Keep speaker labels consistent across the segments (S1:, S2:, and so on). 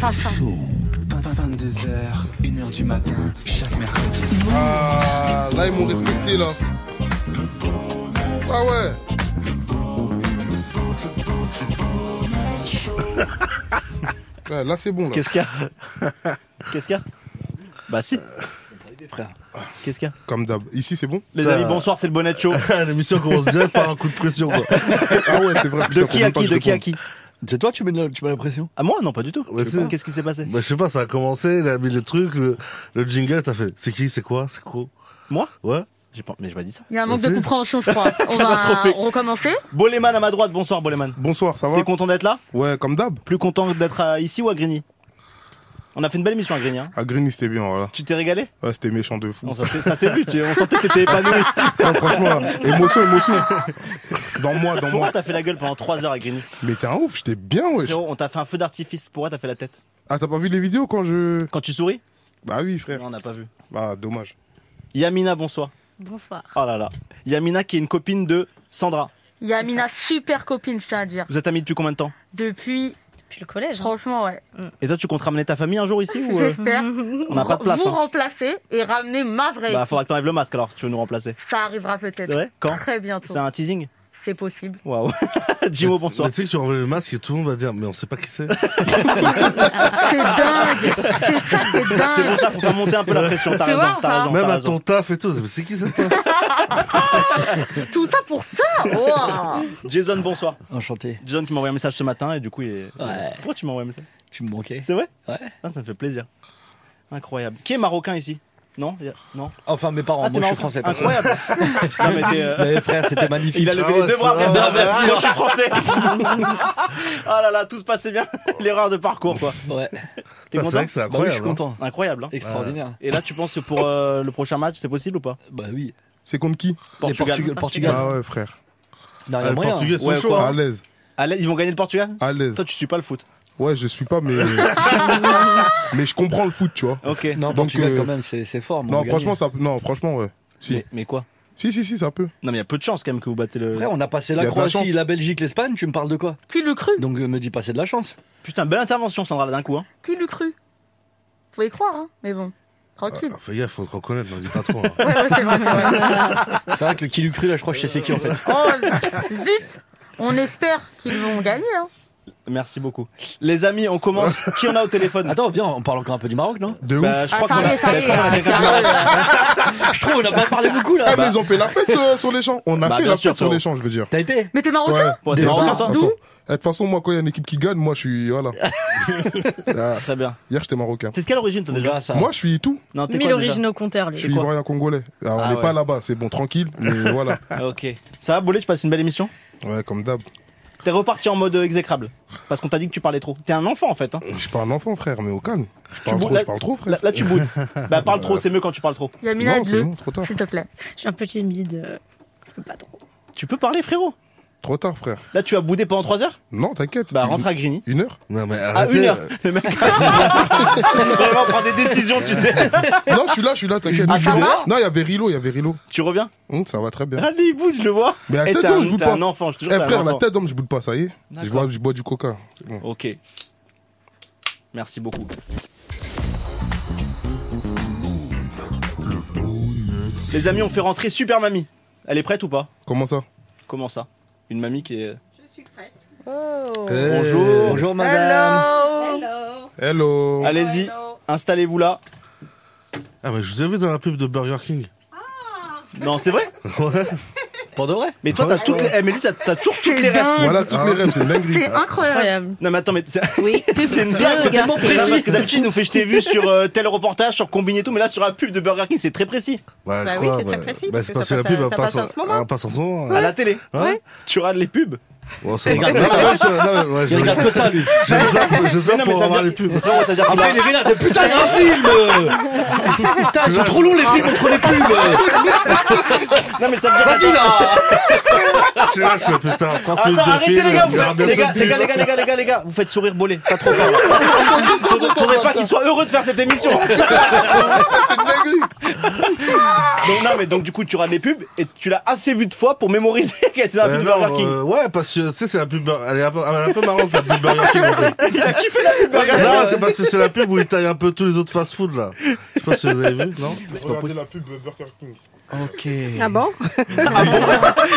S1: la fin.
S2: 22h, 1h du matin, chaque mercredi.
S3: Ah, là, ils m'ont respecté, là. Ah ouais. Ouais, là, c'est bon, là.
S4: Qu'est-ce qu'il y a Qu'est-ce qu'il y a Bah si. Qu'est-ce qu'il y a
S3: Comme d'hab. Ici, c'est bon
S4: Les
S5: Ça-
S4: amis, bonsoir, c'est le bonnet de show.
S5: L'émission commence déjà par un coup de pression. quoi.
S3: Ah ouais, c'est vrai.
S4: De
S3: putain, faut
S4: qui à
S3: même pas
S4: qui
S3: que je
S4: De qui à
S3: réponde.
S4: qui
S5: C'est toi, tu mets la- tu mets la pression
S4: À Ah, moi Non, pas du tout.
S5: Ouais, c'est-
S4: Qu'est-ce qui s'est passé
S5: Bah, je sais pas, ça a commencé, il a mis le truc, le, le jingle, t'as fait c'est qui, c'est quoi, c'est quoi
S4: Moi
S5: Ouais
S4: J'ai pas... Mais j'ai pas dit ça.
S1: Il y a un manque de
S5: Aussi.
S1: compréhension, je crois. On va
S4: Catastrophique.
S1: recommencer.
S4: Boleman à ma droite, bonsoir Boleman.
S3: Bonsoir, ça va
S4: T'es content d'être là
S3: Ouais, comme d'hab.
S4: Plus content d'être à- ici ou à Grigny On a fait une belle émission à Grigny. hein.
S3: À Grigny, Ah, c'était bien, voilà.
S4: Tu t'es régalé
S3: Ouais, c'était méchant de fou.
S4: Non, ça s'est ça s'est vu, tu- on sentait que t'étais épanoui.
S3: Ouais, franchement, là, émotion, émotion. Dans moi, dans
S4: Pourquoi
S3: moi.
S4: t'as fait la gueule pendant 3 heures à Grigny
S3: Mais t'es un ouf, j'étais bien, wesh.
S4: Frérot, on t'a fait un feu d'artifice. Pourquoi t'as fait la tête
S3: Ah, t'as pas vu les vidéos quand je.
S4: Quand tu souris
S3: Bah oui, frère.
S4: Non, on n'a pas vu.
S3: Bah, dommage.
S4: Yamina, bonsoir.
S6: Bonsoir.
S4: Oh là là. Yamina qui est une copine de Sandra.
S1: Il y a Mina, super copine, je tiens à dire.
S4: Vous êtes amis depuis combien de temps
S1: Depuis,
S6: Depuis le collège. hein.
S1: franchement, ouais.
S4: Et toi, tu comptes ramener ta famille un jour ici ou euh,
S1: J'espère
S4: on n'a pas de place
S1: vous
S4: hein
S1: remplacer et ramener ma vraie.
S4: Bah, faudra que t'enlèves le masque alors si tu veux nous remplacer.
S1: Ça arrivera
S4: C'est
S1: peut-être.
S4: vrai Quand
S1: Très bientôt.
S4: C'est un teasing
S1: C'est possible.
S4: Waouh. Jimo,
S5: Mais
S4: bonsoir.
S5: Tu sais que tu enlèves le masque et tout le monde va dire, mais on sait pas qui c'est.
S1: C'est Ah, dingue. C'est ça qui est
S4: C'est pour
S1: dingue.
S4: ça, faut faire monter un peu la pression. T'as
S1: C'est
S4: raison,
S1: vrai,
S4: t'as raison.
S5: Même
S4: t'as
S5: à
S4: raison.
S5: ton taf et tout, mais c'est qui c'est toi
S1: Tout ça pour ça. Oh.
S4: Jason, bonsoir.
S7: Enchanté,
S4: Jason, tu m'as envoyé un message ce matin et du coup, il est. Pourquoi tu m'as envoyé un message
S7: tu me manquais.
S4: C'est vrai
S7: Ouais.
S4: Ah, Ça me fait plaisir. Incroyable. Qui est marocain ici Non Il y a- Non
S7: Enfin, mes parents,
S4: Ah, t'es
S7: moi je suis
S4: marocain.
S7: français. parce que-
S4: Incroyable. non, mais t'es, euh,
S7: Mais frère, c'était magnifique.
S4: Il a levé
S5: ouais,
S4: les deux bras.
S5: c'est
S4: frère.
S7: vrai.
S4: Ah, Moi, je suis français. oh là là, tout se passait bien. L'erreur de parcours, quoi.
S7: Ouais,
S5: Putain, C'est
S4: T'es content
S5: vrai que c'est
S7: bah oui,
S5: incroyable.
S7: je suis content.
S4: Incroyable. hein.
S7: Extraordinaire.
S4: Et là, tu penses que pour euh, le prochain match, c'est possible ou pas
S7: Bah oui.
S3: C'est contre qui
S7: Les
S4: Portugal.
S7: Portugais- le Portugal.
S3: Ah ouais, frère.
S7: Non, il y a
S5: hein. Ah, les
S7: moyen.
S5: Portugais sont
S4: Ouais,
S5: chauds.
S4: quoi.
S3: À
S5: hein.
S3: l'aise.
S4: À l'aise, ils vont gagner le Portugal
S3: À l'aise.
S4: Toi, tu suis pas le foot.
S3: Ouais, je suis pas, mais. mais je comprends le foot, tu vois.
S4: Ok.
S7: Non,
S3: Donc,
S7: Portugal
S3: euh,
S7: quand même, c'est c'est fort. mais on
S3: Non,
S7: a
S3: franchement,
S7: gagné.
S3: ça. Non, franchement, ouais. Si.
S4: Oh, Mais, mais quoi
S3: Si, si, si, ça peut.
S4: Non, mais il y a peu de chance quand même que vous battez le.
S7: Frère, on a passé
S3: Il
S7: la
S3: y a de la chance.
S7: Croatie, la Belgique, l'Espagne, tu me parles de quoi
S1: Qui l'eût cru
S7: Donc euh, me dis pas c'est de la chance.
S4: Putain, belle intervention, Sandra, là, d'un coup. Hein.
S1: Qui l'eût cru Faut y croire, hein. Mais bon, tranquille.
S5: Ah, Fais gaffe, faut te reconnaître, n'en dis pas trop. hein.
S1: Ouais, ouais, c'est vrai, c'est vrai.
S7: C'est vrai que le qui l'eût cru là, je crois que je sais c'est qui en fait.
S1: Oh, zut. On espère qu'ils vont gagner, hein.
S4: Merci beaucoup. Les amis, on commence. Qui on a au téléphone
S7: Attends, viens, on parle encore un peu du Maroc, non
S3: De ouf.
S4: Bah, je crois
S1: Ah, ça
S4: qu'on a,
S1: arrive, ça
S4: bah, je crois qu'on a
S1: arrive,
S4: quelqu'un
S1: ça
S4: qui-
S1: arrive.
S7: Je trouve on a pas parlé beaucoup
S3: Eh,
S7: là.
S3: mais ils ont fait la fête euh, sur les champs. On a
S4: Bah,
S3: fait
S4: bien
S3: la
S4: sûr,
S3: fête sur
S4: frérot.
S3: les champs, je veux dire.
S7: T'as été
S1: Mais t'es marocain
S4: Ouais, t'es
S3: Déjà,
S4: marocain, toi
S3: attends.
S1: D'où
S3: Eh, De toute façon, moi, quand il y a une équipe qui gagne, moi, je suis. Voilà. Ah,
S4: Très bien.
S3: Hier, j'étais marocain.
S4: T'es de quelle origine, toi, déjà
S7: Déjà, ça.
S3: Moi, je suis tout.
S4: Non, t'es
S6: Mille
S4: quoi déjà
S6: originaux compteurs,
S3: Je
S6: lui.
S3: suis
S4: quoi
S3: ivoirien congolais. Alors,
S4: Ah,
S3: on n'est
S4: ouais.
S3: pas là-bas, c'est bon, tranquille. Mais voilà.
S4: Ah, Ok. Ça va, Bolé, tu passes une belle émission
S3: Ouais, comme d'hab.
S4: T'es reparti en mode euh, exécrable. Parce qu'on t'a dit que tu parlais trop. T'es un enfant, en fait. Hein.
S3: Je suis pas un enfant, frère, mais au calme. Je
S4: Tu
S3: parle
S4: bou-
S3: trop,
S4: là-
S3: je parle trop, frère.
S4: Là, là, tu boudes. Bah, parle trop, c'est mieux quand tu parles trop.
S1: Yamina,
S3: Non, c'est
S1: dis-le,
S3: bon, trop tard.
S1: s'il te plaît.
S6: Je suis un peu timide. euh, Je peux pas trop.
S4: Tu peux parler, frérot
S3: Trop tard, frère.
S4: Là, tu as boudé pendant 3 heures
S3: Non, t'inquiète.
S4: Bah,
S3: Une-
S4: rentre à Grigny.
S3: Une heure
S5: Non, mais
S4: À
S5: arrêtez.
S4: une heure, le mec. Vraiment prend des décisions, tu sais.
S3: Non, je suis là, je suis là, t'inquiète.
S4: Ah, ça va
S3: Non, il y avait Rilo, il y avait Rilo.
S4: Tu reviens
S3: Hum, ça va très bien.
S4: Allez, il bouge, je le vois.
S3: Mais la
S4: Et
S3: tête
S4: t'es
S3: d'homme,
S4: un,
S3: je boude
S4: t'es
S3: pas.
S4: un enfant, je te
S3: Eh
S4: jure. t'es un
S3: frère, la
S4: enfant.
S3: tête d'homme, je boude pas, ça y est. Je
S4: D'accord.
S3: bois, je bois du coca. C'est bon.
S4: Ok. Merci beaucoup. Les amis, on fait rentrer Super Mamie. Elle est prête ou pas
S3: Comment ça
S4: Comment ça Une mamie qui est.
S7: Euh,
S4: Bonjour.
S7: Bonjour madame.
S8: Oh.
S3: Hello
S4: Allez-y, installez-vous là.
S5: Ah, mais je vous ai vu dans la pub de Burger King.
S4: Non, c'est vrai
S7: Pour de vrai
S4: Mais toi, t'as toutes les. eh, mais lui, t'as t'as toujours toutes
S1: C'est
S4: les rêves.
S1: dingue.
S3: Voilà, toutes les rêves, c'est une dinguerie.
S1: C'est incroyable.
S6: Incroyable.
S4: Non, mais attends, mais. c'est-
S9: Oui.
S4: C'est une blague, c'est tellement précis. Parce que d'habitude, il nous fait je t'ai vu sur euh, tel reportage, sur Combini et tout, mais là, sur la pub de Burger King, c'est très précis.
S5: Bah,
S9: Bah
S5: je
S9: oui,
S5: crois,
S9: c'est très
S5: bah,
S9: précis,
S5: bah,
S9: parce
S5: c'est
S9: que
S5: parce
S9: ça
S5: que la
S9: passe-
S5: pub, elle
S9: ça
S5: passe
S9: passe en
S5: en-
S9: ce moment.
S5: elle passe en ce moment.
S4: À
S5: hein.
S4: la télé.
S5: Ouais.
S4: Tu regardes les pubs.
S5: Bon, ça va.
S4: Regarde
S5: Ouais,
S4: ça.
S5: ouais, ça- là, euh, ouais,
S7: Il regarde
S5: je-
S7: que ça lui.
S5: Je zappe- je zappe
S4: non, mais
S5: pour
S4: ça veut
S5: avoir
S4: dire
S5: les pubs.
S4: Frérot, ça veut dire qu'il a-
S7: Après il est venu, il fait, putain, il y a un
S5: euh.
S7: film Putain, ils sont trop longs les films entre les pubs
S4: Non, mais ça veut dire
S7: Vas-y là
S5: Je suis là, je fais putain, 30
S4: Attends,
S5: minutes de
S4: arrêtez
S5: film,
S4: les gars,
S5: je
S4: vous
S5: regarde
S4: faites- les
S5: bientôt
S4: gars,
S5: le
S4: les gars,
S5: film.
S4: les gars, les gars, les gars, les gars, vous faites sourire Bolé, pas trop fort. faudrait, faudrait pas qu'il soit heureux de faire cette émission.
S3: C'est une dinguerie
S4: Donc, non mais donc du coup tu regardes les pubs et tu l'as assez vu de fois pour mémoriser qu'elle était dans la
S5: Euh,
S4: pub de Burger
S5: non,
S4: King.
S5: euh, ouais, parce Tu sais, c'est la pub. Elle est un peu, elle est un peu marrante, la pub Burger King. en fait.
S4: Il a kiffé la pub Burger
S5: Non, c'est parce que c'est la pub où ils taillent un peu tous les autres fast-food, là. Je sais pas si vous avez vu, non
S10: Regardez la pub Burger King.
S7: Ok.
S11: Ah bon
S4: King. Elle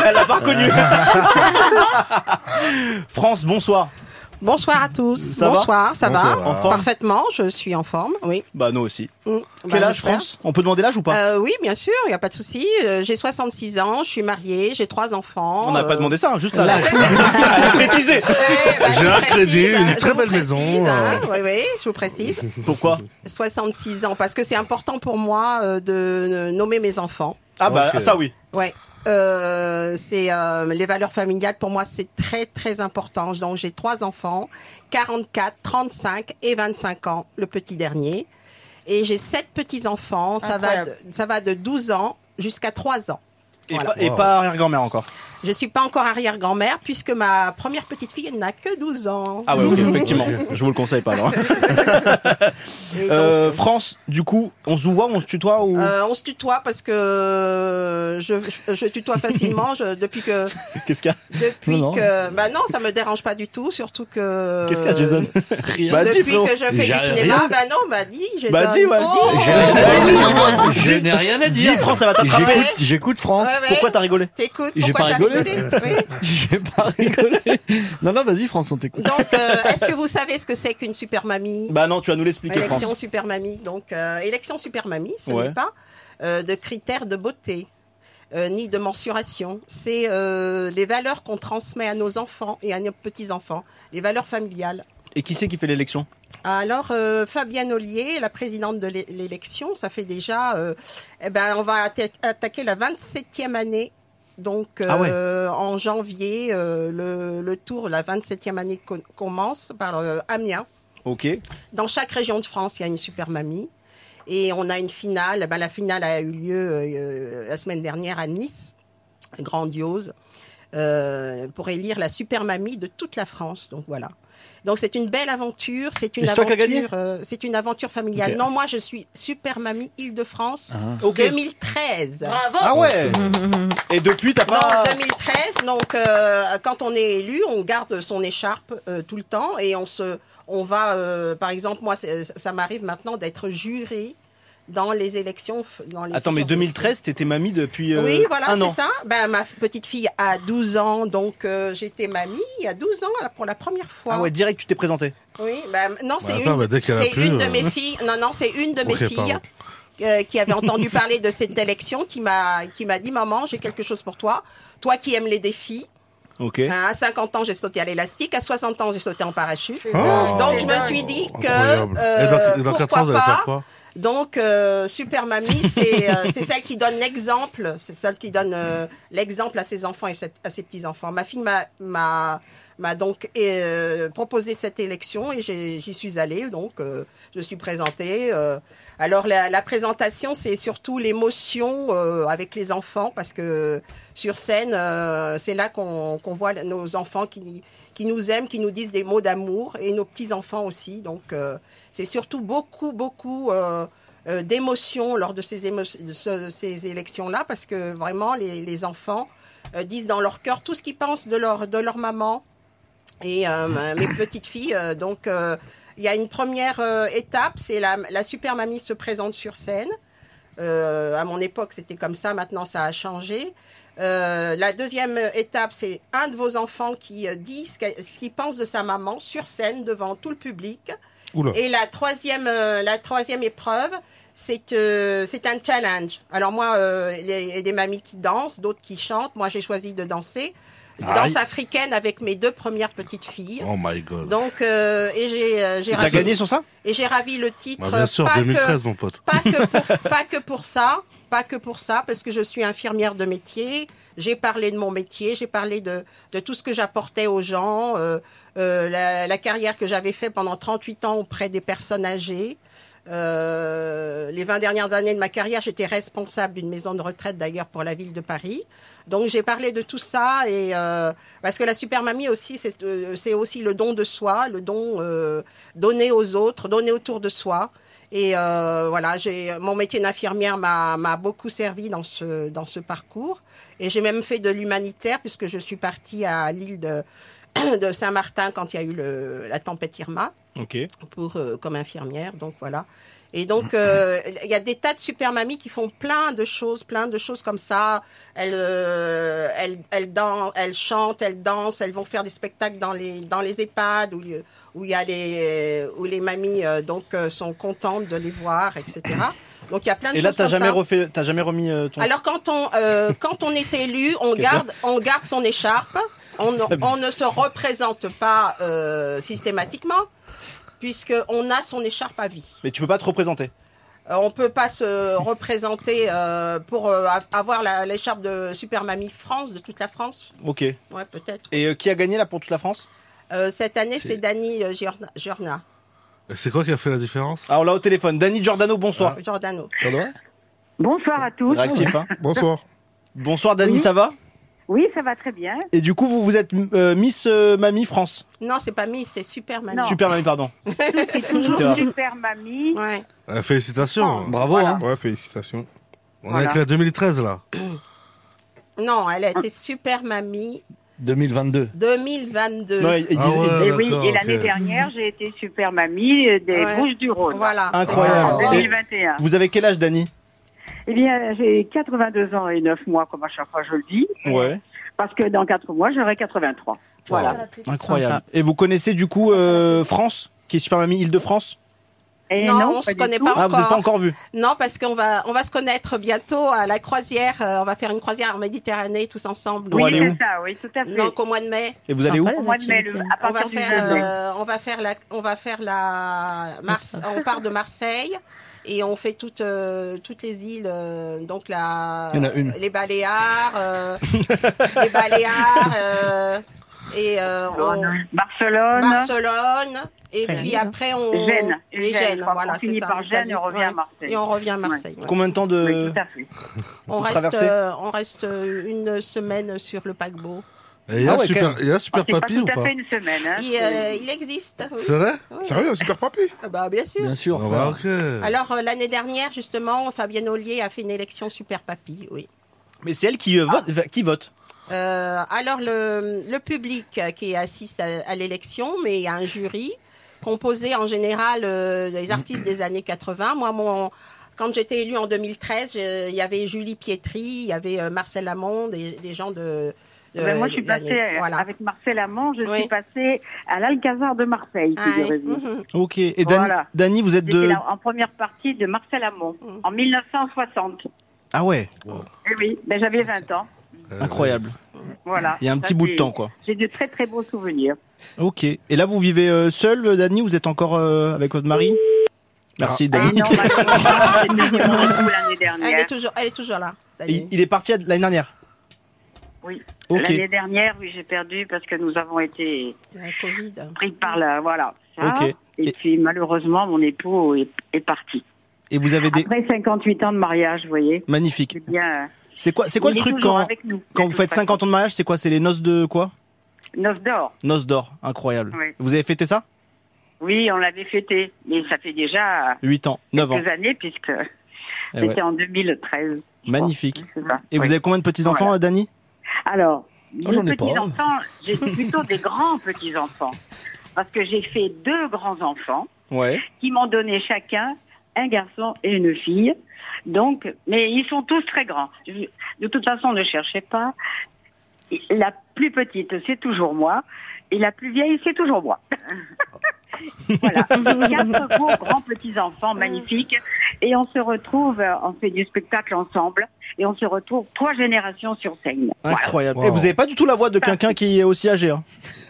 S10: Ah
S4: l'a pas reconnu. France, bonsoir.
S11: Bonsoir à tous.
S4: Ça va
S11: Bonsoir, ça va,
S5: Bonsoir.
S4: En forme
S11: Parfaitement, je suis en forme, oui.
S4: Bah, nous aussi.
S11: Mm.
S4: Quel
S11: Bah,
S4: âge,
S11: j'espère.
S4: France On peut demander l'âge ou pas
S11: Euh, Oui, bien sûr, il n'y a pas de souci. Euh, j'ai 66 ans, je suis mariée, j'ai trois enfants.
S4: On n'a
S11: euh,
S4: pas demandé ça, hein, juste
S11: la-
S4: l'âge. Elle a précisé.
S11: Eh, bah, je
S5: J'ai
S11: vous
S5: un
S11: précise,
S5: crédit,
S11: hein,
S5: une
S11: je
S5: très
S11: vous
S5: belle
S11: précise,
S5: maison, euh.
S11: hein, oui, oui, je vous précise.
S4: Pourquoi
S11: 66 ans, parce que c'est important pour moi euh, de nommer mes enfants.
S4: Ah bah
S5: Ok.
S4: ça oui.
S11: Ouais. Euh, c'est euh, les valeurs familiales pour moi c'est très très important. Donc j'ai trois enfants, 44, 35 et 25 ans, le petit dernier. Et j'ai sept petits enfants, ça va de,
S8: Incroyable.
S11: ça va de 12 ans jusqu'à 3 ans.
S4: Et
S11: Voilà.
S4: pas, et pas arrière-grand-mère encore.
S11: Je suis pas encore arrière-grand-mère puisque ma première petite fille elle n'a que 12 ans.
S4: Ah ouais, ok, effectivement. Je vous le conseille pas alors.
S11: Et donc,
S4: Euh, France, du coup, on se voit, on se tutoie ou
S11: euh, on se tutoie parce que je, je, je tutoie facilement je- depuis que
S4: qu'est-ce qu'il y a
S11: euh, depuis
S7: Non, non.
S11: que bah non ça me dérange pas du tout surtout que
S4: Qu'est-ce qu'il y a, Jason
S7: Rien.
S4: Bah, dis,
S11: Depuis
S4: frérot.
S11: que je fais du
S7: J'ai
S11: cinéma,
S7: rien.
S11: bah non, bah dis, Bah, j'ai
S4: Bah
S11: ça.
S4: dis, ouais. Bah,
S8: Oh
S7: Je, je n'ai rien à
S4: Dis,
S7: dire.
S4: France, ça va t'attraper.
S7: J'écoute, j'écoute France.
S11: Ouais, ouais.
S4: Pourquoi t'as rigolé
S11: T'écoutes,
S7: J'ai
S11: pourquoi
S7: pas
S11: t'as
S7: rigolé.
S11: rigolé Oui.
S7: J'ai pas rigolé. Non, non, vas-y, France, on t'écoute.
S11: Donc, euh, est-ce que vous savez ce que c'est qu'une super mamie
S4: Bah non, tu vas nous l'expliquer, France.
S11: Élection super mamie. Donc, euh, élection super mamie, ce
S4: Ouais.
S11: n'est pas euh, de critères de beauté. euh, ni de mensuration. C'est euh, les valeurs qu'on transmet à nos enfants et à nos petits-enfants, les valeurs familiales.
S4: Et qui c'est qui fait l'élection
S11: Alors, euh, Fabienne Ollier, la présidente de l'é- l'élection, ça fait déjà. euh, eh ben, on va atta- attaquer la 27e année. Donc,
S4: Ah ouais.
S11: euh, en janvier, euh, le, le tour, la 27e année co- commence par euh, Amiens.
S4: Ok.
S11: Dans chaque région de France, il y a une super mamie. Et on a une finale. Eh Ben, la finale a eu lieu euh, la semaine dernière à Nice. Grandiose. euh, pour élire la super mamie de toute la France. Donc voilà. Donc c'est une belle aventure. C'est une
S7: Et c'est toi qui as
S11: aventure.
S7: gagné
S11: euh, c'est une aventure familiale.
S7: Ok. Ah.
S11: Non, moi je suis super mamie Île-de-France.
S4: Ok.
S11: 2013.
S8: Bravo
S4: Ah ouais Et depuis, t'as
S11: Non,
S4: pas.
S11: 2013. Donc, euh, quand on est élu, on garde son écharpe euh, tout le temps et on se, on va, euh, par exemple, moi, c'est- ça m'arrive maintenant d'être juré dans les élections. f- Dans les
S4: Attends, mais
S11: futures
S4: 2013, t'étais mamie depuis.
S11: élections.
S4: euh,
S11: Oui, voilà,
S4: un an.
S11: c'est ça. Ben, ma petite fille a 12 ans, donc euh, j'étais mamie à 12 ans là, pour la première fois.
S4: Ah ouais, direct, tu t'es présenté.
S11: Oui, ben, non, c'est
S5: Bah,
S11: une,
S5: attends, bah, dès qu'elle a
S11: c'est
S5: pu,
S11: une de
S5: euh.
S11: mes filles. Non, non, c'est une de mes
S5: Ok,
S11: filles
S5: pardon.
S11: euh, qui avait entendu parler de cette élection, qui m'a, qui m'a dit, maman, j'ai quelque chose pour toi. Toi qui aimes les défis.
S4: Ok.
S11: Hein, À 50 ans, j'ai sauté à l'élastique. À 60 ans, j'ai sauté en parachute.
S5: Oh.
S11: Donc, je me suis dit
S5: Incroyable.
S11: que euh,
S5: et dans, et dans 4
S11: pourquoi
S5: ans, vous allez faire
S11: pas.
S5: quoi
S11: Donc, euh, Super Mamie, c'est euh, c'est celle qui donne l'exemple. C'est celle qui donne euh, l'exemple à ses enfants et cette- à ses petits-enfants. Ma fille m'a- m'a m'a donc euh, proposé cette élection et j'ai- j'y suis allée. Donc, euh, je suis présentée. euh. Alors, la, la présentation, c'est surtout l'émotion euh, avec les enfants parce que sur scène, euh, c'est là qu'on qu'on voit nos enfants qui, qui nous aiment, qui nous disent des mots d'amour et nos petits-enfants aussi. Donc, euh, c'est surtout beaucoup, beaucoup euh, euh, d'émotions lors de ces, émo- de ce- ces élections-là, parce que vraiment, les, les enfants euh, disent dans leur cœur tout ce qu'ils pensent de leur, de leur maman. Et euh, ma- mes petites filles, euh, donc, euh, il y a une première euh, étape, c'est la, la super mamie se présente sur scène. Euh, à mon époque, c'était comme ça. Maintenant, ça a changé. Euh, la deuxième étape, c'est un de vos enfants qui euh, dit ce qu'elle- ce qu'il pense de sa maman sur scène devant tout le public.
S10: Oula.
S11: Et la troisième, euh, la troisième épreuve, c'est euh, c'est un challenge. Alors moi, euh, il y a des mamies qui dansent, d'autres qui chantent. Moi, j'ai choisi de danser. Danse africaine avec mes deux premières petites filles.
S5: Oh my god.
S11: Donc, euh, et j'ai euh, j'ai
S4: T'as
S11: ravi,
S4: gagné sur ça
S11: et j'ai ravi le titre.
S5: Bah, bien sûr,
S11: pas que-
S5: 2013, mon pote.
S11: pas que pour pas que pour ça, pas que pour ça, parce que je suis infirmière de métier. J'ai parlé de mon métier, j'ai parlé de, de tout ce que j'apportais aux gens, euh, euh, la, la carrière que j'avais fait pendant 38 ans auprès des personnes âgées. Euh, les 20 dernières années de ma carrière, j'étais responsable d'une maison de retraite d'ailleurs pour la ville de Paris. Donc j'ai parlé de tout ça et euh, parce que la super mamie aussi, c'est euh, c'est aussi le don de soi, le don euh, donné aux autres, donné autour de soi. Et euh, voilà, j'ai mon métier d'infirmière m'a m'a beaucoup servi dans ce dans ce parcours. Et j'ai même fait de l'humanitaire puisque je suis partie à l'île de de Saint-Martin quand il y a eu le, la tempête Irma
S4: Ok.
S11: pour euh, comme infirmière. Donc voilà. Et donc euh, il y a des tas de super mamies qui font plein de choses, plein de choses comme ça. Elles, euh, elles, elles, dan- elles chantent, elles dansent, elles vont faire des spectacles dans les dans les EHPAD où il y- où il y a les où les mamies euh, donc euh, sont contentes de les voir, etc. Donc il y a plein de
S4: Et là,
S11: choses
S4: t'as
S11: comme
S4: jamais
S11: ça.
S4: refait, t'as jamais remis euh, ton.
S11: Alors quand on euh, quand on est élu, on
S4: Qu'est-ce
S11: garde on garde son écharpe. On, on ne se représente pas euh, systématiquement puisque on a son écharpe à vie.
S4: Mais tu peux pas te représenter.
S11: Euh, on peut pas se représenter euh, pour euh, a- avoir la- l'écharpe de Super Mamie France de toute la France.
S4: Ok. Et
S11: Ouais, peut-être.
S4: euh, qui a gagné là pour toute la France
S11: Euh, cette année,
S5: C'est-
S11: c'est Dani euh, Giorna- Giorna,
S5: Et Euh, C'est quoi qui a fait la différence Ah.
S4: Ah, on l'a au téléphone. Dani Giordano, bonsoir.
S11: Giordano.
S1: Bonsoir à tous.
S4: Réactif, hein.
S10: Bonsoir.
S4: Bonsoir, Dani,
S1: Oui.
S4: ça va
S1: Oui, ça va très bien.
S4: Et du coup, vous vous êtes euh, Miss euh, Mamie France.
S11: Non, c'est pas Miss, c'est Super Mamie.
S1: Ah, Non.
S4: Super Mamie, pardon.
S1: C'est toujours
S4: Putain.
S1: super mamie.
S11: Ouais.
S5: Euh, Félicitations.
S7: Bravo, hein.
S10: Ouais, félicitations.
S5: On est
S1: Voilà.
S5: avec la 2013 là.
S11: Non, elle a été Super Mamie
S7: 2022.
S11: 2022.
S4: Non, il- il
S5: Ah
S4: disait-
S5: ouais.
S4: il disait-
S1: Et oui,
S5: d'accord,
S1: et l'année
S5: ok.
S1: dernière, j'ai été super mamie euh, des
S11: Ouais.
S1: Bouches du Rhône.
S11: Voilà.
S4: Incroyable.
S1: En
S8: Wow.
S4: Et
S1: 2021.
S4: vous avez quel âge, Dani
S1: Eh bien, j'ai 82 ans et 9 mois, comme à chaque fois je le dis,
S4: Ouais.
S1: parce que dans 4 mois, j'aurai 83. Voilà.
S4: Incroyable. Et vous connaissez du coup euh, France, qui est Super Mamie Île-de-France
S1: Et
S11: Non, on
S1: pas
S11: se
S1: du
S11: connaît
S1: tout.
S11: pas.
S4: Ah, vous n'êtes pas encore vu.
S11: Non, parce qu'on va, on va se connaître bientôt à la croisière. Euh, on va faire une croisière en Méditerranée tous ensemble.
S4: Pour
S1: Oui,
S4: aller où
S1: c'est ça, oui, tout à fait.
S11: Donc au mois de mai.
S4: Et vous allez où
S6: Sympa,
S1: Au
S6: les
S1: mois de mai,
S6: activités.
S1: le- à
S11: On va,
S1: partir du
S11: faire,
S1: 20 mai.
S11: euh, on va faire la, on va faire la, Marse- on part de Marseille et on fait toutes, euh, toutes les îles, euh, donc la,
S7: Il y en a une.
S11: les Baléares, euh, les Baléares euh, et euh,
S1: Oh,
S11: on-
S1: Barcelone,
S11: Barcelone et
S6: Ouais.
S11: puis après on
S1: Gênes.
S11: et
S1: Gênes,
S11: Gênes,
S1: je crois qu'on
S11: voilà,
S1: finit
S11: c'est ça.
S1: par Gênes et on revient à
S11: Ouais.
S1: Marseille.
S11: Et on revient à Marseille. ouais.
S4: Combien de temps de.
S1: Oui, tout à fait.
S11: On
S4: Vous
S11: reste,
S4: traversez
S11: euh, on reste euh, une semaine sur le paquebot.
S5: Et il y a
S4: Ah ouais,
S5: super, il y a super
S1: C'est pas
S5: papy ou
S1: tout
S5: pas
S1: à fait une semaine. hein.
S11: Il, euh, il existe. oui.
S5: C'est vrai
S11: Oui.
S10: Sérieux, super papy
S11: Ah Bah, bien sûr.
S7: Bien sûr.
S5: Ah bah,
S7: frère.
S5: ok.
S11: Alors euh, l'année dernière, justement, Fabienne Ollier a fait une élection super papy, oui.
S4: Mais c'est elle qui euh,
S1: Ah.
S4: vote. enfin, Qui vote
S11: Euh, alors le, le public euh, qui assiste à, à l'élection, mais il y a un jury composé en général euh, des artistes des années 80. Moi, mon, quand j'étais élue en 2013, je- il y avait Julie Pietri, il y avait euh, Marcel Lamond, des, des gens de... de-
S1: Ben, moi, je suis
S11: des années-
S1: passée euh,
S11: voilà.
S1: avec Marcel Amand, je
S11: Oui.
S1: suis passée à l'Alcazar de Marseille,
S11: Ah, ouais.
S1: figurez-vous.
S11: Mhm.
S4: Ok. Et Dani,
S1: Voilà.
S4: Dani, vous êtes
S1: J'étais
S4: de.
S1: là en première partie de Marcel Amont
S11: Mm.
S1: en 1960.
S4: Ah ouais,
S1: Eh oui, ben j'avais 20 ans.
S4: incroyable.
S1: Voilà.
S4: Il y a un
S1: Ça,
S4: petit bout de
S1: c'est-
S4: temps, quoi.
S1: J'ai de très très beaux souvenirs.
S4: Ok. Et là, vous vivez euh, seul, euh, Dani Vous êtes encore euh, avec votre mari Merci,
S1: Ah,
S4: Dani.
S1: non, malheureusement, j'étais sur le coup l'année
S11: Elle, est
S1: dernière.
S11: toujours, elle est toujours là.
S4: Et il- il est parti à- l'année dernière.
S1: Oui.
S4: Ok.
S1: L'année dernière, oui, j'ai perdu parce que nous avons été
S11: La Covid.
S1: pris par la. Voilà. Ça.
S4: Ok.
S1: Et,
S4: Et-
S1: puis malheureusement, mon époux est, est parti.
S4: Et vous avez des
S1: Après 58 ans de mariage, vous voyez.
S4: magnifiques.
S1: C'est bien.
S4: C'est quoi C'est quoi
S1: Il
S4: le
S1: est
S4: truc
S1: toujours
S4: quand
S1: avec nous,
S4: quand
S1: de
S4: vous
S1: toute
S4: faites
S1: façon.
S4: 50 ans de mariage C'est quoi C'est les noces de quoi
S1: Noce d'or.
S4: Noces d'or, incroyable.
S1: Oui.
S4: Vous avez fêté ça
S1: Oui, on l'avait fêté. Mais ça fait déjà
S4: 8 ans, 9 ans.
S1: quelques années puisque
S4: Eh
S1: c'était
S4: ouais.
S1: en 2013. je crois.
S4: Magnifique.
S1: C'est ça.
S4: Et vous
S1: Oui.
S4: avez combien de petits enfants,
S1: Voilà.
S4: euh, Dani
S1: Alors,
S7: Oh, j'en
S1: mes
S7: ai pas.
S1: petits-enfants, j'ai plutôt des grands petits-enfants. Parce que j'ai fait deux grands-enfants
S4: Ouais.
S1: qui m'ont donné chacun un garçon et une fille. Donc, mais ils sont tous très grands. Je- De toute façon, ne cherchez pas. Et La plus petite, c'est toujours moi. Et la plus vieille, c'est toujours moi. voilà. Quatre beaux grands petits-enfants magnifiques. Et on se retrouve, euh, on fait du spectacle ensemble. Et on se retrouve trois générations sur scène. Voilà.
S4: Incroyable.
S5: Wow.
S4: Et vous avez pas du tout la voix de quelqu'un qui est aussi âgé. hein.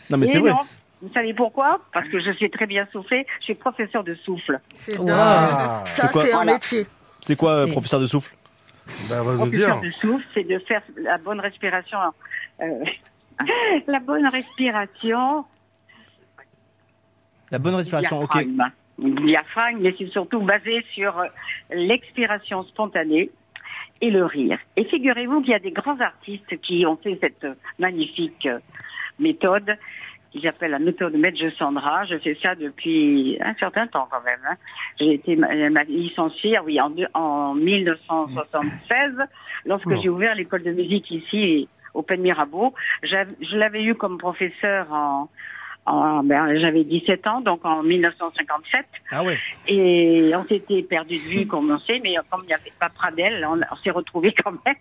S4: Non, mais
S1: Et
S4: c'est vrai.
S1: non. Vous savez pourquoi Parce que je sais très bien souffler. Je suis professeur de souffle.
S8: C'est
S6: Wow.
S8: dingue.
S4: Ah. C'est
S8: Ah. Ça,
S4: quoi
S8: c'est un
S1: Voilà.
S8: métier.
S4: C'est quoi, euh,
S6: C'est-
S4: professeur de souffle
S5: Bah, va nous
S1: Professeur
S5: dire.
S1: de souffle, c'est de faire la bonne respiration. euh, la bonne respiration.
S4: La bonne respiration, ok.
S1: diaphragme. Le Diaphragme, mais c'est surtout basé sur euh, l'expiration spontanée et le rire. Et figurez-vous qu'il y a des grands artistes qui ont fait cette magnifique euh, méthode, J'appelle la méthodomètre de Sandra. Je fais ça depuis un certain temps quand même. hein. J'ai été ma- ma- licenciée, ah oui, en, deux- en 1976, lorsque
S5: Oula.
S1: j'ai ouvert l'école de musique ici au Pen Mirabeau. J'av- Je l'avais eu comme professeur en, en- ben, j'avais 17 ans, donc en 1957.
S7: Ah ouais.
S1: Et on s'était perdu de vue, comme on sait, mais comme il n'y avait pas Pradel, on, on s'est retrouvés quand même.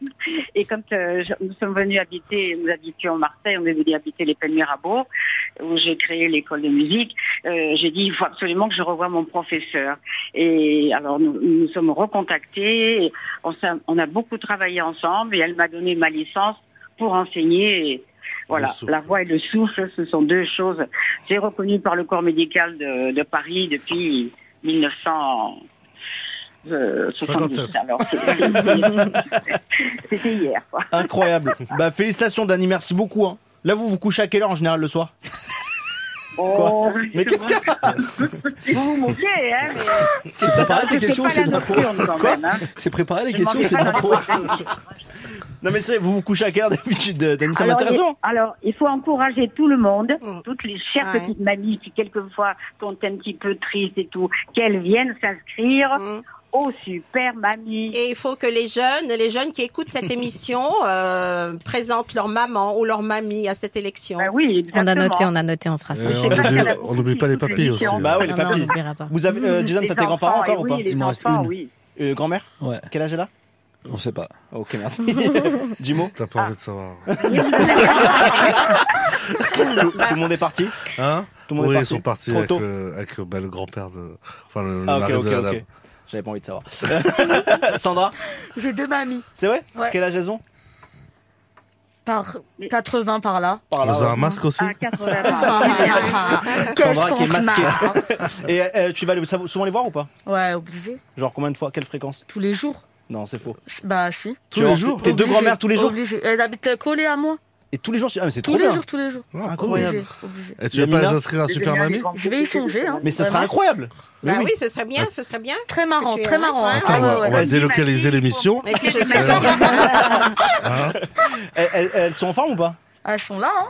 S1: Et quand euh, je- nous sommes venus habiter, nous habitions en Marseille, on est venu habiter les Peines Mirabeau, où j'ai créé l'école de musique, euh, j'ai dit, il faut absolument que je revoie mon professeur. Et alors, nous nous sommes recontactés, et on, s'est- on a beaucoup travaillé ensemble, et elle m'a donné ma licence pour enseigner. Et voilà,
S5: Le souffle.
S1: la voix et le souffle, ce sont deux choses. C'est reconnu par le corps médical de, de Paris depuis 1977.
S5: 57.
S1: Alors, c'est- C'était hier. quoi.
S4: Incroyable. bah félicitations Dani, merci beaucoup. hein. Là vous vous couchez à quelle heure en général le soir
S1: Oh,
S4: Mais qu'est-ce qu'il y a
S1: Vous vous moquez, hein mais-
S7: C'est préparé tes
S1: c'est
S7: questions,
S1: Ah, pas
S7: c'est
S1: la
S7: de la peau.
S1: nocturne, quand
S4: Quoi
S1: même, hein.
S7: C'est
S4: Ah,
S7: préparé les
S1: Je
S7: questions,
S1: demandais
S7: c'est de
S1: pas
S7: la
S1: dans
S7: peau.
S1: la peau.
S4: Non mais c'est vous vous couchez à quelle heure d'habitude euh, Dani, ça
S1: alors,
S4: m'intéresse.
S1: il- alors, il faut encourager tout le monde,
S11: Mm.
S1: toutes les chères
S11: Ouais.
S1: petites mamies qui, quelquefois, sont un petit peu tristes et tout, qu'elles viennent s'inscrire
S11: Mm.
S1: au Oh, Super Mamie.
S11: Et il faut que les jeunes, les jeunes qui écoutent cette émission, euh, présentent leur maman ou leur mamie à cette élection.
S1: Ben oui,
S6: On
S1: exactement.
S6: a noté, on a noté en phrase.
S4: Eh,
S5: Euh, on
S1: pas
S5: oublie-
S1: qu'à la
S5: on n'oublie pas les papiers aussi.
S1: prostitution.
S5: hein.
S4: Bah ouais les
S6: Ah Non, non, on
S4: papilles.
S6: n'oubliera pas.
S4: Vous avez euh, Jason
S1: Mmh, Les
S4: t'as tes
S1: enfants,
S4: grands-parents encore
S1: eh
S4: ou
S1: oui,
S4: pas
S1: les
S7: Il m'en reste
S1: enfants,
S7: une.
S1: oui.
S4: Euh, Grand-mère
S7: Ouais,
S4: Quel âge elle a
S7: on sait pas.
S4: Ok merci. Jimo
S5: T'as pas envie de savoir.
S1: Ah.
S4: tout, tout le monde est parti.
S5: Hein
S4: Tout le monde
S5: Oui,
S4: est
S5: ils
S4: parti.
S5: sont partis
S4: Trop
S5: avec
S4: tôt.
S5: le, avec, bah, le grand-père de. Enfin, le, le
S4: Ah ok
S5: mari
S4: ok
S5: de la
S4: ok.
S5: dame.
S4: J'avais pas envie de savoir. Sandra,
S8: J'ai deux mamies.
S4: c'est vrai
S8: Ouais.
S4: Quel âge elles ont
S8: Par 80 par là.
S4: Par là, euh,
S5: Ils ont
S4: ouais.
S5: un masque aussi
S1: À 80
S8: Sandra
S4: qui est masquée. Et euh, tu vas aller- ça- souvent les voir ou pas
S8: Ouais, obligé.
S4: Genre combien de fois Quelle fréquence
S8: Tous les jours.
S4: Non, c'est faux.
S8: Bah si.
S4: Tous les jours Tes deux
S8: Obligé.
S4: grand-mères tous les jours
S8: Obligé. Elles habitent collées à moi.
S4: Et tous les jours tu- Ah, mais c'est
S8: Tous
S4: trop
S8: les
S4: bien
S8: jours, tous les jours.
S5: Ah, cool.
S4: Incroyable.
S8: Obligé, obligé.
S5: Et tu veux pas les
S4: Yamina
S5: inscrire à Super Mamie
S8: Je vais y songer. Hein.
S4: Mais ça serait
S8: Vraiment.
S4: incroyable
S11: Bah oui, ce serait bien, ce serait bien.
S8: Très marrant,
S11: Tu es
S8: très
S11: avec
S8: marrant.
S11: moi.
S5: Attends,
S8: Ah
S5: on
S8: ouais,
S5: va,
S8: ouais.
S5: on va délocaliser l'émission.
S11: Et puis je suis
S5: Alors,
S4: Elles, elles- elles sont en forme ou pas
S8: Elles sont là. Hein.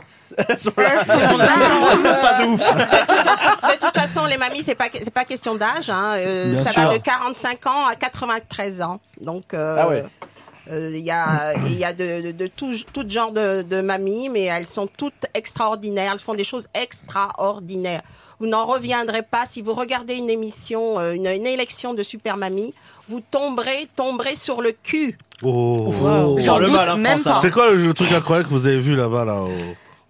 S4: Elles sont là.
S8: Elles sont là.
S4: Pas de ouf
S11: De toute façon, les mamies, c'est pas c'est pas question d'âge. hein. Euh,
S7: Bien
S11: ça
S7: sûr.
S11: va de 45 ans à 93 ans. Donc euh,
S4: Ah ouais.
S11: euh, il y a il y a de, de, de tout tout genre de, de mamies, mais elles sont toutes extraordinaires. Elles font des choses extraordinaires. Vous n'en reviendrez pas si vous regardez une émission, euh, une, une élection de super mamie, vous tomberez tomberez sur le cul.
S5: Oh.
S7: Wow.
S8: J'en
S4: Oh, le
S8: doute
S4: mal, hein,
S8: même
S4: France,
S8: pas.
S5: C'est quoi le, le truc incroyable que vous avez vu là-bas là, au,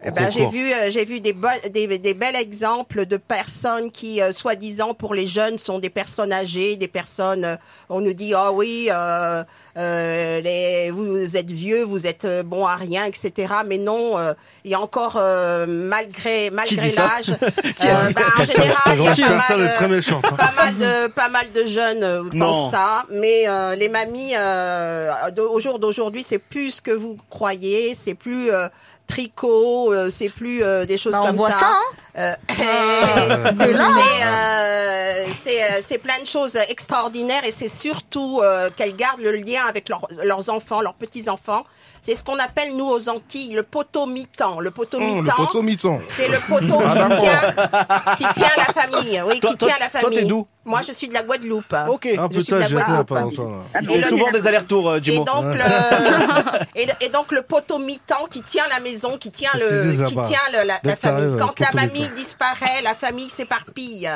S11: Eh
S5: au
S11: ben, j'ai
S5: concours
S11: vu, euh, j'ai vu des, bo- des, des bels exemples de personnes qui, euh, soi-disant, pour les jeunes, sont des personnes âgées, des personnes. euh, on nous dit, oh oui, euh, euh, les, vous êtes vieux, vous êtes euh, bon à rien, etc. Mais non, euh, il y a encore, euh, malgré malgré
S4: dit ça
S11: l'âge, euh, bah, en général,
S5: Personne, c'est
S11: il y
S5: pas
S11: a
S5: gentil,
S11: pas
S5: personne
S11: mal,
S5: est très
S11: euh,
S5: méchante. hein.
S11: pas mal de pas mal de jeunes euh,
S4: Non.
S11: pensent ça, mais euh, les mamies euh, de- au jour d'aujourd'hui, c'est plus ce que vous croyez, c'est plus euh, tricot, euh, c'est plus euh, des choses
S8: Bah, on
S11: comme
S8: voit
S11: ça.
S8: ça. hein.
S11: Euh,
S8: Mais là,
S11: c'est, euh, c'est, euh, c'est plein de choses extraordinaires et c'est surtout euh, qu'elles gardent le lien avec leurs- leurs enfants, leurs petits enfants. C'est ce qu'on appelle nous aux Antilles le poteau mi-temps. Le poteau
S10: Oh, le
S11: mi-temps,
S10: poteau mi-temps.
S11: c'est le poteau
S10: Ah,
S11: qui
S10: d'accord.
S11: tient, qui tient la famille. Oui,
S4: Toi-
S11: qui
S4: toi-
S11: tient la
S4: toi,
S11: famille.
S4: t'es d'où
S11: Moi, je suis de la Guadeloupe.
S5: Ah
S4: Ok.
S11: je suis de
S5: putain,
S11: la
S5: j'étais là
S11: Guadeloupe.
S5: pas longtemps. là.
S4: Il fait souvent des allers-retours, euh,
S11: Et
S4: Jimo.
S11: donc, le, et, le- et donc le poteau mi-temps qui tient la maison, qui tient,
S5: Ah, C'est
S11: le,
S5: des
S11: qui
S5: abats.
S11: tient le- la,
S5: Dès
S11: la
S5: que t'arrives,
S11: famille.
S5: le
S11: Quand la
S5: poteau
S11: mamie
S5: mi-temps.
S11: disparaît, la famille s'éparpille.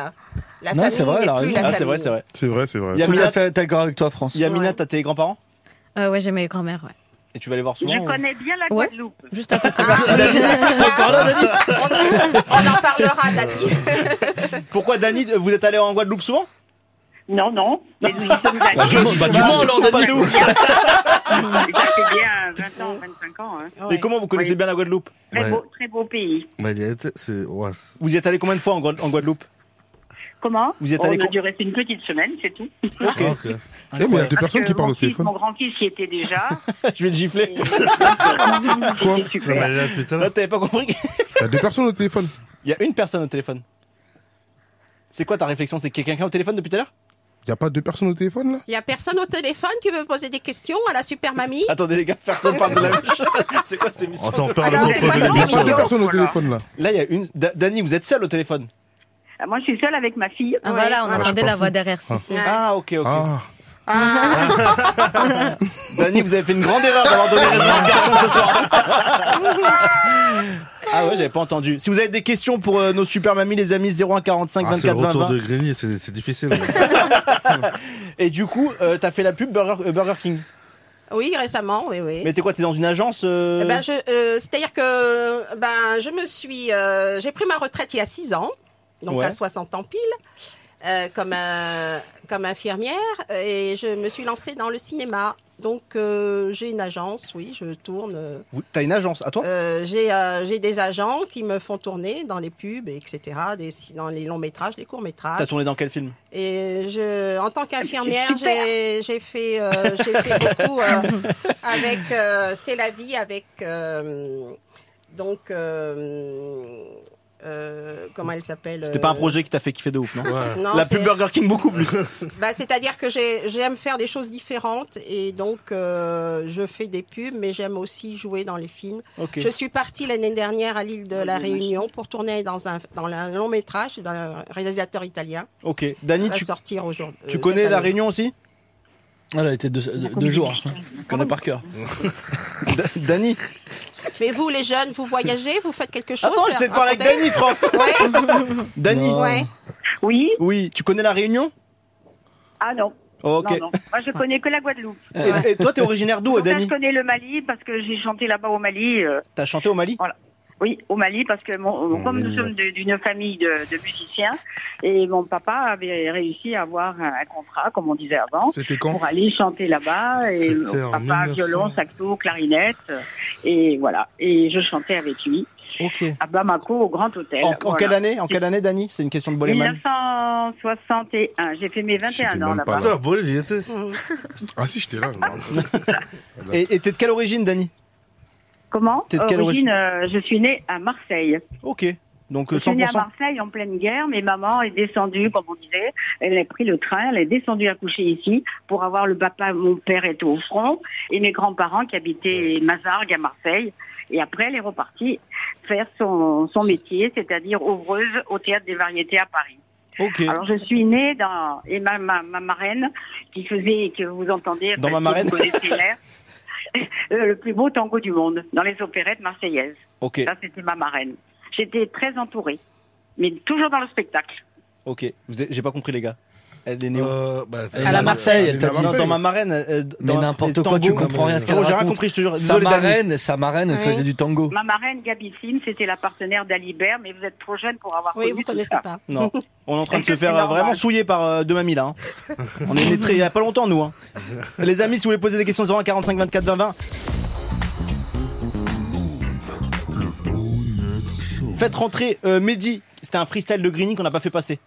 S11: La
S7: Non,
S11: famille
S7: c'est vrai,
S11: n'est
S7: elle a
S11: plus
S7: raison.
S11: la
S4: Ah, c'est vrai,
S11: famille.
S4: c'est vrai.
S10: C'est vrai, c'est vrai.
S4: Il y a-
S7: Tout
S4: Yamina-
S7: à fait d'accord avec toi, France.
S4: Yamina,
S11: Ouais.
S4: t'as tes grands-parents
S6: Euh, ouais, j'ai mes grand-mères, ouais.
S4: Et tu vas les voir souvent
S1: Je
S4: ou-
S1: connais bien la
S6: Ouais.
S1: Guadeloupe.
S6: Juste à côté.
S11: Ah, on, en- on en parlera, Dani.
S4: Pourquoi, Dani, vous êtes allé en Guadeloupe souvent Bah,
S1: Non, non, mais nous y sommes
S5: Bah,
S1: allés.
S4: Dis-moi alors, Dani, de ouf.
S1: Ça fait bien 20 ans, 25 ans. hein.
S4: Et comment vous connaissez
S1: Oui.
S4: bien la Guadeloupe
S1: Très,
S5: Ouais.
S1: beau, très beau pays.
S5: Bah, il y a été- c'est- ouais, c'est-
S4: Vous y êtes allé combien de fois en Guad- en Guadeloupe
S1: Comment
S4: Vous y êtes
S1: On
S4: allé
S1: a
S4: com-
S1: dû rester une petite semaine, c'est tout.
S5: Ah, ok.
S10: Eh, mais il y a des
S1: Parce
S10: personnes
S1: que
S10: qui parlent
S1: mon
S10: au
S1: fils,
S10: téléphone.
S1: Mon grand-fils y était déjà.
S4: Je vais le gifler.
S10: Quoi
S1: C'était
S5: Non, mais
S1: super.
S5: elle est là, putain,
S4: Là,
S5: là.
S4: t'avais pas compris
S10: Il y a des personnes au téléphone.
S4: Il y a une personne au téléphone. C'est quoi ta réflexion C'est qu'il y a quelqu'un au téléphone depuis tout à l'heure
S10: Y a pas deux personnes au téléphone là
S11: Il y a personne au téléphone qui veut poser des questions à la super mamie.
S4: Attendez les gars, Ah, personne parle de la même chose. C'est quoi cette émission
S5: Attends,
S4: de-
S5: parle
S11: Alors, c'est
S5: beaucoup
S11: quoi
S5: de
S11: cette
S10: Y a pas
S11: émission
S10: deux
S5: l'émission.
S10: personnes au téléphone là.
S4: Là, il y a une. Da- Dani, vous êtes seule au téléphone
S1: Ah, Moi, je suis seule avec ma fille.
S6: Ah,
S11: Ouais,
S6: voilà, on entendait
S11: voilà.
S10: Je suis pas
S6: la voix
S10: fou.
S6: derrière Sissi.
S11: Ah.
S4: Ah, ok, ok.
S10: Ah,
S4: Dani, vous avez fait une grande erreur d'avoir
S5: Ah.
S4: donné raison à ce garçon ce soir. ah ouais, j'avais pas entendu. Si vous avez des questions pour euh, nos super mamies, les amis, 0145
S5: Ah, c'est le
S4: 24 20
S5: retour
S4: 20.
S5: de Grigny, c'est c'est difficile.
S4: Et du coup, euh, t'as fait la pub Burger, euh, Burger King.
S11: Oui, récemment, oui, oui.
S4: Mais t'es quoi T'es dans une agence euh,
S11: Eh ben, je, euh, c'est-à-dire que ben, je me suis, euh, j'ai pris ma retraite il y a 6 ans, donc
S4: Ouais.
S11: à 60 ans pile, euh, comme, euh, comme infirmière, et je me suis lancée dans le cinéma. Donc euh, j'ai une agence, oui, je tourne.
S4: Vous- T'as une agence à toi
S11: Euh, j'ai, euh, j'ai des agents qui me font tourner dans les pubs, etc., des, dans les longs métrages, les courts
S4: T'as
S11: métrages.
S4: tourné dans quel film
S11: Et je, en tant qu'infirmière,
S1: C'est super.
S11: j'ai, j'ai fait, euh, j'ai fait beaucoup euh, avec euh, C'est la vie, avec euh, donc euh, euh, comment elle s'appelle
S4: C'était
S11: euh,
S4: pas un projet qui t'a fait kiffer de ouf, non
S11: Non,
S4: La
S11: c'est-
S4: pub Burger King beaucoup plus.
S11: bah, c'est-à-dire que j'ai, j'aime faire des choses différentes et donc euh, je fais des pubs, mais j'aime aussi jouer dans les films.
S4: Ok. Ah,
S11: Je suis partie l'année dernière à l'île de la Réunion pour tourner dans un dans un long métrage d'un réalisateur italien.
S4: Ok. Dani,
S11: qui va
S4: tu,
S11: sortir aujourd'hui.
S4: tu
S11: euh,
S4: connais
S11: cette
S4: la
S11: année.
S4: Réunion aussi
S7: Elle a été deux, deux- deux jours. Je connais par cœur.
S4: Da- Dani
S11: Mais vous, les jeunes, vous voyagez, vous faites quelque chose
S4: Attends, j'essaie de parler avec Dani, France Dani
S7: Non.
S11: Ouais.
S1: Oui
S4: Oui, tu connais la Réunion
S1: Ah non.
S4: Ok.
S1: Non, non. Moi, je connais que la Guadeloupe.
S4: Et, et toi, t'es originaire d'où,
S1: Donc là, je
S4: Dani
S1: connais le Mali parce que j'ai chanté là-bas au Mali. euh,
S4: T'as chanté au Mali
S1: Oui, au Mali, parce que mon, comme nous sommes de- d'une famille de, de musiciens, et mon papa avait réussi à avoir un, un contrat, comme on disait avant,
S10: c'était quand
S1: pour aller chanter là-bas. Et mon
S5: C'était en
S1: papa,
S5: 1900.
S1: violon, saxo, clarinette, euh, et voilà. Et je chantais avec lui
S4: Ok.
S1: à Bamako, au Grand Hôtel.
S4: En, en
S1: Voilà.
S4: quelle année En quelle année, Dani C'est une question de Boleman.
S1: 1961. J'ai fait mes 21
S10: J'étais
S1: ans
S10: même pas
S1: là-bas.
S5: Putain, bon, il y était.
S10: Ah si, j'étais là. moi.
S4: Et et t'es de quelle origine, Dani
S1: Comment
S4: T'es de quelle
S1: Origine, euh, je suis née à Marseille.
S4: Ok. Donc euh,
S1: Je suis née à
S4: 100%.
S1: Marseille en pleine guerre, mais maman est descendue, comme on disait, elle a pris le train, elle est descendue à coucher ici pour avoir le papa, mon père était au front, et mes grands-parents qui habitaient Mazargues à Marseille. Et après, elle est repartie faire son, son métier, c'est-à-dire ouvreuse au théâtre des variétés à Paris.
S4: Ok.
S1: Alors je suis née dans et ma, ma, ma marraine qui faisait que vous entendez
S4: Dans
S1: parce
S4: ma
S1: que
S4: marraine.
S1: vous connaissez l'air, euh, le plus beau tango du monde dans les opérettes marseillaises.
S4: Ok.
S1: Ça c'était ma marraine. J'étais très entourée, mais toujours dans le spectacle.
S4: Ok. Vous êtes- J'ai pas compris, les gars. Elle est née où
S5: Euh, bah,
S7: Elle est
S5: euh,
S7: à Marseille, elle
S10: est
S7: t'a
S10: à
S7: dit.
S4: Non,
S10: Marseille.
S4: dans ma marraine. euh,
S7: Mais
S4: dans-
S7: n'importe
S4: les
S7: quoi, tu
S4: tangos.
S7: comprends rien à ce qu'elle
S4: Frérot, J'ai rien
S7: raconte.
S4: compris, je te jure.
S7: Sa
S4: Désolé, Dani.
S7: marraine, sa marraine, elle
S11: Oui.
S7: faisait du tango.
S1: Ma marraine Gabissime, c'était la partenaire d'Alibert, mais vous êtes trop jeune pour avoir
S11: Oui,
S1: connu
S11: vous
S1: tout
S11: connaissez
S1: ça.
S11: pas.
S4: Non. On est en train de
S1: Est-ce
S4: se
S1: que c'est
S4: faire euh,
S1: normal
S4: vraiment souiller par euh, deux mamies là. hein. On est nés très, il y a pas longtemps nous. hein. Les amis, si vous voulez poser des questions 01 45 24 20 20. Faites rentrer euh, Mehdi. C'était un freestyle de Grigny qu'on n'a pas fait passer.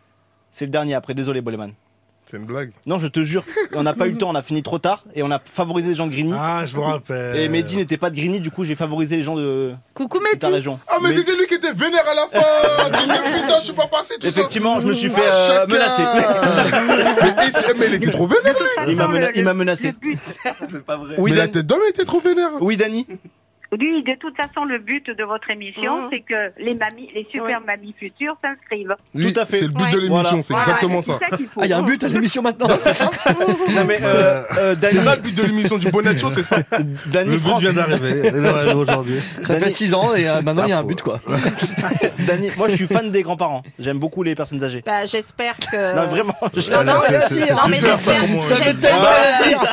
S4: C'est le dernier après. Désolé Boleman.
S10: C'est une blague.
S4: Non, je te jure, on n'a pas eu le temps. On a fini trop tard et on a favorisé les gens de Grigny.
S5: Ah, je me rappelle.
S4: Et Mehdi n'était pas de Grigny, du coup j'ai favorisé les gens de,
S8: Coucou
S4: de ta
S8: Mehdi
S4: région.
S10: Ah mais
S4: Mais-
S10: c'était lui qui était vénère à la fin. Qui disait, putain, je suis pas passé tout ça.
S4: Eh, Effectivement, je me suis fait
S10: Ah,
S4: euh,
S10: chacun.
S4: menacer.
S10: mais, il- mais il était trop vénère.
S1: De toute façon,
S4: Il m'a mena-
S1: le-
S4: il m'a
S1: le-
S4: menacé.
S1: le but-
S4: Oui,
S10: mais la
S4: Dan-
S10: tête d'homme était trop vénère.
S4: oui, Dani.
S1: Oui, de toute façon, le but de votre émission,
S11: Mhm.
S1: c'est que les mamies, les super mamies futures s'inscrivent.
S10: Oui,
S4: Tout à fait.
S10: C'est le but
S11: Ouais.
S10: de l'émission,
S4: Voilà.
S10: c'est
S1: Voilà,
S10: exactement
S1: c'est
S10: ça.
S1: qu'il faut.
S7: Ah, il y a un but à l'émission maintenant.
S4: Non mais euh, euh, Dani,
S10: C'est ça le but de l'émission du Bonnet Show, c'est ça.
S4: Dani
S5: Le but
S4: France.
S5: vient d'arriver. Elle arrive aujourd'hui.
S7: Ça fait 6 ans et euh, maintenant il y a un but quoi.
S4: Dani, moi je suis fan des grands-parents. J'aime beaucoup les personnes âgées.
S11: Bah, j'espère que.
S4: Non vraiment. je-
S11: Non, non,
S5: C'est- c'est- c'est
S11: non, mais
S5: super,
S11: j'espère.
S5: ça, pour moi.
S11: j'espère
S4: Ah,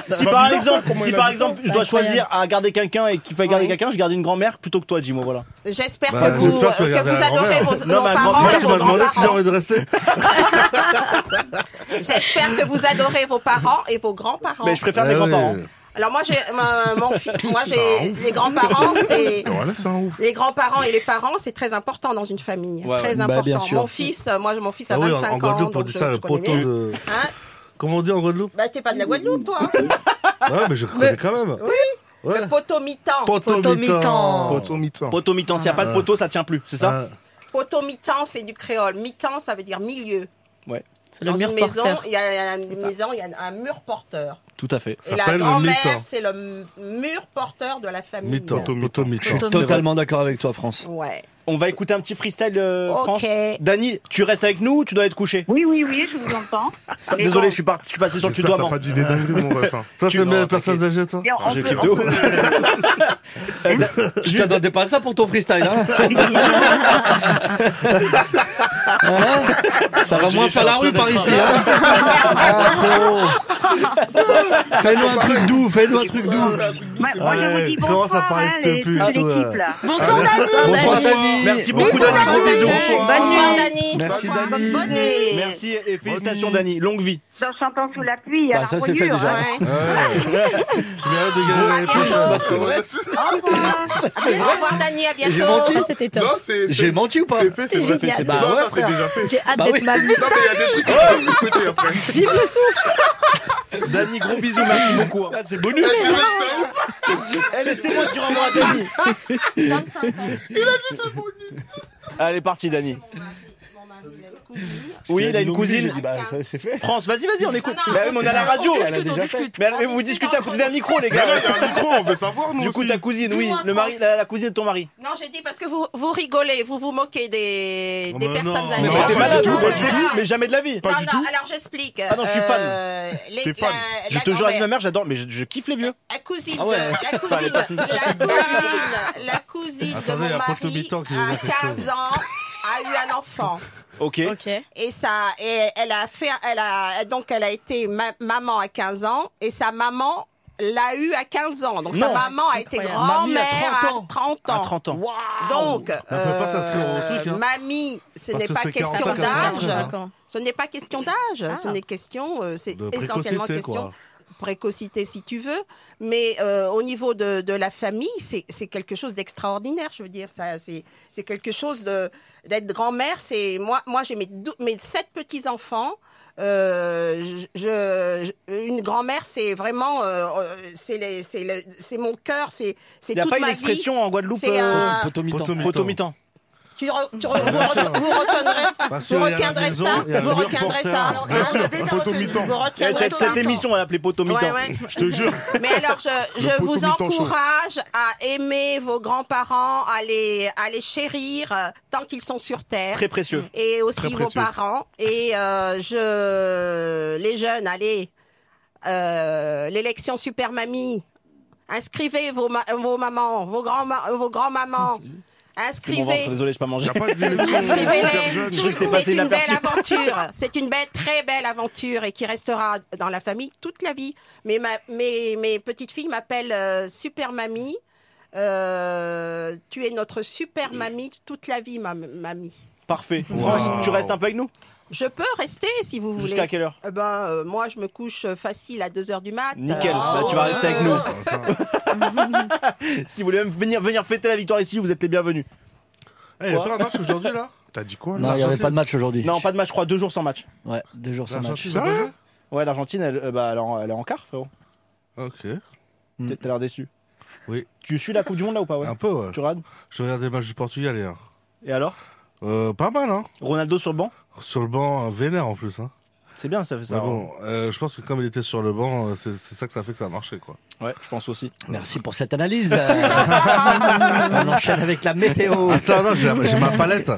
S4: si, si par exemple, si par exemple, je dois choisir à garder quelqu'un et qu'il faille garder
S11: Ouais.
S4: quelqu'un, je garde une grand-mère plutôt que toi, Jimo. Voilà.
S11: que, j'espère
S5: Bah,
S11: que vous, euh,
S5: j'espère que tu
S11: que
S5: regardes hein.
S11: vous
S5: la
S11: adorez
S5: grand-mère.
S11: vos,
S4: Non,
S11: vos
S4: ma
S11: parents
S5: Moi,
S11: et
S5: tu
S11: vos
S5: m'as demandé si j'ai
S11: grands-parents.
S5: envie de rester.
S11: J'espère que vous adorez vos parents et vos grands-parents.
S4: Mais je préfère
S5: Ah
S4: mes
S5: ouais.
S4: grands-parents.
S11: Alors moi j'ai ma- mon fi- moi j'ai les grands-parents c'est
S10: Et Voilà, c'est un ouf.
S11: les grands-parents et les parents c'est très important dans une famille,
S4: Ouais,
S11: très
S7: ouais. Bah,
S11: important.
S7: bien sûr.
S11: mon fils, euh, moi mon fils a
S5: Ah oui, en-
S11: 25
S5: en
S11: ans
S5: Guadeloupe, on
S11: donc
S5: dit
S11: je-
S5: ça,
S11: je
S5: le
S11: connais
S5: poteau
S11: bien.
S5: de.
S11: Hein
S5: Comment on dit en Guadeloupe
S11: bah t'es pas de la Guadeloupe toi. hein
S5: Ouais, mais je connais quand même. Oui. Ouais.
S11: Le poteau mi-temps.
S8: Poteau mi-temps.
S10: Pote son mi-temps.
S4: Poteau mi-temps, s'il n'y a
S11: Ah.
S4: pas de poteau, ça tient plus, c'est ça
S5: Ah,
S11: Poteau mi-temps c'est du créole. Mi-temps ça veut dire milieu.
S4: Ouais.
S6: C'est le
S11: Dans
S6: mur
S11: une maison,
S6: porteur.
S11: il y a une
S6: ça.
S11: maison, il y a un mur porteur.
S4: Tout à fait.
S5: Ça
S11: Et la
S5: s'appelle le
S11: grand-mère,
S5: mitan.
S11: c'est le m- mur porteur de la famille.
S5: Mitan. Toto Mitan.
S8: Toto.
S7: Totalement d'accord avec toi, France.
S11: Ouais.
S4: On va écouter un petit freestyle euh,
S11: Ok.
S4: France. Dani, tu restes avec nous ou tu dois être couché
S1: Oui, oui, oui, je vous entends. Mais
S4: Désolé,
S1: bon,
S4: je suis, parti- je suis passé sur le
S10: J'espère que t'as
S4: tutoiement.
S10: pas dit des dingueries, mon ref. hein.
S5: Toi,
S4: Tu-
S5: t'aimes bien
S4: Non,
S5: les personnes âgées, toi
S1: bien, on
S4: Je
S1: peut-
S4: kiffe
S1: on
S4: de
S1: peut-
S4: ouf. Euh, da-
S7: Je t'attendais pas à ça pour ton freestyle, hein Hein Ça va moins faire la rue par ici, hein Ah, frérot. Fais-nous un truc doux, fais-nous un truc doux
S1: Moi, moi, je vous
S5: Ouais,
S1: dis
S5: commence à
S1: bonsoir,
S5: parler
S1: hein,
S5: de
S1: les-
S5: pute,
S1: toute
S5: toi.
S1: l'équipe, là. Ah,
S8: Bonsoir, Dani.
S7: Bonsoir, Dani.
S4: Merci beaucoup,
S8: Bonsoir,
S4: Ah, Dani. Gros
S8: Dani.
S4: bisous.
S8: Bonne
S11: Bonsoir,
S8: nuit.
S11: Dani.
S7: Merci,
S11: Bonsoir.
S7: Dani.
S8: Bonne nuit.
S1: Et
S4: Merci et félicitations, Dani. Longue vie.
S1: En chantant sous la pluie,
S7: Bah,
S1: à
S7: ça,
S1: l'arbre
S7: c'est fait
S1: dur,
S7: déjà.
S1: hein.
S11: Ouais.
S5: Tu viens de dégager
S10: Ah,
S5: l'année prochaine.
S7: Bah, c'est vrai.
S11: Au revoir. Au revoir, Dani. À
S7: J'ai
S11: bientôt.
S7: menti
S6: Ah, c'était top.
S10: Non, c'est.
S7: J'ai menti ou pas
S10: C'est fait, c'est
S6: C'était
S10: déjà
S6: génial.
S10: fait.
S7: Bah
S10: non,
S7: ouais,
S10: ça, c'est
S7: frère.
S10: déjà fait.
S6: J'ai hâte
S7: Bah
S6: d'être
S7: oui.
S6: ma vie.
S10: Non, mais il y a des trucs que tu peux plus souhaiter après.
S6: Vive le souffle
S4: Dani, gros bisous, merci beaucoup.
S7: c'est
S10: Eh,
S7: bonus
S10: c'est vrai, c'est ouf.
S4: Ah, Eh, Laissez-moi dire un mot à Dani. Allez, parti, Dani.
S11: Mon mari, il a une cousine.
S4: Oui, il a une cousine.
S10: bah,
S7: c'est fait
S4: France, vas-y, vas-y, on écoute.
S11: Ah, non.
S4: Bah oui, mais on est à la radio.
S8: On
S4: Mais
S8: discute, on
S4: alors,
S8: discute.
S4: mais vous discutez à côté d'un micro, les
S10: Mais là,
S4: gars.
S10: il y a un micro, on veut savoir, nous
S4: Du coup,
S10: aussi.
S4: ta cousine, oui.
S8: Dis-moi,
S4: Le mari,
S8: France.
S4: la, la cousine de ton mari.
S11: Non, j'ai dit parce que vous, vous rigolez, vous vous moquez des,
S5: Oh,
S11: des
S5: mais
S11: personnes
S5: non.
S11: âgées.
S10: Mais
S4: Mais t'es
S10: pas
S4: malade,
S10: du tout,
S4: moi,
S10: pas
S4: je
S10: du
S4: l'ai
S11: tout.
S4: vu, mais jamais de la vie.
S10: Pas
S11: non,
S10: du
S11: non,
S10: tout.
S11: alors j'explique.
S4: Ah non, je suis
S11: Euh, les-
S10: T'es fan.
S11: la-
S4: Je
S11: la
S4: te jure,
S11: grand-mère.
S4: avec
S11: Euh,
S4: ma mère, j'adore, mais je, je kiffe les vieux.
S11: La cousine,
S4: Ah ouais.
S11: de, la
S4: Enfin, les
S11: cousine,
S4: personnes-
S11: la cousine, la cousine
S5: Attendez,
S11: de
S5: il y
S11: mon
S5: a Porto
S11: mari
S5: Bitan qui veut
S11: à
S5: dire quelque
S11: 15
S5: chose.
S11: ans a eu un enfant
S4: Ok.
S6: Ok.
S11: et ça et elle a fait elle a donc elle a été ma- maman à 15 ans et sa maman l'a eu à 15 ans donc sa
S4: Non.
S11: maman a été
S6: Incroyable.
S11: grand-mère
S4: Mamie à 30
S11: à
S4: ans.
S11: 30
S4: À
S11: ans.
S4: 30 ans. euh,
S11: Donc,
S5: peut pas s'inscrire au truc, hein.
S11: Euh, mamie, ce
S5: Parce
S11: n'est
S5: que
S11: pas
S5: c'est
S11: question
S5: 45,
S11: d'âge.
S6: 25 ans.
S11: Ce n'est pas question d'âge. Ce n'est question, euh, c'est
S5: De
S11: essentiellement
S5: précocité,
S11: question
S5: quoi.
S11: précocité si tu veux, mais euh, au niveau de, de la famille, c'est c'est quelque chose d'extraordinaire, je veux dire, ça, c'est c'est quelque chose de d'être grand-mère, c'est moi, moi j'ai mes, dou- mes sept petits-enfants, euh, je, je- je- une grand-mère, c'est vraiment, euh, euh, c'est les- c'est le- c'est mon cœur, c'est c'est
S4: Il n'y a
S11: toute
S4: pas une
S11: ma
S4: expression
S11: vie.
S4: en Guadeloupe
S11: C'est
S4: euh,
S11: un-
S7: Potomitan.
S5: Potomitan.
S4: potomitan.
S11: Tu re- tu re- vous, re- vous retiendrez,
S5: Parce
S11: Ah, vous
S5: qu'il y a la
S11: retiendrez
S5: maison,
S11: ça,
S5: il y a le
S11: vous
S5: mur
S11: retiendrez
S5: porteur.
S11: ça.
S8: Alors,
S11: Hein,
S8: on l'a déjà
S10: Poteau
S8: retenu.
S10: mitan.
S11: vous
S4: Eh,
S11: retiendrez
S4: Cette,
S11: ça.
S4: cette émission, on l'a appelée potomitan.
S11: Ouais, ouais.
S10: Je te jure.
S11: Mais alors, je, je
S10: poteau
S11: vous
S10: mitan chaud.
S11: encourage à aimer vos grands-parents, à les, à les chérir euh, tant qu'ils sont sur Terre.
S4: Très précieux.
S11: et
S10: très
S11: aussi vos
S10: précieux.
S11: parents. Et euh, je, les jeunes, allez, euh, l'élection Super Mamie, inscrivez vos, ma- vos mamans, vos grands-mamans. Vos grands mamans
S4: C'est mon ventre,
S11: inscrivez.
S4: désolé, je pas mangé.
S10: Y'a pas de élections super
S11: Inscrivez-les.
S10: jeunes.
S4: Je crois que c'était
S11: C'est
S4: passé
S11: une belle
S4: inaperçu.
S11: aventure. C'est une belle, très belle aventure et qui restera dans la famille toute la vie. Mais ma, mes, mes petites filles m'appellent euh, Super Mamie. Euh, tu es notre super mamie toute la vie, ma mamie.
S4: Parfait.
S5: Wow.
S4: France, tu restes un peu avec nous
S11: Je peux rester si vous voulez.
S4: Jusqu'à quelle heure
S11: Eh ben, euh, moi, je me couche euh, facile à 2h du mat.
S4: Nickel.
S11: Euh,
S4: Bah, tu vas rester avec nous. si vous voulez même venir, venir fêter la victoire ici, vous êtes les bienvenus.
S5: Eh, y a pas un match aujourd'hui, là
S10: T'as dit quoi,
S7: Non,
S10: là
S7: il n'y avait pas de match aujourd'hui.
S4: Non, pas de match, je crois, deux jours sans match.
S7: Ouais, deux jours sans match.
S5: L'Argentine, ça va
S4: Ouais, l'Argentine, elle, euh, bah, elle, est en- elle est en quart, frérot.
S5: Ok.
S7: Mm.
S4: T'as- T'as l'air déçu.
S5: Oui.
S4: Tu suis la Coupe du Monde là ou pas ouais
S5: Un peu, ouais.
S4: Tu rades
S5: Je regarde les matchs du Portugal hier.
S4: Et alors
S5: Euh, pas mal, hein
S4: Ronaldo sur le banc
S5: Sur le banc, euh, vénère en plus. Hein.
S4: C'est bien, ça fait ça. hein.
S5: Mais bon, euh, je pense que comme il était sur le banc, euh, c'est c'est ça que ça fait que ça a marché, quoi.
S4: Ouais, je pense aussi.
S7: Merci pour cette analyse. Euh, On enchaîne avec la météo.
S5: Attends, non, j'ai j'ai ma palette.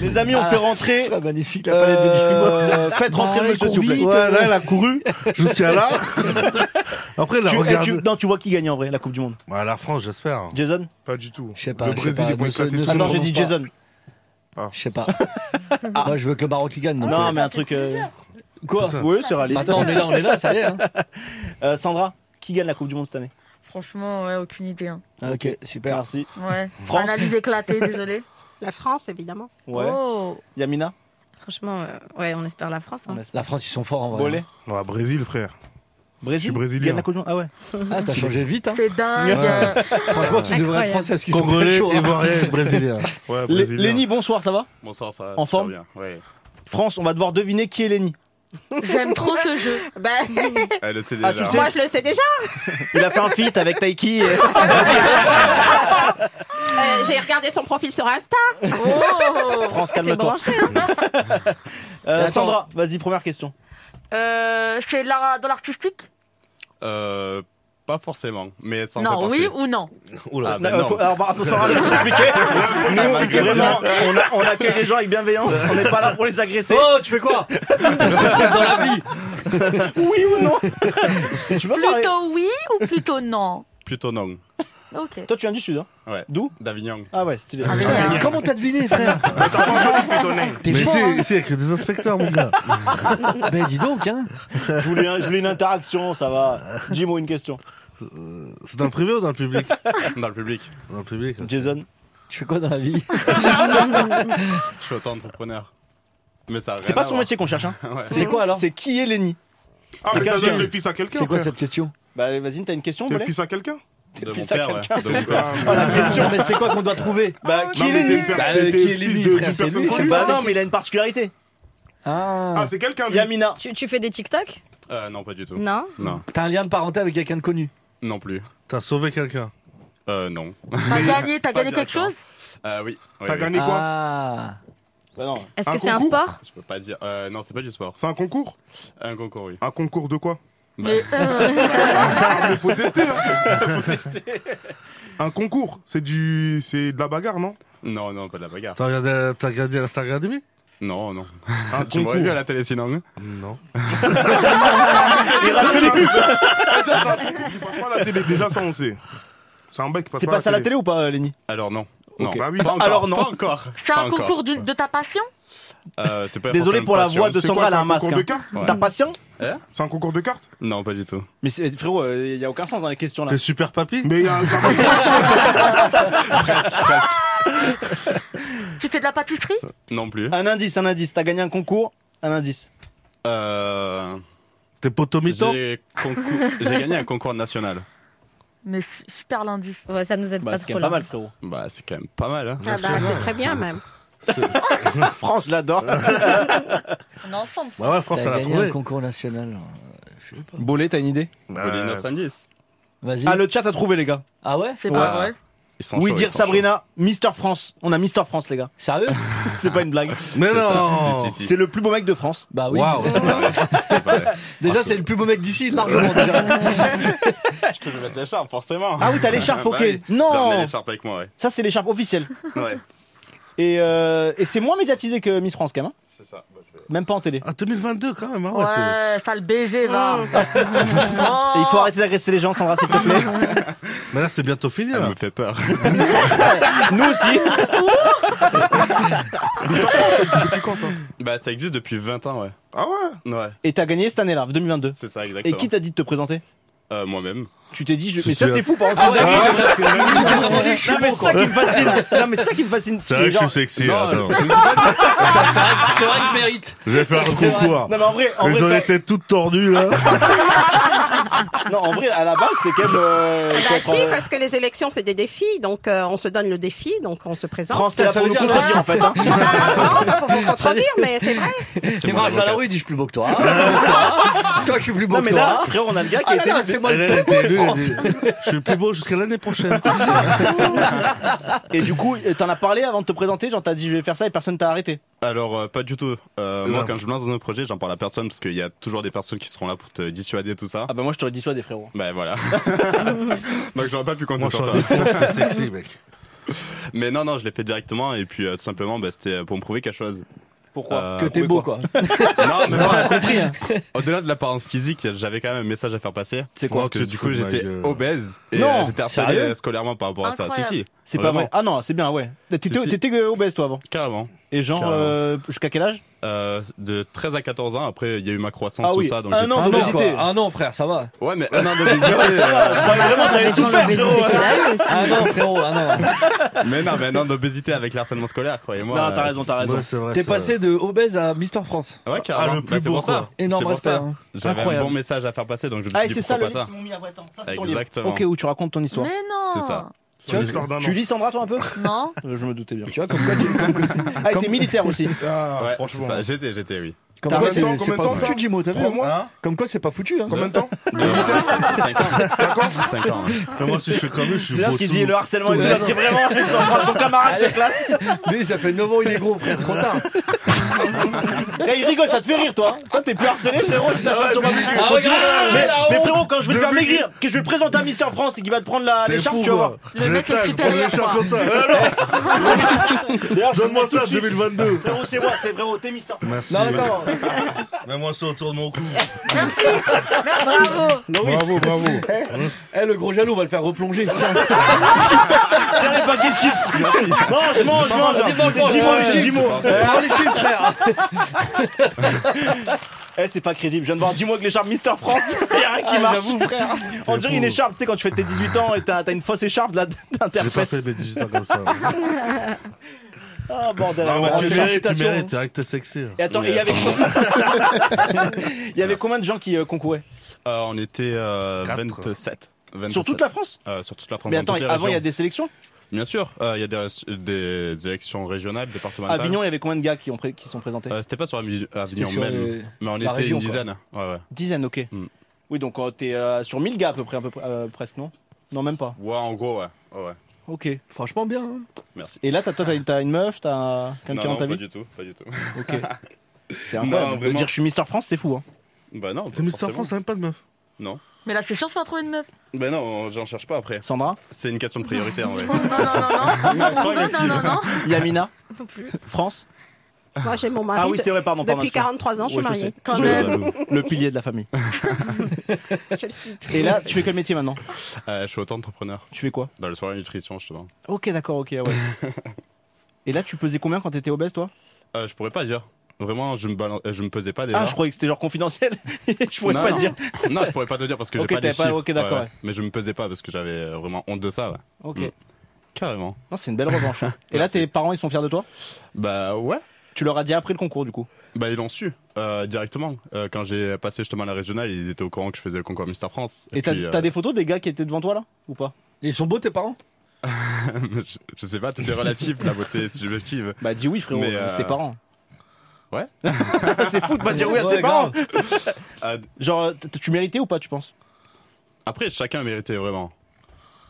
S4: Les amis, on fait rentrer.
S7: C'est Ah, magnifique
S4: Euh, faites rentrer le
S7: Marie
S4: monsieur, s'il vous plaît.
S7: Courville.
S5: Ouais, là, elle a couru jusqu'à là. Après, elle a
S4: Tu, eh,
S5: regardé.
S4: tu- non, tu vois qui gagne en vrai la Coupe du Monde
S5: Bah, la France, j'espère.
S4: Jason
S10: Pas du tout.
S7: Je sais pas,
S10: Le
S7: je sais
S10: Brésil,
S7: pas,
S10: ils vont
S7: nous-
S10: éclater
S7: nous-
S10: tout le
S4: Attends,
S7: je
S4: j'ai
S10: monde.
S4: dit
S7: pense pas.
S4: Jason. Ah.
S7: Je sais pas. Moi, je veux que le Maroc il gagne. donc,
S4: Non,
S7: euh,
S4: mais un truc. euh,
S7: quoi
S5: Putain.
S4: Oui, c'est réaliste.
S7: Attends, on est là, on est là, ça y est. hein.
S4: Euh, Sandra, qui gagne la Coupe du Monde cette année
S8: Franchement, ouais, aucune idée. hein.
S7: Ah, Ok, super.
S4: Merci.
S8: Ouais.
S4: France.
S8: Analyse éclatée, désolé.
S11: La France, évidemment.
S4: Ouais.
S8: Oh.
S4: Yamina
S6: Franchement, euh, ouais, on espère la France. hein.
S7: La France, ils sont forts en vrai. hein.
S4: Bollet
S10: Non, à Brésil, frère.
S4: Brésil
S10: Je suis brésilien.
S4: Gagne la Coupe du Monde Ah ouais.
S7: Ah, t'as changé vite. Hein.
S8: C'est dingue.
S5: Ouais.
S7: Franchement, tu devrais être
S6: Incroyable.
S7: français parce qu'ils sont très
S5: Congolais,
S7: chauds. hein.
S5: Ivoirien, et Brésilien.
S10: Ouais,
S4: Lé-
S10: Brésilien.
S4: Lenny, bonsoir, ça va
S9: Bonsoir, ça va
S4: En
S9: super
S4: forme
S9: bien. Ouais.
S4: France, on va devoir deviner qui est Lenny.
S8: J'aime trop ce jeu.
S11: Ben,
S9: Elle le sait
S4: Ah,
S9: déjà.
S4: tu le sais
S11: moi, je le sais déjà.
S4: euh, Il a fait un feat avec Taiki. et-
S11: Euh, J'ai regardé son profil sur Insta.
S8: Oh.
S4: France,
S6: T'es
S4: calme-toi.
S6: branché.
S4: Euh,
S11: Attends.
S4: Sandra, vas-y, première question.
S8: Euh, c'est de la- dans l'artistique
S9: Euh, pas forcément, mais sans
S8: Non, oui ou non
S9: Oula,
S4: Euh, faut- alors, bah, attends, Sandra, je vais t'expliquer.
S9: Ah,
S4: Nous, on
S9: bah
S4: est vraiment- on, a- on accueille les gens avec bienveillance. On n'est pas là pour les agresser.
S7: Oh, tu fais quoi Dans la vie
S4: oui ou non Je peux parler.
S8: Plutôt oui ou plutôt non
S9: Plutôt non.
S8: Ok.
S4: Toi, tu viens du sud, hein
S9: Ouais.
S4: D'où
S9: D'Avignon.
S4: Ah ouais, stylé.
S8: Ah, mais,
S7: Mais
S8: euh,
S7: comment t'as deviné, frère T'es
S5: Mais
S7: fort,
S4: hein.
S5: c'est c'est avec des inspecteurs, mon gars.
S7: hein Ben dis donc, hein
S4: Je voulais, un- je voulais une interaction, ça va. Jimo, une question.
S5: C'est dans le privé ou dans le public
S9: Dans le public.
S5: Dans le public. hein.
S4: Jason
S7: Tu fais quoi dans la vie
S9: Je suis auto-entrepreneur. Mais ça. a
S4: C'est
S9: rien
S4: pas
S9: à
S4: son
S9: voir.
S4: métier qu'on cherche, hein
S9: Ouais.
S7: C'est quoi alors
S4: C'est qui est Lenny
S9: Ah,
S4: C'est
S9: mais ça
S4: quelqu'un.
S9: donne le fils à quelqu'un.
S7: C'est quoi
S9: frère.
S7: cette question
S4: Bah, vas-y, t'as une question,
S9: T'es le
S4: Bolet
S9: fils à quelqu'un
S4: T'es le
S9: De
S4: fils
S9: mon
S4: à
S9: père, ouais.
S4: quelqu'un.
S9: De mon père.
S7: Oh la question Mais c'est quoi qu'on doit trouver
S4: Bah, qui
S9: Non,
S4: est
S9: mais t'es
S4: Lenny
S9: une per-
S7: Bah,
S9: t'es-
S7: euh,
S9: t'es
S7: qui
S9: le
S7: est
S9: fils
S7: Lenny,
S9: de-
S7: frère,
S9: d'une
S7: c'est
S9: personne
S7: lui,
S9: connue.
S7: je sais
S4: Bah,
S7: pas.
S4: non, mais il a une particularité.
S7: Ah
S9: Ah, c'est quelqu'un. lui.
S4: Yamina.
S6: Tu, tu fais des TikTok
S9: Euh, non, pas du tout.
S6: Non.
S9: Non,
S7: T'as un lien de parenté avec quelqu'un de connu
S9: non plus.
S5: T'as sauvé quelqu'un.
S9: Euh, non.
S8: T'as gagné, t'as
S9: pas
S8: gagné quelque
S9: directement.
S8: chose
S9: Euh, oui. Oui,
S3: T'as
S9: oui.
S3: gagné quoi
S7: Ah
S4: Bah, non.
S6: Est-ce
S3: Un
S6: que c'est un
S3: concours
S6: sport
S9: Je peux pas dire. Euh, non, c'est pas du sport.
S3: C'est un concours
S9: Un concours, oui.
S3: Un concours de quoi
S8: Mais euh,
S3: Ah, mais faut tester. hein. Un concours, c'est du, c'est de la bagarre, non
S9: Non, non, pas de la bagarre.
S5: T'as regardé, t'as regardé la Star Academy
S9: Non, non.
S3: Un
S9: Tu m'aurais vu à
S3: concours.
S9: la télé sinon.
S5: Non.
S3: Ah, tiens, c'est un
S5: Bah
S3: concours qui passe pas à la télé. Déjà ça on sait. C'est un mec qui passe
S4: C'est
S3: pas
S4: passé à la télé ou pas, euh, Lenny
S9: Alors non. Non.
S3: Bah oui.
S9: Pas encore,
S4: Alors, Ah non.
S9: Pas encore.
S8: c'est
S9: Pas
S8: un
S9: encore.
S8: concours d'une- de ta passion
S9: Euh, c'est pas
S4: Désolé
S9: forcément
S4: pour la
S9: passion.
S4: voix de
S3: C'est
S4: Sandra,
S3: quoi,
S4: elle a
S3: c'est
S4: un
S3: un
S4: masque.
S3: concours de
S4: hein.
S9: cartes Hein
S4: T'as patient
S3: C'est un concours de cartes
S9: Non, pas du tout.
S4: Mais c'est- frérot, euh, y a aucun sens dans les questions là.
S5: T'es super papy
S3: Mais il y a un- ça va-
S8: Tu fais de la pâtisserie
S9: Non plus.
S4: Un indice, un indice. T'as gagné un concours, un indice.
S9: Euh,
S5: T'es potomito
S9: j'ai concours- j'ai gagné un concours national.
S8: Mais su- super lundi.
S6: Ouais, ça nous aide
S4: Bah,
S6: pas
S4: c'est quand
S6: trop
S4: même
S6: là.
S4: pas mal, frérot.
S9: Bah, c'est quand même pas mal. Hein.
S11: Ah bah, c'est très bien même.
S4: France, je l'adore.
S8: On est ensemble.
S5: Bah ouais, France,
S7: T'as
S5: elle a
S7: gagné un
S5: trouvé.
S7: concours national. euh,
S4: Bolet, t'as une idée
S9: Vous voulez notre indice
S7: Vas-y.
S4: Bah, Ah, le chat a trouvé, les gars.
S7: Ah ouais
S8: C'est
S9: Ouais.
S8: pas vrai.
S9: Ils sont
S4: Oui,
S9: chauds, ils
S4: dire
S9: sont
S4: Sabrina, Mister France. On a Mister France, les gars.
S7: Sérieux
S4: C'est pas une blague.
S5: Mais
S9: chauds. C'est ça.
S5: non
S9: Si, si, si.
S4: C'est le plus beau mec de France.
S7: Bah oui.
S5: Waouh.
S7: c'est-
S9: C'est pas vrai.
S7: Déjà, c'est le plus beau mec d'ici, largement déjà.
S9: Je peux mettre l'écharpe, forcément.
S4: Ah oui, t'as l'écharpe, ok.
S9: Bah oui.
S4: Non.
S9: J'ai emmené l'écharpe avec moi, ouais.
S4: Ça, c'est l'écharpe officielle.
S9: Ouais,
S4: Et, euh, et c'est moins médiatisé que Miss France, quand même. hein.
S9: c'est ça. Bah, je vais-
S4: Même pas en télé.
S5: Ah, 2022 quand même, hein, ouais, t'es-
S8: Ouais, sale BG, va.
S4: Et il faut arrêter d'agresser les gens, Sandra, s'il te plaît.
S5: Mais là, c'est bientôt fini,
S9: Elle
S5: là.
S9: me fait peur.
S4: Nous aussi.
S3: hein.
S9: bah, ça existe depuis 20 ans, ouais.
S3: Ah ouais.
S9: Ouais,
S4: Et t'as gagné cette année-là, 2022.
S9: c'est ça,
S4: Et
S9: exactement.
S4: qui t'a dit de te présenter
S9: Euh, Moi-même.
S4: Tu t'es dit, je...
S5: Je
S4: mais ça
S5: suis-
S4: c'est fou,
S3: Ah
S7: Ah
S4: par exemple. Non, mais c'est ça qui me fascine. Non, mais c'est ça qui me fascine.
S5: C'est vrai
S4: Les
S5: que je
S4: gens-
S5: suis sexy,
S9: Non,
S5: attends.
S7: C'est vrai qu'il mérite.
S5: Je vais faire un
S7: C'est vrai.
S5: concours.
S4: Non, mais en vrai, en
S5: Elles ont
S4: vrai,
S5: été toutes tordues, là.
S4: ça- non, en vrai, à la base, c'est quand même.
S7: Ah
S4: euh, faut
S11: Bah
S4: être,
S11: si,
S4: euh,
S11: parce que les élections c'est des défis, donc euh, on se donne le défi, donc on se présente.
S4: France, t'es là
S7: Ça
S4: pour
S7: veut
S4: nous
S7: dire-
S4: contredire en fait. hein.
S11: Ah, non, pas pour vous contredire, mais c'est vrai.
S7: C'est moi, je vais à la rue, il dit je suis plus beau que toi. Toi, je suis plus beau
S4: Non,
S7: que
S4: mais là,
S7: toi.
S4: après, on a le gars qui
S7: Ah là
S4: était.
S7: là, c'est moi
S5: Elle,
S7: le
S5: elle
S7: plus
S5: était
S7: beau de
S5: élue, elle
S7: France.
S5: dit, Je suis le plus beau jusqu'à l'année prochaine.
S4: Et du coup, t'en as parlé avant de te présenter, genre t'as dit je vais faire ça et personne t'a arrêté.
S9: Alors, euh, pas du tout. Euh, Moi,
S5: Ouais.
S9: quand je me lance dans un projet, j'en parle à personne parce qu'il y a toujours des personnes qui seront là pour te dissuader, tout ça.
S4: Ah bah moi je t'aurais dit soit des frérots.
S9: Ben voilà. Donc, j'aurais pas pu compter
S5: Moi, je suis
S9: sur
S5: un
S9: ça.
S5: défaut, je suis sexy, mec.
S9: Mais non, non, je l'ai fait directement et puis euh, tout simplement, bah, c'était pour me prouver quelque chose.
S4: Pourquoi
S9: Euh,
S7: Que t'es
S9: oui,
S7: beau, quoi.
S9: Non, mais voilà.
S7: compris, hein.
S9: Au-delà de l'apparence physique, j'avais quand même un message à faire passer.
S4: C'est
S5: quoi
S9: Parce que
S5: Tu
S9: du
S5: te
S9: coup,
S5: fous de ma
S9: j'étais
S5: gueule.
S9: obèse et
S4: Non,
S9: euh, j'étais harcelé
S4: sérieux
S9: scolairement par rapport à ça. Si, si,
S4: C'est pas
S9: Vraiment.
S4: vrai. Ah non, c'est bien, ouais. T'étais
S9: Si, si.
S4: t'étais, euh, obèse toi avant.
S9: carrément.
S4: Et genre,
S9: Carrément.
S4: euh, jusqu'à quel âge
S9: Euh, de 13 à 14 ans, après, il y a eu ma croissance,
S4: Ah
S9: tout
S4: oui,
S9: ça. Donc
S4: un
S9: j'ai-
S7: Ah
S4: an
S7: non,
S4: d'obésité.
S7: quoi. Ah non, frère, ça va.
S9: Ouais, mais un an d'obésité. euh,
S4: vraiment, t'avais
S6: dépend de
S4: souffert,
S6: l'obésité
S4: frérot.
S6: qu'il a eu aussi.
S7: Ah non, frérot, ah non.
S9: mais non, mais un an d'obésité avec l'harcèlement scolaire, croyez-moi.
S4: Non,
S9: Euh,
S4: t'as raison, t'as raison.
S5: Ouais, c'est vrai,
S7: T'es
S5: c'est vrai.
S7: passé de obèse à Mister France.
S9: Ouais, carrément.
S5: Ah, le plus
S9: Bah, c'est
S5: beau,
S9: pour ça.
S5: quoi.
S9: c'est
S7: Énorme
S9: pour
S7: respect.
S9: ça.
S7: hein.
S9: J'avais un
S4: Incroyable.
S9: bon message à faire passer, donc je me
S4: Ah,
S9: suis
S4: et
S9: dit
S4: c'est ça le
S9: pourquoi
S4: livre
S9: ça.
S4: qu'ils m'ont mis à boîte, hein. Ça, c'est ton livre.
S9: Exactement.
S4: Ok, où tu racontes ton histoire.
S8: Mais non.
S9: C'est ça.
S3: C'est l'histoire d'un
S4: Tu
S3: an.
S4: lis Sandra toi un peu Euh,
S8: Non.
S4: Je me doutais bien.
S7: Tu vois, comme quoi, tu- comme-
S4: Ah, et t'es militaire aussi.
S3: Ah,
S9: Ouais,
S3: franchement.
S9: c'est ça. J'étais, j'étais, oui.
S3: Combien de temps, combien de temps, ça Trois mois
S12: Comme quoi, c'est pas foutu. hein.
S3: Combien de temps
S9: Cinq ans.
S4: bah,
S3: Cinq ans
S9: Cinq ans. hein.
S5: moi, si je fais comme eux, je suis
S4: C'est là ce qu'il
S5: breton.
S4: dit, le harcèlement et tout, là, c'est vraiment, ils sont vraiment son camarade de classe.
S12: Lui, ça fait 9 ans, il est gros, frère, c'est trop tard.
S4: Là, il rigole, ça te fait rire, toi. hein Toi, t'es plus harcelé, frérot, tu t'achètes sur moi.
S7: Ah ouais, grave,
S4: mais,
S7: là-haut.
S4: mais frérot, quand je vais te faire
S7: Depuis-
S4: maigrir, que je vais te présenter à Mister France et qu'il va te prendre la-
S5: T'es
S4: l'écharpe,
S5: fou,
S4: tu vas voir.
S5: quoi. Je l'éclate, je prends l'écharpe comme ça.
S4: D'ailleurs, je
S5: Donne-moi
S4: vous mets
S5: ça,
S4: tout de suite.
S5: 2022.
S4: Frérot, c'est moi, c'est frérot, t'es Mister France.
S5: Merci.
S4: Non,
S5: mais-
S4: attends.
S5: Mais moi, c'est autour de mon cou.
S8: Bravo
S10: Bravo, bravo.
S12: Eh, le gros jaloux, on va le faire replonger.
S4: Tiens les paquets de chips. Mange, mange, mange.
S12: Vas-y, mange, mange.
S4: C'est Jimo, c'est Jimo.
S12: Prends Eh, ah, les chiffres, frère.
S4: Eh, c'est pas crédible. Je viens de voir, dis-moi que l'écharpe Mister France, y'a rien
S5: Ah,
S4: qui marche. frère. On dirait une écharpe, tu sais, quand tu fais tes 18 ans et t'as t'as une fausse écharpe, là,
S5: J'ai pas
S4: t'interprètes.
S5: fait mes 18 ans comme ça.
S4: Ah, bordel.
S5: Ah,
S4: alors,
S5: ouais,
S4: on
S5: tu
S4: fait la
S5: mérites, tu
S4: citation,
S5: mérites.
S4: hein.
S5: C'est vrai que t'es sexy. hein.
S4: Et attends, et il y avait Il y avait combien de gens qui euh, concouraient
S9: Euh, on était euh,
S5: Quatre.
S9: 27.
S4: Sur toute la France
S9: Euh, sur toute la France.
S4: Mais
S9: dans
S4: attends,
S9: toutes les
S4: avant il y a
S9: régions.
S4: des sélections
S9: Bien sûr, euh, il y a des, des, élections régionales, départementales.
S4: Avignon, il y avait combien de gars qui, ont pré- qui sont présentés
S9: Euh, C'était pas sur Ami- Avignon
S12: sur
S9: même,
S12: les-
S9: mais on
S12: la
S9: était
S12: région,
S9: une
S12: quoi.
S9: dizaine. Ouais, ouais.
S4: Dizaines, ok.
S9: Hmm.
S4: Oui, donc euh, t'es euh, sur 1000 gars à peu près, à peu près, euh, presque, non Non, même pas.
S9: Ouais, en gros, ouais. Ouais, ouais.
S4: Ok.
S12: Franchement, bien. hein.
S9: Merci.
S4: Et là, t'as- toi, t'as une, t'as une meuf, t'as
S9: Non,
S4: quelqu'un
S9: non,
S4: dans ta
S9: pas
S4: vie
S9: du tout, pas du tout.
S4: Ok. C'est incroyable. De
S9: vraiment.
S4: dire je suis Mister France, c'est fou. Hein.
S9: bah non,
S5: T'es
S9: pas
S5: Mister
S9: forcément.
S5: France, t'as même pas de meuf.
S8: Mais là, je suis sûre que tu vas trouver une meuf.
S9: Bah non, j'en cherche pas après.
S4: Sandra,
S9: C'est une question de priorité en vrai.
S8: Non, non, non, non.
S9: Trop
S8: Non, non,
S9: agressive.
S8: non, non.
S4: Yamina,
S6: Non plus.
S4: France.
S11: Moi, j'ai mon mari.
S4: Ah oui,
S11: de-
S4: c'est vrai, pardon. pardon,
S11: Depuis
S4: excuse-moi.
S11: 43 ans, je suis
S4: Ouais, je
S11: mariée.
S4: sais.
S8: Quand
S9: Je
S8: même.
S9: l'avoue.
S4: Le pilier de la famille.
S11: Je le suis.
S4: Et là, tu fais quel métier maintenant
S9: Euh, je suis auto-entrepreneur
S4: Tu fais quoi
S9: dans le soir nutrition justement.
S4: Ok, d'accord, ok, ah ouais. Et là, tu pesais combien quand t'étais obèse, toi
S9: Euh, je pourrais pas dire. Vraiment, je me, balan- euh, je me pesais pas déjà.
S4: Ah, je croyais que c'était genre confidentiel. je pourrais
S9: Non,
S4: pas
S9: non.
S4: dire.
S9: Non, je pourrais pas te dire parce que j'ai
S4: Ok,
S9: pas les
S4: t'avais pas-
S9: chiffres.
S4: ok, d'accord, ouais.
S9: Mais je me pesais pas parce que j'avais euh, vraiment honte de ça. ouais.
S4: Ok.
S9: Mm. Carrément.
S4: Non, c'est une belle revanche. Et là, tes parents, ils sont fiers de toi
S9: Bah ouais.
S4: Tu leur as dit après le concours, du coup.
S9: Bah ils l'ont su euh, directement. Euh, quand j'ai passé justement la régionale, ils étaient au courant que je faisais le concours Mister France.
S4: Et t'as
S9: puis, euh,
S4: t'as des photos des gars qui étaient devant toi, là Ou pas
S12: Ils sont beaux, tes parents
S9: je, je sais pas, tout est relatif, la beauté est subjective.
S4: Bah, dis oui, frérot,
S9: Mais,
S4: euh,
S9: euh,
S4: c'est tes parents.
S9: ouais.
S4: c'est fou de pas dire oui à ses
S12: Ouais,
S4: parents.
S12: grave.
S9: Euh,
S4: Genre, euh, t- tu méritais ou pas, tu penses
S9: après, chacun méritait vraiment.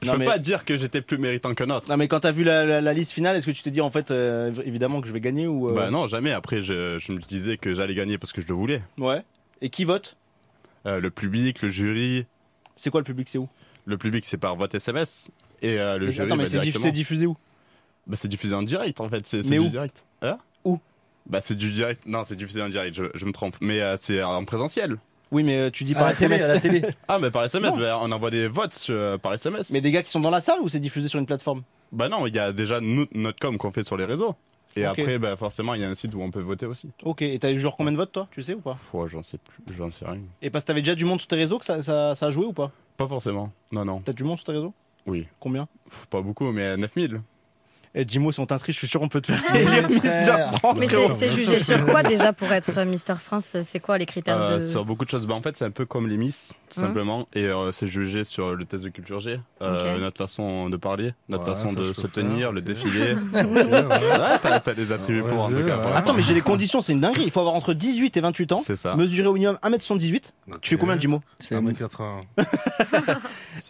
S9: Je
S4: Non,
S9: peux
S4: mais-
S9: pas dire que j'étais plus méritant qu'un autre.
S4: Non, mais quand t'as vu la, la- la liste finale, est-ce que tu t'es dit en fait, euh, évidemment que je vais gagner ou. euh,
S9: Bah non, jamais. Après, je, je me disais que j'allais gagner parce que je le voulais.
S4: Ouais. Et qui vote
S9: Euh, le public, le jury.
S4: C'est quoi le public C'est où
S9: Le public, c'est par vote SMS. Et euh, le
S4: Mais-
S9: jury,
S4: Attends, mais
S9: bah,
S4: c'est diff-
S9: directement.
S4: c'est diffusé où
S9: Bah, c'est diffusé en direct en fait, c'est c'est
S4: Mais où
S9: du direct. Hein
S4: Où
S9: Bah c'est du direct, non c'est diffusé en direct, je, je me trompe. Mais euh, c'est en présentiel.
S4: Oui, mais euh, tu dis
S12: À
S4: par
S12: la télé, à
S4: SMS.
S12: la télé.
S9: Ah mais par SMS,
S4: Non.
S9: bah, on envoie des votes euh, par SMS.
S4: Mais des gars qui sont dans la salle ou c'est diffusé sur une plateforme
S9: Bah non, il y a déjà nous- notre com qu'on fait sur les réseaux. Et
S4: Ok.
S9: après, bah, forcément, il y a un site où on peut voter aussi.
S4: Ok, et t'as eu genre combien de votes toi Tu sais ou pas
S9: Pff, ouais, j'en sais plus, j'en sais rien.
S4: Et parce que t'avais déjà du monde sur tes réseaux que ça, ça, ça a joué ou pas
S9: Pas forcément, non, non,
S4: T'as du monde sur tes réseaux
S9: oui.
S4: Combien
S9: Pff, pas beaucoup, mais 9000.
S4: Eh, dis-moi si on t'inscrit, je suis sûr on peut te faire élire Mister
S12: frère.
S4: France.
S6: Ah, Mais c'est-
S4: frérot.
S6: c'est jugé sur quoi déjà pour être Mister France C'est quoi les critères
S9: Euh,
S6: de.
S9: Sur beaucoup de choses. Bah, en fait, c'est un peu comme les Miss, tout
S6: Hein
S9: simplement. Et euh, c'est jugé sur le test de culture G. Euh,
S6: Ok.
S9: Notre façon de parler, notre
S5: Ouais,
S9: façon
S5: ça, je
S9: de
S5: peux
S9: se
S5: faire.
S9: tenir, le défilé.
S5: Ouais,
S9: Ouais, t'as t'as des attributs pour en
S5: Vas-y,
S9: tout cas.
S5: ouais.
S9: pour
S4: Attends,
S9: l'instant.
S4: mais j'ai les conditions, c'est une dinguerie. Il faut avoir entre 18 et 28 ans,
S9: C'est ça.
S4: mesurer au minimum 1m78.
S5: ouais.
S4: Tu fais combien, Jimo
S12: C'est
S5: 1m80.
S9: C'est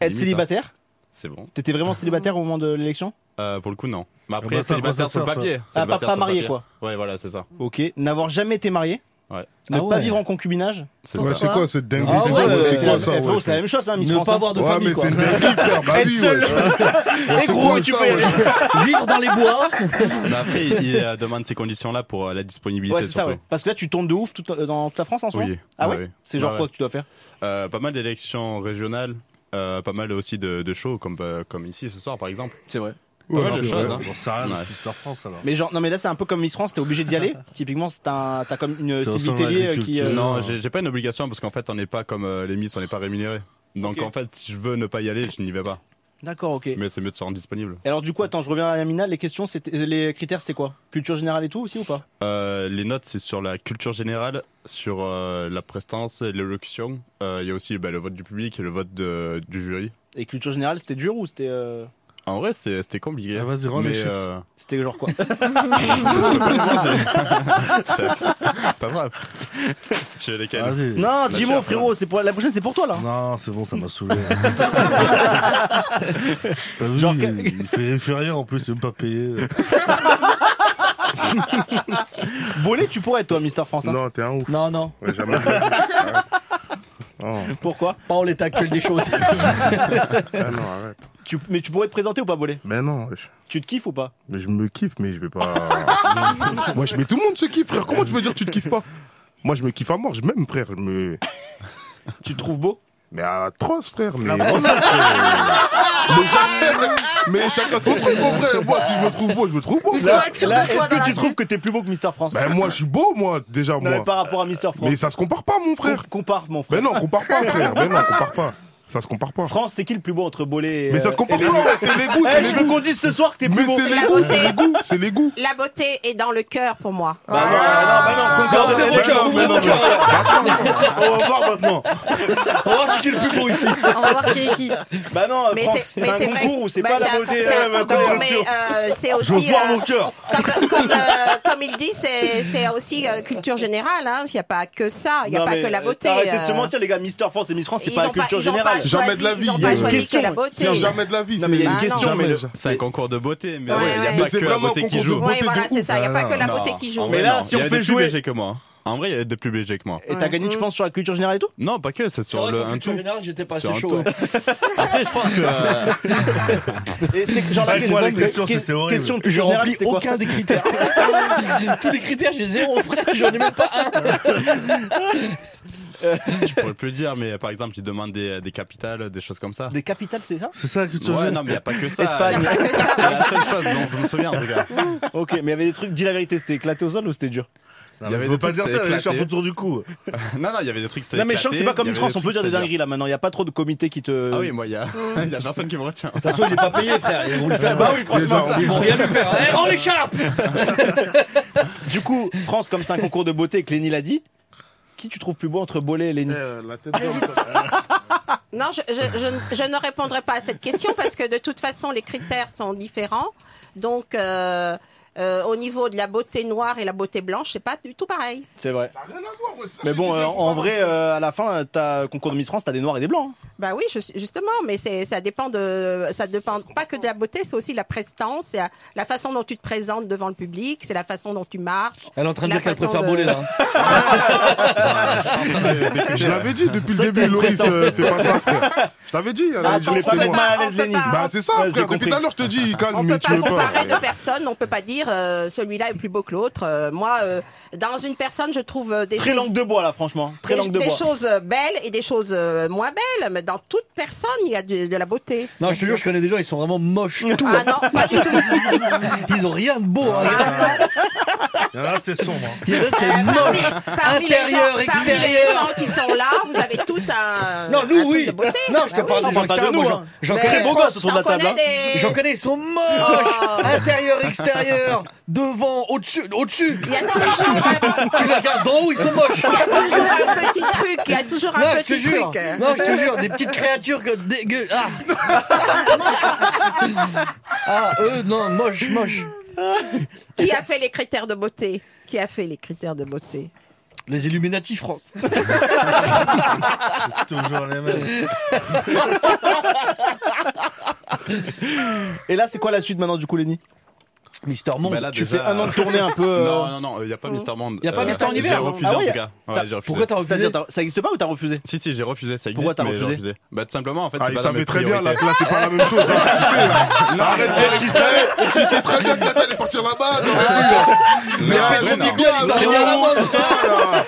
S4: Être
S9: limite,
S4: célibataire
S9: hein. C'est bon.
S4: T'étais vraiment célibataire au moment de l'élection
S9: Euh, pour le coup, non. Mais
S5: Ah bah,
S9: après,
S5: ça,
S9: célibataire
S5: ça,
S9: sur le
S5: ça,
S9: papier.
S4: Ah, pas,
S9: Célibataire
S4: pas
S9: sur le
S4: marié
S9: papier.
S4: quoi.
S9: Ouais, voilà, c'est ça.
S4: Ok. N'avoir jamais été marié
S9: Ouais.
S4: Ne
S12: Ah
S4: pas
S12: ouais.
S4: vivre en concubinage
S9: C'est
S10: Ouais,
S9: ça.
S10: c'est quoi cette dinguerie
S12: Ah
S10: C'est
S12: ouais,
S10: quoi,
S12: ouais,
S10: c'est quoi
S12: ouais,
S10: ça
S4: Eh, frérot,
S10: ouais,
S4: c'est la même chose, hein, Miss
S12: Ne
S4: France.
S12: pas
S4: hein.
S12: avoir de
S10: Ouais,
S12: famille,
S10: mais
S12: quoi.
S10: c'est une dinguerie, frère. Bah
S4: Être
S10: oui,
S4: seul.
S10: ouais. Ouais,
S4: Eh,
S10: c'est
S4: gros,
S10: quoi
S4: tu
S10: ça,
S4: peux y
S10: ouais
S4: aller.
S12: Vivre dans les bois.
S9: Mais après, il euh, demande ces conditions-là pour euh, la disponibilité
S4: Ouais, c'est ça,
S9: surtout.
S4: ouais. Parce que là, tu tournes de ouf toute- euh, dans toute la France en ce moment.
S9: Oui.
S4: Ah
S9: Ouais,
S4: ouais
S9: oui.
S4: C'est genre
S9: Ouais,
S4: quoi
S9: ouais.
S4: que tu dois faire
S9: Euh, Pas mal d'élections régionales. euh, pas mal aussi de, de shows comme, euh, comme ici ce soir par exemple.
S4: C'est vrai.
S9: Pas mal
S5: Ouais,
S9: de
S5: c'est
S9: choses.
S5: vrai.
S9: hein.
S5: Bon, ça a rien,
S9: Ouais.
S5: Mister France alors.
S4: Mais genre, non, mais là, c'est un peu comme Miss France, t'es obligé d'y aller. Typiquement, c'est un- t'as comme une
S5: C'est au
S4: cible
S5: sein de
S4: télé euh, qui.
S5: l'agriculture.
S4: euh,
S9: Non, j'ai j'ai pas une obligation parce qu'en fait, on n'est pas comme euh, les miss, on n'est pas rémunéré. Donc
S4: Ok.
S9: en fait, si je veux ne pas y aller, je n'y vais pas.
S4: D'accord, ok.
S9: Mais c'est mieux de se rendre disponible.
S4: Alors, du coup, attends, je reviens à Yamina. Les questions, c'était- les critères, c'était quoi Culture générale et tout aussi ou pas
S9: Euh, les notes, c'est sur la culture générale, sur euh, la prestance, et l'élocution. Euh, Il y a aussi bah, le vote du public et le vote de- du jury.
S4: Et culture générale, c'était dur ou c'était. euh,
S9: En vrai, c'est- c'était compliqué.
S5: Ah, vas-y, rends les
S9: Mais, euh,
S5: chips.
S4: C'était genre quoi
S12: Ah,
S9: C'est pas grave. Tu veux
S3: Ah,
S9: lesquels
S5: Ah, Vas-y.
S4: Non,
S9: La
S4: dis-moi
S9: chair,
S3: hein.
S4: frérot, c'est pour la prochaine, c'est pour toi là.
S5: Non, c'est bon, ça m'a saoulé. T'as vu, il, il fait, il fait rien en plus, il est même pas payé.
S4: Bolé, tu pourrais être toi, Mister France. hein.
S3: Non, t'es un ouf.
S12: Non, non.
S3: Ouais, jamais.
S4: Pourquoi
S12: Parle et t'accueilles des choses.
S3: Ah non, arrête.
S4: tu, Mais tu pourrais te présenter ou pas, Bolé
S3: Mais non, wesh.
S4: Tu te kiffes ou pas
S3: mais je me kiffe, mais je vais pas. Moi, je mets tout le monde se kiffe, frère. Comment tu veux dire que tu te kiffes pas Moi, je me kiffe à mort, je m'aime, frère. Je me...
S4: Tu te trouves beau
S3: Mais atroce, frère. Mais, voilà, frère. mais, chacun... mais chacun son truc, mon frère. Moi, si je me trouve beau, je me trouve beau, frère.
S4: Là,
S8: dois être sûr
S4: là,
S8: de toi
S4: est-ce
S8: dans
S4: que
S8: la
S4: tu
S8: vie.
S4: trouves que t'es plus beau que Mister France
S3: Ben, moi, je suis beau, moi, déjà,
S4: Non, mais
S3: moi.
S4: par rapport à Mister France.
S3: Mais ça se compare pas, mon frère.
S4: Com- Compare, mon frère.
S3: Mais non, compare pas, frère. Mais non, compare pas. Ça se compare pas.
S4: France, c'est qui le plus beau entre Bolé et.
S3: Mais ça se compare
S4: et
S3: pas,
S4: Lévi
S3: ouais, c'est les goûts,
S4: Eh,
S3: c'est les
S4: je veux
S3: goûts.
S4: qu'on dise ce soir que t'es plus
S3: Mais
S4: beau.
S3: c'est
S11: la
S3: les goûts,
S11: beauté.
S3: c'est les goûts, c'est les goûts.
S11: La beauté est dans le cœur pour moi.
S4: Bah non, bah non, concorde
S12: Ouvrez vos
S4: avec
S12: cœurs, ouvrez vos cœurs.
S4: Bah,
S5: On va voir maintenant.
S12: On va voir ce qui est le plus beau ici.
S6: On va voir qui est qui.
S4: Bah non,
S11: Mais
S4: France,
S11: mais
S4: c'est un
S11: vrai.
S4: concours ou c'est
S11: Bah,
S4: pas la
S11: un-
S4: beauté
S11: C'est un
S4: euh,
S11: concours,
S4: intérieure.
S11: mais euh, c'est
S5: Je
S11: aussi.
S5: veux voir
S11: euh,
S5: mon cœur.
S11: comme, comme, euh, comme il dit, c'est c'est aussi euh, culture générale. hein. Il n'y a pas que ça. Il n'y a
S4: Non,
S11: pas
S4: mais,
S11: que la
S4: euh,
S11: beauté.
S4: Arrêtez de
S11: euh,
S4: se mentir, les gars. Mister France et Miss France, c'est
S11: ils
S4: pas la
S11: ont pas-
S4: culture
S11: ils ont pas
S4: générale.
S11: choisi-
S3: Jamais de la vie.
S11: Ils n'ont
S3: Il y a
S11: pas
S9: euh,
S3: une
S11: choisi que
S4: euh, question.
S11: la beauté.
S3: C'est jamais de la vie.
S4: Ah Non, mais il y a
S11: une
S3: c'est-
S11: question,
S3: jamais,
S4: mais le-
S3: jamais.
S9: C'est un concours de beauté, mais
S11: Ouais,
S9: ouais, il n'y a
S11: ouais.
S9: pas
S3: Mais c'est
S9: que la
S3: vraiment un
S9: beauté qui
S3: concours de
S9: joue.
S3: beauté
S11: Oui,
S3: de
S11: voilà,
S3: ouf.
S11: c'est ça. Il n'y a pas que la
S9: Non,
S11: beauté qui joue.
S9: en vrai,
S4: Mais là,
S9: non.
S4: si
S9: Il y
S4: on
S9: a
S4: fait
S9: des
S4: jouer-
S9: plus légers que moi. En vrai, il y a des plus légers que moi.
S4: Et t'as gagné, tu penses, sur la culture générale et tout
S9: Non, pas que, c'est
S12: C'est
S9: sur
S12: vrai
S9: le
S12: qu'en
S9: un
S12: culture
S9: tout.
S12: générale, j'étais pas assez
S9: Sur un
S12: chaud.
S9: tout.
S12: ouais.
S9: Après, je pense que euh,
S4: Et c'était genre la
S5: Ouais, c'est ça, les questions,
S4: que-
S5: c'était horrible.
S4: question de
S12: Je
S4: culture générale,
S12: remplis
S4: c'était quoi
S12: aucun des critères. Tous les critères, j'ai zéro frère, j'en ai même pas un.
S9: je pourrais plus le dire, mais par exemple, ils demandent des, des capitales, des choses comme ça.
S4: Des capitales, c'est ça
S5: C'est ça la culture
S9: Ouais,
S5: générale
S9: non, mais il n'y a pas que ça.
S4: Espagne.
S9: C'est la seule chose dont je me souviens, en tout cas.
S4: Ok, mais il y avait des trucs, dis la vérité, c'était éclaté au sol ou c'était dur
S5: Non,
S9: Il y
S5: mais
S9: avait
S5: je peux
S9: des
S5: pas
S9: trucs,
S5: dire
S9: c'était
S5: ça, les
S9: éclaté.
S5: charpes autour du cou.
S9: Non, non, il y avait des trucs, c'était
S4: Non, mais je sens que c'est pas
S9: éclaté,
S4: comme
S9: il y
S4: Miss
S9: avait
S4: France, on
S9: trucs,
S4: peut dire des
S9: c'était-
S4: dingueries là maintenant, il n'y a pas trop de comités qui te.
S9: Ah oui, moi, il y a, il y a personne qui me retient. Ah
S12: De toute façon, il est pas payé, frère. Ils vont lui faire. Bah oui,
S3: franchement,
S12: ils vont rien lui faire. Eh, rends l'écharpe
S4: Du coup, France, comme c'est un concours de beauté et que Lenny l'a dit, qui tu trouves plus beau entre Bollet et Lenny
S3: Euh, La tête d'homme.
S11: Ah, Non, je, je- je- je ne répondrai pas à cette question parce que de toute façon, les critères sont différents. Donc, euh, euh, au niveau de la beauté noire et la beauté blanche, c'est pas du tout pareil.
S4: C'est vrai.
S3: Ça a rien à voir, ouais, ça,
S4: Mais
S3: c'est
S4: bon,
S3: des
S4: euh,
S3: enfants.
S4: en vrai, euh, à la fin, t'as concours de Miss France, t'as des noirs et des blancs. hein.
S11: Bah oui, je- justement, mais c'est- ça dépend de, ça dépend pas que de la beauté, c'est aussi la prestance, c'est la- la façon dont tu te présentes devant le public, c'est la façon dont tu marches.
S12: Elle est en train de
S11: La
S12: dire qu'elle
S11: façon
S12: préfère
S11: de-
S12: boler là.
S3: Je l'avais dit depuis le début, Loris, euh, fais pas ça, frère. Je t'avais dit, elle
S4: Ah,
S3: avait
S4: tu
S3: dit,
S4: voulais
S3: c'était
S4: pas mettre
S3: moi.
S4: mal à
S11: On
S4: l'aise
S11: peut
S4: Lenny.
S11: pas-
S3: Bah, c'est ça,
S4: Ouais, j'ai
S3: frère. Depuis
S4: compris.
S3: tout à l'heure, je te dis, calme,
S11: On
S3: mais
S11: peut
S3: tu
S11: pas
S3: veux pas.
S11: comparer deux personnes, on peut pas dire euh, celui-là est plus beau que l'autre. Euh, moi, euh, dans une personne, je trouve euh, des
S4: Très
S11: choses
S4: langue de bois là, franchement. Très
S11: des,
S4: langue de
S11: des
S4: bois.
S11: choses euh, belles et des choses euh, moins belles, mais dans toute personne, il y a de, de la beauté.
S12: Non, je te jure, je connais des gens, ils sont vraiment moches. Tout.
S11: Ah non, pas du tout.
S12: Ils ont rien de beau. Hein.
S5: Il y en a, c'est sombre. hein.
S12: Il y en a,
S11: Euh,
S12: c'est
S11: parmi,
S12: moche.
S11: parmi les gens,
S12: Intérieur,
S11: parmi les
S12: extérieur.
S11: gens qui sont là, vous avez tout un.
S12: Non,
S11: un
S12: nous,
S11: truc
S12: oui.
S11: de beauté.
S12: Non, je te
S11: Bah oui.
S12: parle des gens
S4: parle pas de
S12: extérieurs,
S4: nous,
S12: moi,
S4: hein.
S12: j'en- J'en
S11: Mais
S12: connais.
S4: très beau gosse autour de la
S11: t'en
S4: table,
S11: connais des-
S12: J'en hein. connais, ils sont moches
S11: Oh.
S12: Intérieur, extérieur, devant, au-dessus, au-dessus
S11: Il y a toujours un,
S12: Tu les regardes d'en haut, ils sont moches
S11: il y a toujours un petit truc. Il y a toujours un
S12: Non, je te
S11: petit
S12: jure
S11: truc.
S12: Non, je te jure, des petites créatures que dégueu... Ah Ah, eux, non, moche, moche
S11: Qui a fait les critères de beauté Qui a fait les critères de beauté
S12: Les Illuminati France
S5: Toujours les mêmes.
S4: Et là, c'est quoi la suite maintenant du coup, Lenny
S12: Mister Monde
S9: Bah là,
S4: Tu
S9: déjà,
S4: fais un an de
S9: euh,
S4: tournée un peu. euh,
S9: Non, non, non, il n'y a pas Mister Monde. Euh,
S12: Y a pas Mister Univers,
S9: J'ai
S12: hein.
S9: refusé,
S4: Ah
S9: en
S4: oui,
S9: tout cas. Ouais, j'ai refusé.
S12: Pourquoi t'as refusé
S4: C'est-à-dire, t'as- ça existe pas ou t'as refusé
S9: Si, si, j'ai refusé, ça existe.
S4: Pourquoi t'as
S9: mais j'ai
S4: refusé
S9: Bah, tout simplement, en fait,
S3: Ah,
S9: c'est
S3: il
S9: pas dans
S3: savait
S9: mes
S3: très bien, là,
S9: priorités.
S3: que là, c'est pas la même chose. hein, tu sais, là. Là, arrête de tu sais, tu sais très bien que la tête est partie là-bas, dans la rue, là. Mais
S9: après,
S3: ah,
S9: non.
S3: c'était bien,
S12: Il t'a rien à
S3: là,
S12: voir,
S3: tout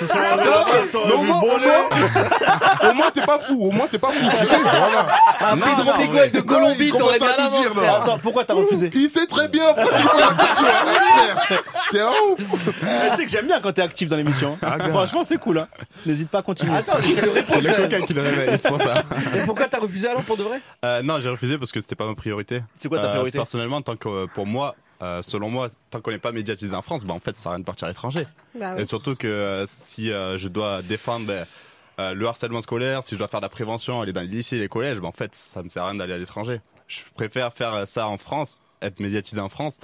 S3: ça, là. Là, mais au moins- au moins- Au moins, t'es pas fou, au moins, t'es pas fou, tu sais, voilà.
S12: Un
S9: Non,
S12: Pedro
S9: non,
S12: Miguel de
S3: Non,
S12: Colombie,
S3: il commence
S12: t'aurais
S3: à
S12: bien
S3: nous
S12: l'avant
S3: dire, là.
S12: frère.
S4: Attends, pourquoi t'as refusé
S3: Il sait très bien pourquoi tu me poses la question. Arrête, frère. T'es un ouf. Ah,
S4: Eh, Tu sais que j'aime bien quand t'es actif dans l'émission. hein. Franchement, c'est cool. hein. N'hésite pas à continuer.
S12: Attends, j'essaie de
S9: C'est le
S12: répondre
S9: coquin qui le réveille, c'est pour ça.
S12: Et pourquoi t'as refusé alors, pour de vrai
S9: Euh, non, j'ai refusé parce que c'était pas ma priorité.
S4: C'est quoi ta
S9: Euh,
S4: priorité
S9: Personnellement, tant que euh, pour moi, euh, selon moi, tant qu'on n'est pas médiatisé en France, bah, en fait, ça sert à rien de partir à l'étranger.
S11: Bah oui.
S9: Et surtout que euh, si euh, je dois défendre ben, bah, euh, le harcèlement scolaire, si je dois faire de la prévention, aller dans les lycées, les collèges, ben, en fait, ça me sert à rien d'aller à l'étranger. Je préfère faire ça en France, être médiatisé en France.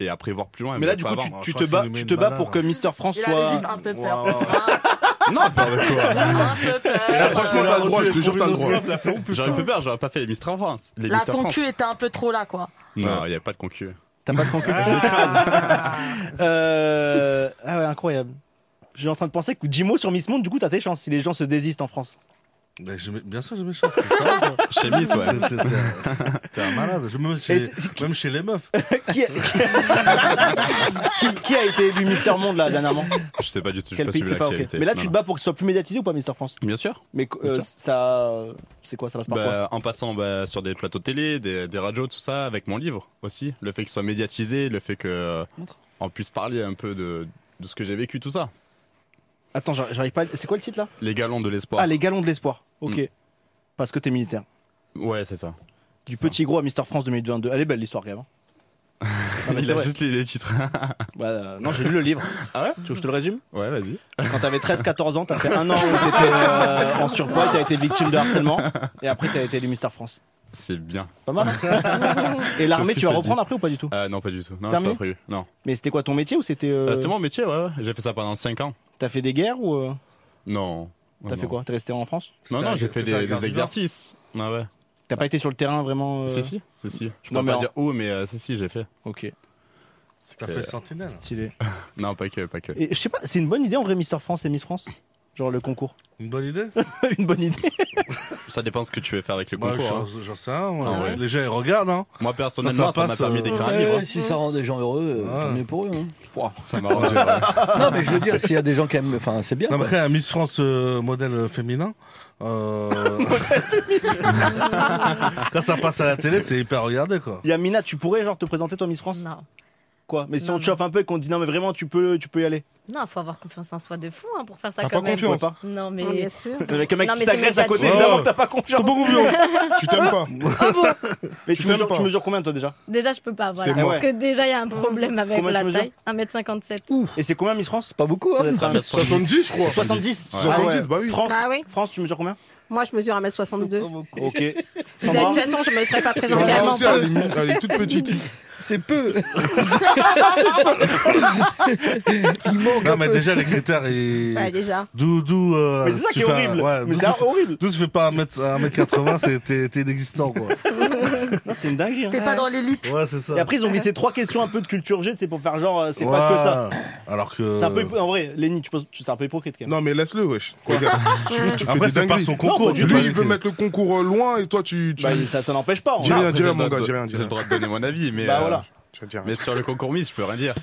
S9: Et après voir plus loin.
S4: Mais là, du coup, tu- tu te bats- tu te bats
S9: hein.
S4: pour que Mister France Il avait soit- Ah, juste un peu peur. Non, pas avec toi.
S9: Là, franchement,
S4: t'as
S9: le droit, je te jure,
S4: t'as le droit.
S9: J'aurais peu peur, j'aurais pas fait les Mister France. Les
S8: La
S9: Mister France.
S8: concu était un peu trop là, quoi.
S9: Non, il n'y a pas de concu.
S4: T'as pas de concu Euh, Ah ouais, incroyable. Je suis en train de penser que Jimo sur Miss Monde, du coup, t'as tes chances si les gens se désistent en France.
S5: bien sûr, j'ai mes chances.
S9: Chez Miss, ouais.
S5: T'es- t'es- T'es un malade. Je- Même
S4: Et
S5: chez,
S4: c'est-
S5: même chez les meufs.
S4: qui, a... qui- qui a été élu Mister Monde là dernièrement
S9: Je sais pas du tout. je
S4: Quel
S9: pas
S4: pays
S9: suivi
S4: c'est pas ok.
S9: l'actualité.
S4: Mais là,
S9: Non,
S4: tu te
S9: non.
S4: bats pour que ce soit plus médiatisé ou pas Mister France
S9: Bien sûr.
S4: Mais euh,
S9: Bien sûr.
S4: ça, euh, c'est quoi Ça passe par
S9: Bah, en passant bah, sur des plateaux télé, des, des radios, tout ça, avec mon livre aussi. Le fait qu'il soit médiatisé, le fait que euh, on puisse parler un peu de, de ce que j'ai vécu, tout ça.
S4: quoi Attends, j'ar- j'arrive pas. à- C'est quoi le titre là
S9: Les galons de l'espoir.
S4: Ah, les galons de l'espoir. Ok.
S9: hmm.
S4: Parce que t'es militaire.
S9: Ouais, c'est ça.
S4: Du petit gros à Mister France 2022. Elle est belle l'histoire, quand même. hein. Non, mais
S9: Il
S4: c'est
S9: a
S4: vrai.
S9: juste lu les titres.
S4: Bah, euh, non, j'ai lu le livre.
S9: Ah ouais
S4: Tu veux que je te le résume
S9: Ouais, vas-y.
S4: Quand t'avais 13-14 ans, t'as fait un an où t'étais euh, en surpoids, t'as été victime de harcèlement, et après t'as été élu Mister France.
S9: C'est bien.
S4: Pas mal. hein et l'armée, tu vas reprendre après ou pas du tout
S9: euh, Non, pas du tout. Non, c'est
S4: Terminé
S9: pas prévu. Non.
S4: Mais c'était quoi ton métier ou c'était euh,
S9: Euh, C'était mon métier, ouais. ouais. J'ai fait ça pendant 5 ans.
S4: T'as fait des guerres ou euh,
S9: Non.
S4: t'as fait quoi T'es resté en France
S9: Non, non, j'ai fait des, des
S4: exercices.
S9: exercices. Ah ouais.
S4: T'as pas été sur le terrain vraiment euh,
S9: Si, si, si, si. Je
S4: non,
S9: peux
S4: mais
S9: pas
S4: en-
S9: dire où, mais euh, si, si, j'ai fait.
S4: Ok.
S5: T'as fait le sentinelle.
S4: Stylé.
S9: non, pas que, pas que.
S4: Et je sais pas, c'est une bonne idée en vrai, Mister France et Miss France Genre le concours.
S5: Une bonne idée
S4: Une bonne idée.
S9: Ça dépend ce que tu veux faire avec le
S5: Moi,
S9: concours.
S5: j'en-
S9: hein.
S5: j'en sais rien. moi.
S9: Ah ouais.
S5: Les gens, ils regardent. Hein.
S9: Moi, personnellement,
S5: Quand
S9: ça m'a
S5: passe,
S9: permis
S5: euh,
S9: d'écrire un
S5: ouais,
S9: livre.
S5: ouais,
S9: hein.
S5: si-
S7: Si ça rend des gens heureux, euh, tant mieux pour eux. hein.
S9: Pouah, Ça m'a arrangé. ouais.
S7: Non, mais je veux dire, s'il y a des gens qui aiment, enfin, c'est bien.
S5: Non, mais
S7: quoi.
S5: après, un Miss France euh, modèle féminin. euh, Quand ça passe à la télé, c'est hyper regardé quoi.
S4: Yamina, tu pourrais genre te présenter toi Miss France
S6: Non.
S4: Quoi Mais si on te chauffe un peu et qu'on te dit non mais vraiment tu peux tu peux y aller.
S6: Non, faut avoir confiance en soi de fou hein, pour faire ça
S4: T'as
S6: quand
S4: pas
S6: même.
S4: confiance Pourquoi pas
S6: Non, mais.
S11: Non, bien sûr.
S4: Avec un mec
S6: Non,
S4: qui
S6: mais c'est
S4: t'agresse à côté,
S6: médiatisé.
S4: évidemment que t'as pas confiance.
S10: Tu t'aimes pas.
S4: Mais
S10: Tu
S4: tu
S10: t'aimes
S4: mesures,
S10: pas.
S4: tu mesures combien toi déjà
S6: Déjà, je peux pas, voilà.
S4: C'est moi.
S6: Parce que déjà, il y a un problème avec
S4: Combien tu
S6: la
S4: mesures
S6: taille. 1m57.
S4: Et c'est combien Miss France
S7: Pas beaucoup, hein.
S4: Ça doit être
S10: 70, je crois.
S4: 70
S10: Ouais.
S4: Ah ouais.
S10: 70, bah oui.
S4: France,
S11: Bah oui.
S4: France, tu mesures combien
S11: Moi, je mesure 1m62.
S4: Ok.
S11: De toute
S4: Sandra
S11: façon, je me serais pas
S10: Non,
S11: présentée
S10: mais
S11: à
S10: aussi, elle
S11: l'enfance.
S10: est mi- elle est toute petite.
S7: C'est peu. C'est peu. Il manque
S5: Non,
S7: un
S5: mais
S7: peu.
S5: déjà, les critères, ils.
S11: Ouais, déjà.
S5: D'où, d'où. euh,
S4: Mais c'est ça
S5: tu
S4: qui est
S5: fais un-
S4: horrible.
S5: ouais,
S4: Mais
S5: d'où
S4: c'est
S5: tu fais-
S4: horrible.
S5: D'où tu fais pas 1m, 1m80, c'est, t'es, t'es inexistant quoi.
S4: Non, C'est une dinguerie. hein.
S8: T'es pas dans l'élite.
S5: Ouais, c'est ça.
S4: Et après ils ont glissé trois questions un peu de culture G, c'est pour faire genre euh, c'est pas que ça.
S5: Alors que.
S4: C'est un peu hypo- en vrai, Lenny, tu penses tu- c'est un peu hypocrite quand même.
S10: Non, mais laisse-le, wesh. Regarde, tu, tu fais
S5: Après,
S10: des
S5: c'est pas
S10: dingueries.
S5: son
S4: Non,
S5: concours.
S4: pas
S5: tu
S4: du
S5: vois.
S10: Lui, il veut mettre le concours euh, loin et toi, tu. tu...
S4: Bah, il- ça ça n'empêche pas. en
S10: Dis
S4: vrai.
S10: rien, dis rien,
S9: J'ai le
S10: mon
S9: droit
S10: gars,
S9: de-
S10: dis rien, dis
S9: J'ai le
S10: rien.
S9: droit de donner mon avis, mais.
S4: Bah
S9: euh,
S4: voilà.
S10: Tu vas dire rien.
S9: Mais sur le concours Miss, je peux rien dire.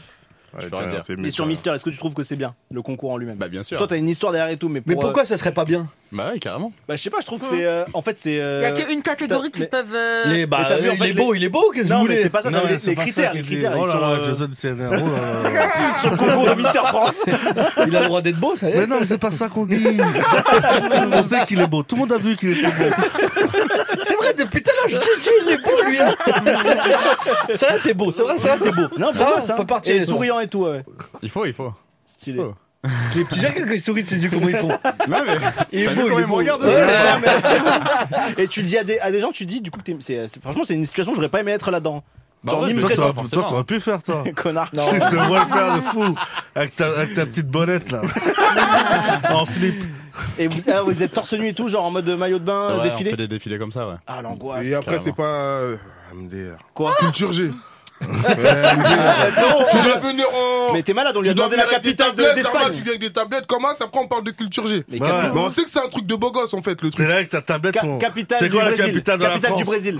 S10: Ouais,
S9: je
S10: tu
S9: peux rien
S10: vas
S9: dire.
S10: c'est
S4: Et
S10: mieux,
S4: sur
S10: tu vas-
S4: Mister, est-ce que tu trouves que c'est bien le concours en lui-même
S9: Bah, bien sûr.
S4: Toi t'as une histoire derrière et tout, mais,
S7: Mais
S4: pour, euh,
S7: pourquoi ça serait pas bien
S9: Bah, ouais, carrément.
S4: Bah je sais pas, je trouve que c'est euh, en fait
S8: Mmh.
S4: c'est.
S8: Il
S4: euh,
S8: y a qu'une catégorie
S4: mais-
S8: qui peuvent. euh,
S7: les, bah,
S4: mais t'as vu, en
S7: Il
S4: fait,
S7: est
S4: les-
S7: beau, il est beau, qu'est-ce que vous
S4: Non mais
S7: voulez
S4: c'est pas ça,
S5: Non,
S4: t'as
S5: mais
S4: les,
S5: c'est
S4: les
S5: pas ça
S4: critères,
S5: qu'il
S4: les
S5: dit.
S4: critères,
S5: Oh
S4: ils
S5: là
S4: sont
S5: là,
S4: euh,
S5: Jason CNR. Oh là là.
S4: sur le concours de Mister France.
S7: Il a le droit d'être beau, ça y est.
S5: Mais non, mais c'est pas ça qu'on dit. On sait qu'il est beau. Tout le monde a vu qu'il était beau.
S7: C'est vrai, depuis tout à l'heure, je te jure, il est beau, lui. hein. ça, là, t'es beau, c'est vrai, ça, là, t'es beau. ça,
S4: Non, Ah, c'est
S7: va,
S4: vrai, ça.
S7: on peut partir.
S4: Et souriant et tout, ouais.
S9: Il faut, il faut.
S4: Stylé.
S9: Oh.
S7: Les petits gars, quand ils sourient de ses yeux, comment ils font
S9: Non, mais.
S7: Il est
S9: T'as vu
S7: beau,
S9: comment
S7: il est
S9: il me
S7: beau.
S9: regarde
S7: Ouais.
S4: Et tu le dis à des, à des gens, tu dis du coup que t'es- c'est- c'est- franchement c'est une situation j'aurais pas aimé être là-dedans.
S9: Bah,
S4: Genre,
S9: en vrai,
S4: ni me
S9: je
S5: Toi,
S9: Très fort,
S4: présenter,
S5: t'aurais- toi,
S9: forcément.
S5: t'aurais pu faire, toi.
S4: connard.
S5: Tu sais que je te vois le faire de fou. Avec ta, avec ta petite bonnette, là. en slip.
S4: Et vous, ah, vous êtes torse nu et tout, genre en mode maillot de bain, euh,
S9: Ouais,
S4: défilé.
S9: On fait des défilés comme ça, ouais.
S4: Ah l'angoisse.
S10: Et après,
S9: carrément.
S10: c'est pas. euh, MDR.
S4: Quoi Ah, bah,
S10: Culture G. Euh,
S7: Ah,
S10: MDR.
S7: bah
S10: Tu dois venir en.
S4: Mais t'es malade, on lui a
S10: Tu dois
S4: demandé
S10: venir
S4: la
S10: avec des
S4: capitale de-
S10: tablettes, Zarma, tu
S4: d'Espagne.
S10: viens avec des tablettes, commence, après on parle de culture G. Bah,
S4: Mais
S10: Mais,
S5: Ouais.
S4: cap-
S10: on sait que c'est un truc de beau gosse en fait, le
S5: T'es
S10: truc.
S5: là avec ta tablette.
S4: ca-
S5: mon-
S4: capitale
S5: C'est
S4: du
S5: quoi la
S4: Brésil.
S5: capitale de la
S4: Capitale
S5: France
S4: du Brésil.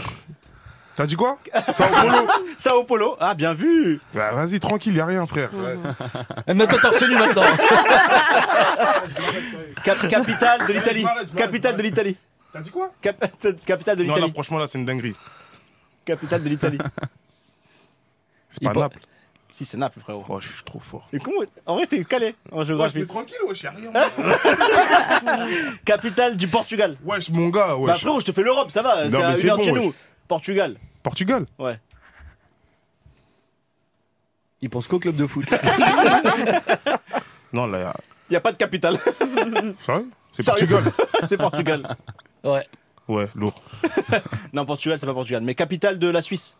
S10: T'as dit quoi Ça en polo
S4: Sao Paulo. Ah bien vu.
S10: Bah vas-y, tranquille, y a rien, frère.
S7: Et maintenant, Eh, torse nu, maintenant.
S4: Cap- capitale de l'Italie.
S10: m'arrête, je m'arrête,
S4: Capitale de l'Italie.
S10: T'as dit quoi
S4: Cap- Capitale de
S10: Non, là,
S4: l'Italie.
S10: franchement, là, c'est une dinguerie.
S4: Capitale de l'Italie.
S10: C'est pas
S7: Il-
S10: Naples.
S4: Si c'est Naples frérot.
S10: Oh, je suis trop fort.
S4: Et comment En vrai t'es calé en
S10: Wesh, mais
S4: géographie. Hein
S10: tranquille, wesh, y a rien. moi.
S4: Capitale du Portugal.
S10: Wesh, mon gars,
S4: Bah
S10: wesh.
S4: frérot je te fais l'Europe ça va.
S10: Non,
S4: C'est
S10: mais
S4: à
S10: c'est
S4: une heure de
S10: bon,
S4: chez
S10: wesh.
S4: nous. Portugal.
S10: Portugal
S4: Ouais.
S7: Il pense qu'au club de foot.
S10: Non, là, y a-
S4: Y a pas de capitale.
S10: Sérieux C'est
S4: Sérieux
S10: Portugal.
S4: C'est Portugal.
S7: Ouais.
S4: Ouais, lourd. non, Portugal, c'est pas Portugal. Mais capitale de la Suisse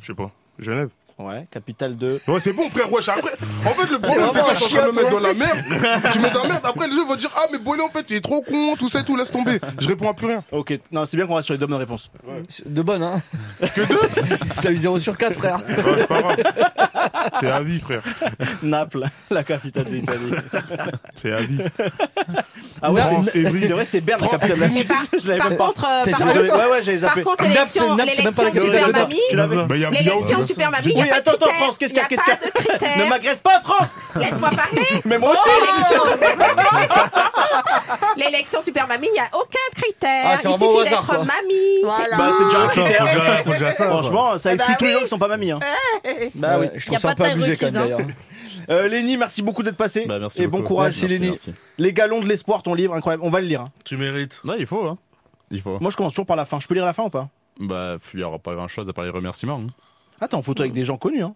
S4: Je sais pas. Genève Ouais, capitale de.
S3: Ouais, c'est bon, frère. Wesh, après. En fait, le problème, c'est que t'es en train de me mettre dans la merde. tu mets dans la merde. Après, les gens vont dire Ah, mais Boileau, en fait, il est trop con, tout ça et tout, laisse tomber. Je réponds à plus rien.
S4: Ok, non, c'est bien qu'on reste sur les deux bonnes réponses.
S7: De bonnes, hein Que deux T'as eu 0 sur 4, frère.
S3: C'est à vie, frère.
S4: Naples, la capitale de l'Italie.
S3: C'est à vie.
S4: Ah ouais,
S3: France,
S4: c'est
S3: Évry.
S4: c'est vrai, c'est Berne, la capitale de la
S3: Mais
S4: Suisse.
S3: par-
S4: Je l'avais
S3: par
S4: même pas.
S3: contre, euh,
S4: T'es
S3: par
S4: désolé.
S3: contre-
S4: ouais, ouais, j'avais zappé.
S3: par contre, Naples, c'est- l'élection- Naples, c'est même pas la capitale. l'élection Super Mamie-
S4: Tu l'avais.
S3: Bah, y a-
S11: L'élection
S3: y a-
S11: Super Mamie, y a
S4: Oui,
S11: pas de
S4: attends, attends,
S11: critères,
S4: France, qu'est-ce
S11: y
S4: qu'il
S11: a
S4: y a qu'est-ce
S11: pas
S4: qu'il y a
S11: de critères.
S4: Ne m'agresse pas, France
S11: Laisse-moi parler.
S4: Mais moi aussi. hein.
S11: L'élection- L'élection Super Mamie, il n'y a aucun critère.
S4: Ah, c'est
S11: il
S4: vraiment au
S11: suffit
S4: hasard,
S11: d'être
S4: quoi.
S11: mamie.
S4: Bah, c'est déjà un
S5: Attends,
S4: critère.
S5: faut déjà- faut déjà ça, quoi.
S4: Franchement, ça
S11: Ah
S4: explique
S11: bah
S4: tous les
S11: oui.
S4: gens qui sont pas mamies. hein.
S11: Eh,
S4: Bah oui,
S7: Ouais, je trouve Y a ça un pas de peu taille abusé, quand même, requise, hein.
S4: Euh, Lenny, merci beaucoup d'être passé.
S9: merci
S4: et bon
S9: beaucoup.
S4: courage,
S9: Merci,
S4: c'est Lenny.
S9: merci.
S4: Les galons de l'espoir, ton livre, incroyable. On va le lire. hein.
S9: Tu mérites. Ouais, il faut, hein. Il faut.
S4: Moi, je commence toujours par la fin. Je peux lire la fin ou pas
S9: Bah, il n'y aura pas grand chose à part les remerciements. hein.
S4: Attends, en photo avec des gens connus, hein.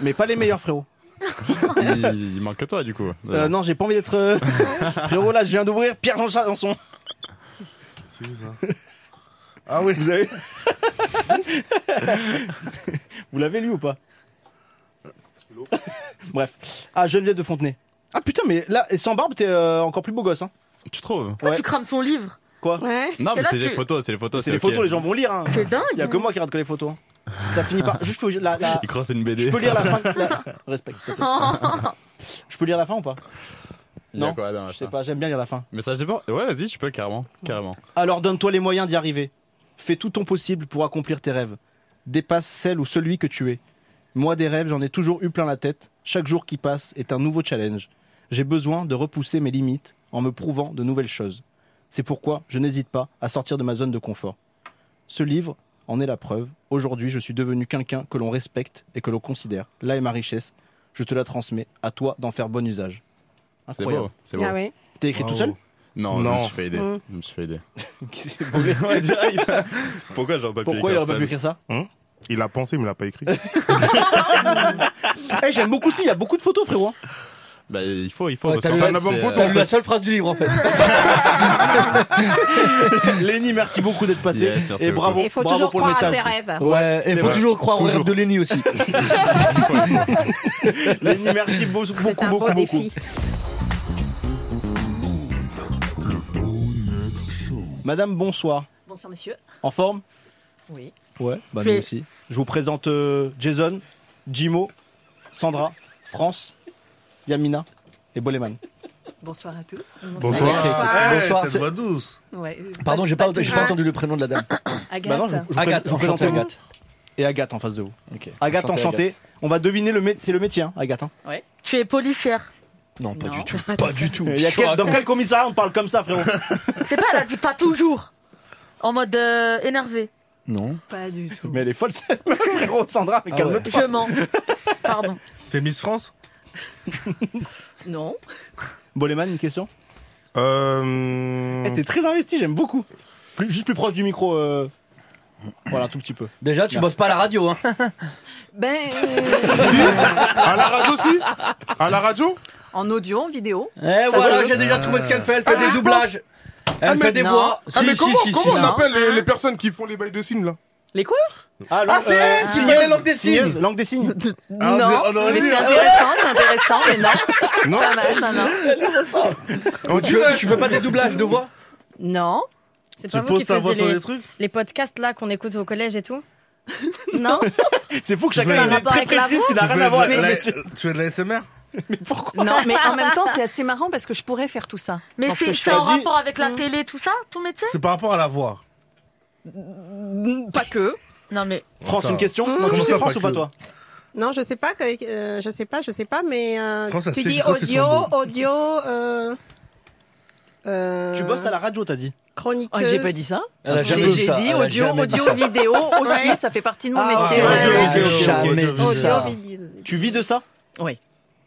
S4: Mais pas les meilleurs, frérot.
S9: il, il manque que toi, du coup.
S4: Euh, non, j'ai pas envie d'être. euh, Frérot, là, je viens d'ouvrir Pierre-Jean Chalençon.
S5: C'est où ça
S4: Ah oui, vous avez. vous l'avez lu ou pas Bref. Ah, Geneviève de Fontenay. Ah putain, mais là, et sans barbe, t'es euh, encore plus beau gosse, hein.
S9: Tu trouves
S8: Toi, Ah, tu crames son livre.
S4: Quoi
S9: Non, mais c'est les photos, c'est les photos.
S4: C'est les photos, les gens vont lire. Hein.
S8: C'est dingue.
S4: Il y a que moi qui regarde que les photos. hein. Ça finit par. Juste, que je- la, la-
S9: Ils croisent une BD.
S4: je peux lire la fin. la- Respect. s'il te plaît. Je peux lire la fin ou pas
S9: Il y a
S4: Non,
S9: quoi dans la
S4: je sais
S9: fin
S4: pas, j'aime bien lire la fin.
S9: Mais ça, je sais pas. Ouais, vas-y, tu peux carrément. Carrément.
S4: Alors donne-toi les moyens d'y arriver. Fais tout ton possible pour accomplir tes rêves. Dépasse celle ou celui que tu es. Moi, des rêves, j'en ai toujours eu plein la tête. Chaque jour qui passe est un nouveau challenge. J'ai besoin de repousser mes limites en me prouvant de nouvelles choses. C'est pourquoi je n'hésite pas à sortir de ma zone de confort. Ce livre en est la preuve. Aujourd'hui, je suis devenu quelqu'un que l'on respecte et que l'on considère. Là est ma richesse. Je te la transmets. À toi d'en faire bon usage.
S9: C'est
S4: Incroyable.
S9: beau. C'est beau.
S11: Ah oui.
S4: T'as écrit tout seul
S9: Non, je
S4: Non.
S9: me suis fait aider.
S4: Mm.
S9: Je me suis fait aider.
S4: Qui s'est brûlé Ouais, déjà, il fait-
S9: Pourquoi j'aurais pas pu
S4: Pourquoi il
S9: écrire
S4: aurait pas pu écrire ça
S3: Hein Il a pensé, mais il l'a pas écrit.
S4: Eh, J'aime beaucoup aussi, il y a beaucoup de photos, frérot. hein.
S9: Bah, il faut, il faut.
S7: Ouais,
S9: parce
S7: t'as
S9: que
S7: lu
S9: ça,
S7: la-
S9: c'est, euh,
S7: t'as lu la seule phrase du livre en fait.
S4: Lenny, merci beaucoup d'être passé.
S9: Yes, merci
S4: et
S9: beaucoup.
S4: bravo,
S11: Il faut
S4: bravo
S11: toujours
S4: pour le
S11: croire à
S4: message.
S11: ses rêves.
S7: Ouais, et
S4: C'est
S7: faut
S4: vrai.
S7: toujours croire aux rêves de Lenny aussi.
S4: Lenny, merci beau- beaucoup,
S11: C'est
S4: beaucoup,
S11: un beau
S4: beaucoup.
S11: défi.
S4: Madame, bonsoir.
S13: Bonsoir monsieur.
S4: En forme
S13: Oui.
S4: Ouais, bah
S13: Puis-
S4: nous aussi. Je vous présente euh, Jason, Jimo, Sandra, France, Yamina et Boleman.
S13: Bonsoir à tous.
S4: Eh,
S5: Hey,
S7: Bonsoir,
S5: Eh, t'as une
S7: c'est-
S5: voix douce.
S13: Ouais, euh,
S7: Pardon, j'ai pas,
S13: tout-
S7: j'ai pas entendu Bah le prénom de la dame.
S13: Agathe.
S4: Bah non, je, je vous pré-
S7: Agathe,
S4: je vous présente
S7: enchantée,
S4: vous.
S7: Agathe.
S4: Et Agathe en face de vous. Agathe,
S7: Enchantée,
S4: enchantée.
S7: Agathe.
S4: On va deviner le métier. C'est le métier, hein, Agathe. hein.
S13: Ouais.
S8: Tu es policière.
S7: Non, pas du tout. Pas du tout.
S4: Euh, y a
S7: Tu
S4: quel- dans
S7: racontes.
S4: quel commissariat on parle comme ça, frérot
S8: C'est pas, elle a dit pas toujours. En mode euh, énervé.
S7: Non.
S13: Pas du tout.
S4: Mais elle est folle, cette meuf, frérot. Sandra, mais
S7: Ah ouais.
S4: calme-toi.
S8: Je mens. Pardon.
S5: T'es Miss France
S13: Non.
S4: Boleman, une question
S3: Euh.
S4: Eh, T'es très investi, j'aime beaucoup. Plus- juste plus proche du micro. euh, Voilà, un tout petit peu.
S7: Déjà, tu bosses pas à la radio. Hein.
S13: Ben.
S3: À la radio aussi À la radio
S13: en audio, en vidéo.
S7: Eh
S13: Ça
S7: voilà,
S13: vaut le-
S7: j'ai déjà trouvé ce qu'elle fait. Elle fait
S3: Ah,
S7: des
S3: je
S7: doublages. Elle
S3: Ah,
S7: fait
S3: mais-
S7: des
S13: Non.
S7: voix.
S3: Ah, mais comment, comment on
S13: Non.
S3: appelle les, les personnes qui font les bails de signes là
S13: Ah, Les quoi
S4: Ah,
S7: Ah, c'est elle qui fait la langue des signes.
S4: signeuse, langue des signes.
S5: Ah, on
S13: Non,
S5: dirait- on aurait
S13: mais
S5: dit,
S13: c'est
S5: hein.
S13: intéressant, c'est intéressant, mais non.
S3: Non.
S13: Pas mal, non, non.
S3: On
S7: Tu
S3: dirait.
S7: veux, tu veux pas des doublages de voix
S13: Non.
S6: C'est pas
S5: Tu
S6: vous
S5: poses
S6: qui
S5: ta voix sur
S6: faisiez
S5: les
S6: les,
S5: trucs
S6: les podcasts là qu'on écoute au collège et tout Non
S4: C'est fou que chacun
S5: fais
S4: il est
S5: un
S6: rapport
S4: très
S6: avec la
S4: précis, ce qui n'a
S5: Tu
S4: rien
S5: fais
S4: à voir
S5: de
S4: avec
S5: la-
S4: le métier.
S5: Tu fais de la SMR
S13: Non, mais en même temps, c'est assez marrant parce que je pourrais faire tout ça.
S8: Mais
S13: Dans ce
S8: c'est
S13: que je
S8: c'est en
S4: choisis.
S8: rapport avec la télé, tout ça, ton métier
S5: C'est par rapport à la voix.
S11: mm,
S13: fais. Pas que.
S8: Non, mais.
S4: France, une
S5: Attends.
S4: question Non, tu
S5: Comment
S4: sais
S5: ça,
S4: France
S5: pas
S4: ou pas
S5: que
S4: toi
S11: Non, je sais pas, que- euh, je sais pas, je sais pas, mais euh,
S5: Franck, ça
S11: tu
S5: sait
S11: dis
S5: quand ils sont
S11: audio,
S5: bons.
S11: audio. euh, euh,
S4: Tu bosses à la radio, t'as dit
S11: chronique.
S13: Oh, j'ai pas dit ça.
S7: Elle a
S13: J'ai
S7: jamais dit
S13: j'ai
S7: ça.
S13: dit
S7: Elle a
S13: audio,
S7: jamais dit
S13: audio,
S7: ça.
S13: vidéo aussi,
S11: Ouais.
S13: ça fait partie de mon
S11: Ah,
S13: métier.
S11: ok,
S13: Ouais,
S11: ok,
S13: ouais,
S7: Elle a
S13: ouais.
S5: ok, ok,
S7: jamais
S5: ok,
S7: dit
S5: ok.
S7: ça.
S4: Tu vis de ça
S13: Oui.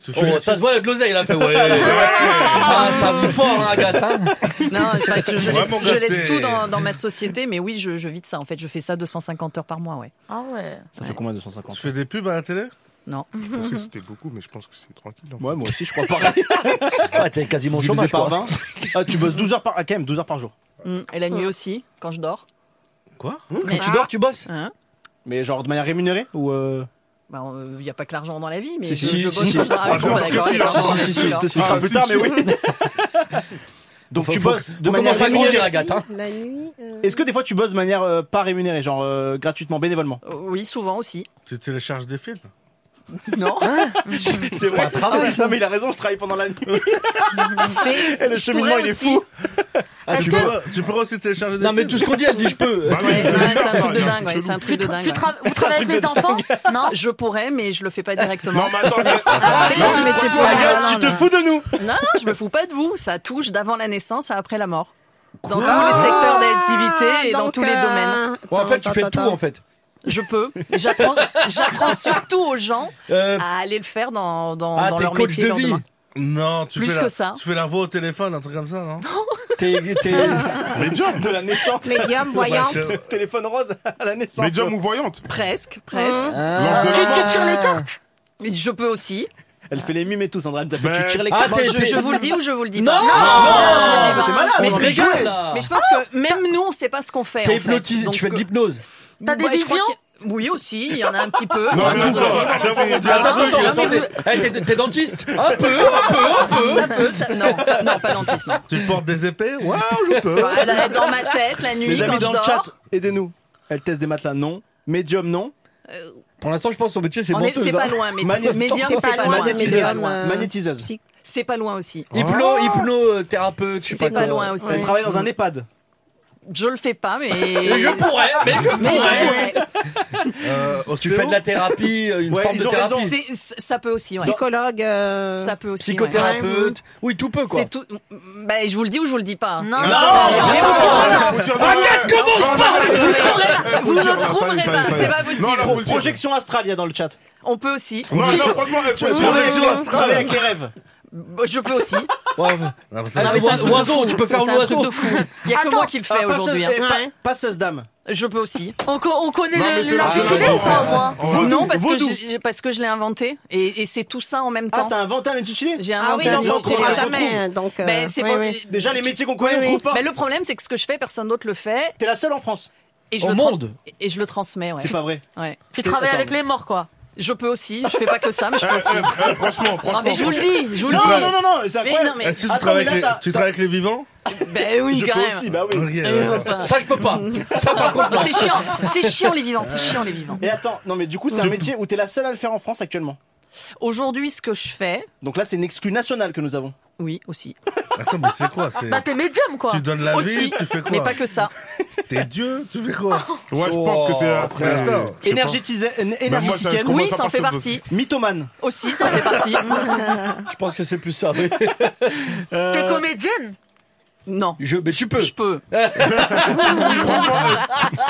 S5: Tu fais
S7: Oh, ça se voit avec l'oseille, elle a fait ouais. ah, ça vit fort, hein, Agathe. hein.
S13: Non, je, je- je
S5: Vraiment
S13: laisse, je laisse
S5: gâté.
S13: tout dans, dans ma société, mais oui, je, je vis de ça en fait. Je fais ça 250 heures par mois, ouais.
S8: Ah ouais.
S4: Ça fait combien 250
S5: Tu fais des pubs à la télé
S13: Non.
S3: Je pensais que c'était beaucoup, mais je pense que c'est tranquille. en fait.
S4: Ouais, moi aussi, je crois pareil.
S7: Ouais, t'es quasiment au
S4: Divisé
S7: chômage.
S4: par
S7: Quoi.
S4: 20. Ah, tu bosses 12 heures par. Ah, quand même, 12 heures par jour.
S13: Mm, Et la nuit aussi, quand je dors.
S4: Quoi
S13: Mais-
S4: Quand tu dors, tu bosses
S13: Hein
S4: Mais genre de manière rémunérée ou euh,
S13: Il n'y a pas que l'argent dans la vie, mais je,
S4: Si, si, si,
S13: je
S4: si,
S13: bosse
S4: si.
S13: en général
S4: Ah, je
S13: pour
S4: pense
S13: la
S4: que
S13: gorge,
S4: si, alors,
S13: d'accord,
S4: si, si, si,
S13: d'accord.
S4: on t'expliquera Ah, plus si, tard, si. mais oui. Donc
S7: Faut-
S4: tu
S7: faut-
S4: bosses de
S7: faut
S4: manière
S7: commencer à
S4: rémunérée.
S7: grandir, Agathe, hein.
S11: La nuit.
S4: Est-ce que des fois tu bosses de manière euh, pas rémunérée, genre euh, gratuitement, bénévolement
S13: Oui, souvent aussi. Ah.
S5: Tu télécharges des films
S13: Non.
S4: C'est
S13: pas un travail,
S4: ça, mais il a raison, je travaille pendant la nuit.
S13: Et
S4: le
S13: je
S4: cheminement,
S13: pourrais
S4: il est
S13: aussi.
S4: fou.
S5: Ah,
S13: Est-ce
S5: tu,
S13: que-
S5: peux, tu peux aussi télécharger des
S7: Non, mais
S5: films.
S7: tout ce qu'on dit, elle dit je peux.
S5: Bah oui,
S13: Ouais,
S5: c'est-
S13: ouais, c'est un truc de
S5: Attends,
S13: dingue, ouais, c'est un truc de dingue. ouais.
S8: travailles- vous C'est un travaillez truc avec de les dingue.
S13: Non, je pourrais, mais je le fais pas directement.
S8: Non, mais attends, mais-
S13: C'est pas
S8: Non,
S13: ce
S8: mais
S13: métier
S8: tu
S13: pour
S8: te-
S13: moi.
S8: tu te
S13: Non,
S8: fous
S4: de nous
S13: Non, non, je me fous pas de vous. Ça touche d'avant la naissance à après la mort. Dans
S7: Quoi
S13: tous les secteurs
S7: Ah,
S13: d'activité et dans
S7: donc,
S13: tous les
S7: euh,
S13: domaines.
S7: Ouais, en fait, tu fais tout en fait.
S13: Je peux. J'apprends j'apprends surtout aux gens
S7: Euh,
S13: à aller le faire dans, dans,
S7: ah,
S13: dans
S7: t'es
S13: leur
S7: coach
S13: métier.
S7: de
S13: leur
S7: vie.
S13: domaine.
S5: Non, tu
S13: Plus
S5: fais la-
S13: que ça.
S5: Tu fais la voix au téléphone, un truc comme ça, non
S4: T'es.
S5: Médium
S4: De la naissance.
S11: Médium, voyante.
S4: Téléphone rose à la naissance.
S3: Médium ou voyante
S13: Presque, presque.
S4: Ah. Tu- tu tires les cartes
S13: Je peux aussi.
S4: Elle fait les mimes et tout, Sandra. T'as fait
S13: Ben,
S4: tu tires les
S13: Ah,
S4: cartes.
S3: bah,
S13: t'es- je- je vous le dis ou je vous le dis pas
S4: Non,
S13: Non,
S4: non,
S13: je vous le dis
S4: t'es
S13: pas.
S4: malade,
S13: Mais
S4: on
S13: je
S4: est
S13: rigole.
S4: joué, là.
S13: Mais je pense que même nous, on sait pas ce qu'on fait.
S7: T'es hypnotisé, tu fais de l'hypnose.
S13: T'as
S8: des visions
S13: Oui, aussi, il y en a un petit peu.
S7: Non, mais attends, attends, attends, attends, attendez. Eh, t'es- T'es dentiste Un peu, un peu, un peu.
S13: Ça peut, ça- non, non, pas dentiste, non.
S5: Tu portes des épées Waouh, je peux
S13: Voilà, dans ma tête, la nuit,
S4: Les
S13: quand
S4: amis
S13: je
S4: dans le
S13: dors.
S4: chat, aidez-nous. Elle teste des matelas, non. Médium, non.
S3: Euh,
S7: Pour l'instant, je pense que son métier, c'est
S13: On est-
S7: menteuse.
S13: c'est pas
S7: hein.
S13: loin, mais
S7: Magnétiseur.
S13: médium, c'est pas loin.
S7: Magnétiseuse.
S13: Médium, euh,
S4: Magnétiseuse.
S13: C'est pas loin aussi.
S7: Hypno, hypnothérapeute. je sais
S13: C'est pas
S7: quoi.
S13: loin aussi.
S4: Elle travaille Ah. dans un EHPAD.
S13: Je le fais pas, mais.
S7: Mais je pourrais, mais je pourrais. Euh, Tu fais de la thérapie, euh, une
S4: Ouais,
S7: forme
S4: ils
S7: de
S4: ont raison.
S7: thérapie.
S13: C'est- c'est- ça peut aussi, ouais.
S11: Psychologue.
S13: Ça peut aussi. ouais.
S7: Psychothérapeute. Oui, tout peut, quoi.
S13: C'est tout. Bah, je vous le dis ou je vous le dis pas. Non,
S7: non,
S3: faut dire non.
S13: Agathe, commence
S3: Non,
S13: pas.
S3: non, non,
S13: Vous ne trouverez pas. Vous ne
S3: non, non, non, non, non,
S13: trouverez
S3: ça y est,
S13: pas.
S3: ça y est,
S13: C'est
S3: ça y est.
S13: pas possible.
S3: Non, là, faut le dire.
S4: Projection astrale, il y a dans le chat.
S13: On peut aussi.
S3: Non, non, franchement, elle peut dire.
S4: Projection astrale. Travaille avec les rêves.
S13: Bah, Je peux aussi.
S7: Ah, mais c'est un oiseau, tu peux faire
S13: C'est
S7: un
S13: un truc
S7: oiseau.
S13: de fou. Il y a que
S8: Attends.
S13: moi qui le fais
S4: Ah, passeuse-
S13: aujourd'hui. hein.
S4: eh, pa- Passeuse dame.
S13: Je peux aussi.
S8: On, co- on connaît
S13: Non,
S8: le-
S13: mais c'est
S4: Ah,
S8: l'intitulé
S13: la-
S8: ou pas, moi
S4: Vaudou,
S13: hein, non, parce que,
S4: vaudou.
S13: j'ai- parce que je l'ai inventé. Et, et c'est tout ça en même
S4: Ah,
S13: temps.
S4: t'as inventé un intitulé
S13: J'ai
S11: Ah oui,
S13: inventé
S11: donc
S13: un
S11: on
S13: intitulé.
S11: trouvera
S13: Je le
S11: jamais,
S13: trouve.
S11: hein, donc, euh,
S13: Ben, c'est
S11: oui,
S13: pas-
S11: oui.
S4: Déjà, les métiers qu'on connaît, on
S13: Oui,
S4: trouve pas.
S13: Ben, le problème, c'est que ce que je fais, personne d'autre le fait.
S4: T'es la seule en France.
S13: Et je
S7: Au
S13: le tra-
S7: monde.
S13: Et je le transmets, ouais.
S4: C'est pas vrai.
S13: Ouais.
S8: Tu travailles
S4: Attends.
S8: avec les morts, quoi.
S13: Je peux aussi, je fais pas que ça, mais je peux aussi.
S3: Franchement,
S13: Non, mais je vous le dis, je vous le
S4: Non,
S13: dis.
S4: non, non, non, c'est
S13: Mais
S4: incroyable.
S13: non, mais-
S5: Eh, si tu
S4: Attends,
S5: travailles
S4: mais
S5: avec
S4: là,
S5: les-
S4: t'as-
S5: tu travailles avec les vivants
S13: Ben oui,
S4: Je
S13: quand
S4: peux
S13: même.
S4: aussi, bah
S5: Ok,
S4: oui.
S5: euh,
S13: Enfin,
S7: Ça, je peux pas. Ça, par contre, non.
S13: C'est chiant, c'est chiant les vivants, c'est chiant les vivants.
S4: Et attends, non mais du coup c'est un métier où t'es la seule à le faire en France actuellement.
S13: Aujourd'hui, ce que je fais,
S4: Donc là c'est une exclue nationale que nous avons.
S13: oui, aussi.
S5: Attends, mais c'est quoi c'est-
S8: Bah, t'es médium, quoi.
S5: Tu donnes la
S13: aussi,
S5: vie, tu fais quoi
S13: mais pas que ça.
S5: T'es Dieu, tu fais quoi
S3: Ouais, je pense que c'est.
S5: Oh, attends.
S3: c'est- je sais pas. Bah,
S4: Énergétisée, éner-
S3: moi, ça, je
S4: énergéticienne,
S3: comprends
S13: Oui,
S3: ça
S13: ça en fait
S3: par
S13: partie.
S4: mythomane.
S13: Aussi, ça en fait partie.
S7: Je pense que c'est plus ça. oui.
S8: T'es comédienne
S13: Euh, Non,
S7: Je, mais tu peux.
S13: je peux.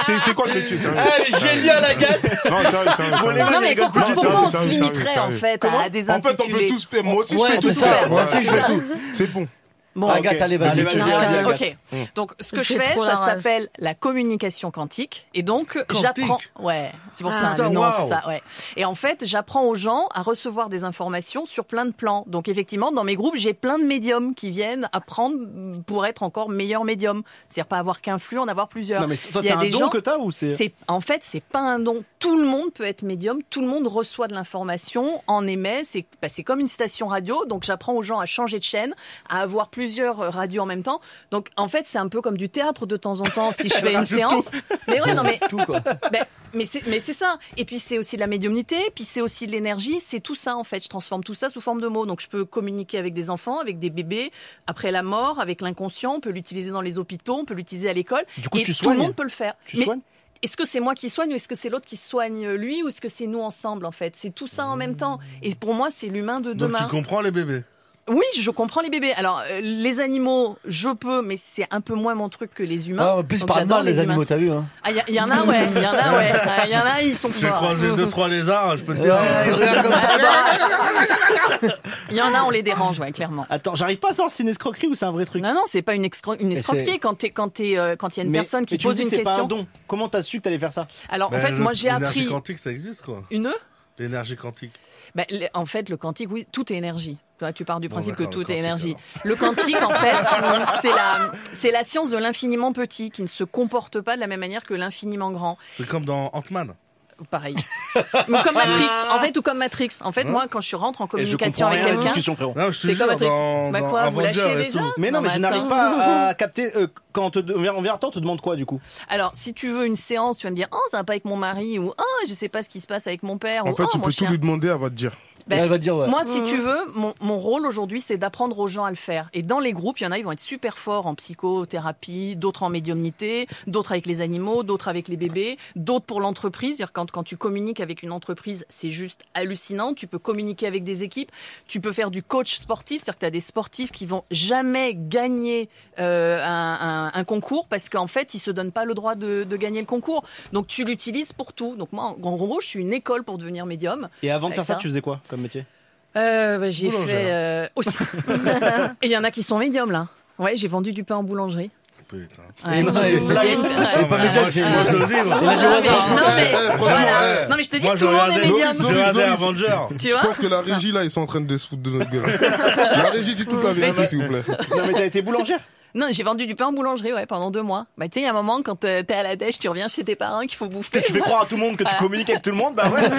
S3: C'est c'est quoi le métier sérieux
S7: Elle est géniale, Agathe.
S3: Non, Ah, sérieux, sérieux, sérieux.
S13: Non, mais pourquoi,
S3: Sérieux,
S13: pourquoi on se
S3: sérieux,
S13: limiterait
S3: sérieux,
S13: en fait à des
S3: En fait, on peut
S13: intitulés
S3: tous faire. Moi aussi,
S7: Ouais,
S3: je
S7: c'est
S3: fais tout.
S7: ça.
S3: faire.
S7: Moi aussi, je fais
S3: tout. C'est bon.
S13: Bon,
S7: Agathe, allez,
S3: Bah,
S7: vas-y.
S4: Allez, vas-y,
S13: Non,
S4: vas-y, vas-y,
S13: ok.
S4: Agathe.
S3: Mm.
S13: Donc, ce que je
S8: J'ai
S13: fais,
S8: trop la
S13: ça
S8: rage.
S13: s'appelle la communication quantique. Et donc, j'apprends. Ouais, c'est pour
S8: Ah.
S13: ça. le
S5: Putain,
S13: nom,
S5: waouh.
S13: tout ça, ouais. Et en fait, j'apprends aux gens à recevoir des informations sur plein de plans. Donc, effectivement, dans mes groupes, j'ai plein de médiums qui viennent apprendre pour être encore meilleur médium. C'est-à-dire pas avoir qu'un flux, en avoir plusieurs.
S4: Non mais c'est- toi
S13: Il y
S4: c'est
S13: a
S4: un
S13: des
S4: don
S13: gens-
S4: que t'as ou c'est
S13: C'est en fait c'est pas un don. Tout le monde peut être médium, tout le monde reçoit de l'information, en émet. C'est bah, c'est comme une station radio, donc j'apprends aux gens à changer de chaîne, à avoir plusieurs euh, radios en même temps. Donc en fait c'est un peu comme du théâtre de temps en temps si je fais une séance. Mais ouais non mais
S4: tout quoi.
S13: ben, mais c'est mais c'est ça. Et puis c'est aussi de la médiumnité, puis c'est aussi de l'énergie, c'est tout ça en fait. Je transforme tout ça sous forme de mots. Donc je peux communiquer avec des enfants, avec des bébés, après la mort, avec l'inconscient. On peut l'utiliser dans les hôpitaux, on peut l'utiliser à l'école.
S4: Du coup,
S13: et
S4: tu
S13: tout
S4: soignes
S13: le monde peut le faire.
S4: Tu
S13: Mais
S4: soignes
S13: est-ce que c'est moi qui soigne ou est-ce que c'est l'autre qui soigne euh, lui ou est-ce que c'est nous ensemble en fait C'est tout ça en même temps. Et pour moi, c'est l'humain de
S5: Donc tu
S13: demain.
S5: comprends les bébés
S13: Oui, je comprends les bébés. Alors euh, les animaux, je peux, mais c'est un peu moins mon truc que les humains.
S7: Ah, en plus,
S13: Donc,
S7: ils parlent
S13: j'adore
S7: mal, les
S13: humains.
S7: animaux, t'as vu. hein.
S13: Ah, il y, a- il y en a, ouais. Il y en a, ouais. Ah, Il y en a, ils sont
S5: J'ai
S13: forts.
S5: croisé deux, trois lézards, je peux te dire.
S4: Ah,
S13: Ah, bah. Il y en a, on les dérange, ouais, clairement.
S4: Attends, j'arrive pas à savoir si c'est une escroquerie ou c'est un vrai truc.
S13: Non, non, c'est pas une, escro- une
S7: c'est-
S13: escroquerie quand t'es- quand t'es, euh, quand il y a une
S4: Mais-
S13: personne qui
S4: mais tu me
S13: pose
S4: dis,
S13: une
S4: c'est pas un
S13: question.
S4: don. Comment t'as su que t'allais faire ça
S13: Alors, en
S5: Ben,
S13: fait,
S5: le-
S13: moi, j'ai
S5: L'énergie
S13: appris
S5: quantique, ça existe quoi
S13: une.
S5: L'énergie quantique.
S13: Ben, le- en fait, le quantique, oui, tout est énergie. Toi, tu pars du
S14: Bon,
S13: principe que
S14: d'accord,
S13: tout
S14: le
S13: est énergie.
S14: quantique,
S13: Le quantique, en fait, c'est la, c'est la science de l'infiniment petit qui ne se comporte pas de la même manière que l'infiniment grand.
S5: C'est comme dans Ant-Man.
S13: Pareil. Ou comme Matrix, en fait, ou comme Matrix. En fait,
S5: Ah. Hein
S13: moi, quand je rentre en
S5: Et je
S13: communication
S5: comprends
S13: avec
S5: rien à la
S13: quelqu'un,
S5: discussion, frérot. Non, je
S13: c'est
S5: te
S13: comme
S5: jure,
S13: Matrix.
S5: dans-
S13: Bah
S5: dans
S13: quoi, vous
S5: Avenger
S13: lâchez
S5: et
S13: déjà
S5: tout.
S4: Mais non, mais je n'arrive
S13: attends.
S4: pas à capter. euh, quand on, te, on vient, on vient en temps, on te demande quoi du coup
S13: Alors, si tu veux une séance, tu vas me dire, oh, ça va pas avec mon mari, ou oh, je sais pas ce qui se passe avec mon père,
S10: En
S13: ou
S10: fait,
S13: oh,
S10: tu
S13: mon
S10: peux tout
S13: chien.
S10: lui demander, elle va te dire.
S5: Bah,
S13: Ben, Moi, si
S3: Mhm.
S13: tu veux, mon, mon rôle aujourd'hui, c'est d'apprendre aux gens à le faire. Et dans les groupes, il y en a, ils vont être super forts en psychothérapie, d'autres en médiumnité, d'autres avec les animaux, d'autres avec les bébés, d'autres pour l'entreprise. C'est-à-dire Quand, quand tu communiques avec une entreprise, c'est juste hallucinant. Tu peux communiquer avec des équipes, tu peux faire du coach sportif. C'est-à-dire que tu as des sportifs qui vont jamais gagner euh, un, un- un concours parce qu'en fait, ils se donnent pas le droit de, de gagner le concours. Donc, tu l'utilises pour tout. Donc, moi, en gros, je suis une école pour devenir médium.
S4: Et avant de
S13: Avec
S4: faire ça, tu faisais quoi comme métier
S13: euh, bah, j'ai
S4: Boulangère.
S13: fait euh, aussi. Et il y en a qui sont médiums là. Ouais, j'ai vendu du pain en boulangerie.
S5: Putain.
S13: Ouais.
S5: Et non, mais
S13: Ouais.
S5: blague.
S13: Ouais.
S5: Attends, mais moi,
S4: Ah.
S5: je- moi, je te le dis, moi.
S13: Non, mais-
S5: Il a dit au hasard.
S13: non, mais-
S5: Eh, eh,
S13: voilà.
S5: franchement, eh.
S13: Non, mais je te dis,
S5: Moi,
S13: tout le monde
S5: je
S13: est
S5: regardais-
S13: médium.
S5: Loris, Loris, J'ai regardé Loris. Avenger.
S13: Tu
S10: Je
S13: vois
S10: pense que la régie, là, ils sont en train de se foutre de notre gueule. la régie, dit Bah, toute la vérité, s'il vous plaît.
S4: Non, mais t'as été boulangère
S13: Non, j'ai vendu du pain en boulangerie ouais, pendant deux mois. Bah, tu sais, il y a un moment, quand euh, t'es à la dèche, tu reviens chez tes parents qu'il faut bouffer. Ah.
S4: Tu fais croire à tout le monde que tu communiques avec tout le monde Bah ouais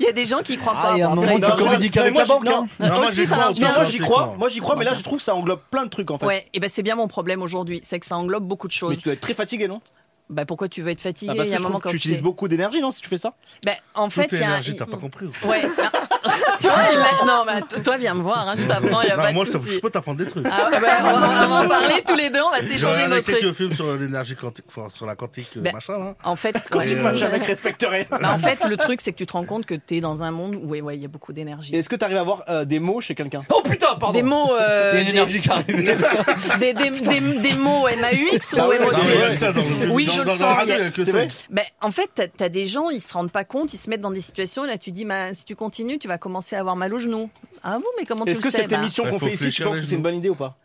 S13: Il y a des gens qui croient
S4: Ah,
S13: pas.
S4: il y a un
S13: Bon, après,
S4: moment,
S13: ils
S4: tu
S13: sont-
S4: communiques avec
S13: Mais
S4: la
S13: moi,
S4: banque,
S13: je-
S4: hein. Non, moi,
S13: Aussi, ça
S4: j'y crois.
S13: marche bien.
S4: Non, moi, j'y crois. Moi, j'y crois, mais là, je trouve que ça englobe plein de trucs en fait.
S13: Ouais, et ben c'est bien mon problème aujourd'hui, c'est que ça englobe beaucoup de choses.
S4: Mais tu dois être très fatigué, non
S13: Bah pourquoi tu veux être fatigué
S4: Ah, parce
S13: Il y
S4: que
S13: a un
S4: je
S13: moment
S4: trouve que
S13: quand
S4: tu utilises
S13: c'est-
S4: beaucoup d'énergie, non, si tu fais ça
S13: Ben, en fait, il y a. il-
S5: compris.
S13: Ouais. tu vois, il l'a- non, mais t- toi, viens me voir, hein, je t'apprends, il n'y a
S5: Non,
S13: pas
S5: moi,
S13: de
S5: je t'apprends-
S13: souci.
S5: je peux t'apprendre des trucs.
S13: Ah, ouais, bah, on, va, on va en parler tous les deux, on va
S5: J'ai
S13: s'échanger
S5: regardé
S13: nos trucs.
S5: quelques films sur l'énergie quantique, enfin, sur la quantique, euh,
S13: Ben,
S5: machin, là.
S13: En fait,
S5: Quantique
S13: ouais.
S5: machin, mec,
S4: respecte rien.
S13: Bah, en fait, le truc, c'est que tu te rends compte que tu es dans un monde où ouais, ouais, il y a beaucoup d'énergie.
S4: Est-ce que t'arrives à avoir euh, des mots chez quelqu'un
S13: Oh putain, pardon Des mots. euh,
S4: Il y a une
S13: des-
S4: énergie qui
S13: Des, des, des- des mots MAUX ou
S4: Ah ouais,
S13: MOT
S4: non, mais ouais, ça, dans le-
S13: Oui,
S4: dans-
S13: je
S4: dans
S13: le
S4: la
S13: sens.
S4: radio,
S13: il y a-
S4: il y a que C'est ça. vrai
S13: Ben, en fait, t'as- t'as des gens, ils se rendent pas compte, ils se mettent dans des situations, et là, tu dis, bah, si tu continues, tu vas commencer à avoir mal au genou. Ah bon, mais comment tu le
S4: Est-ce
S13: sais
S4: que cette
S13: Bah,
S4: émission qu'on fait ici, tu penses que c'est une bonne idée ou pas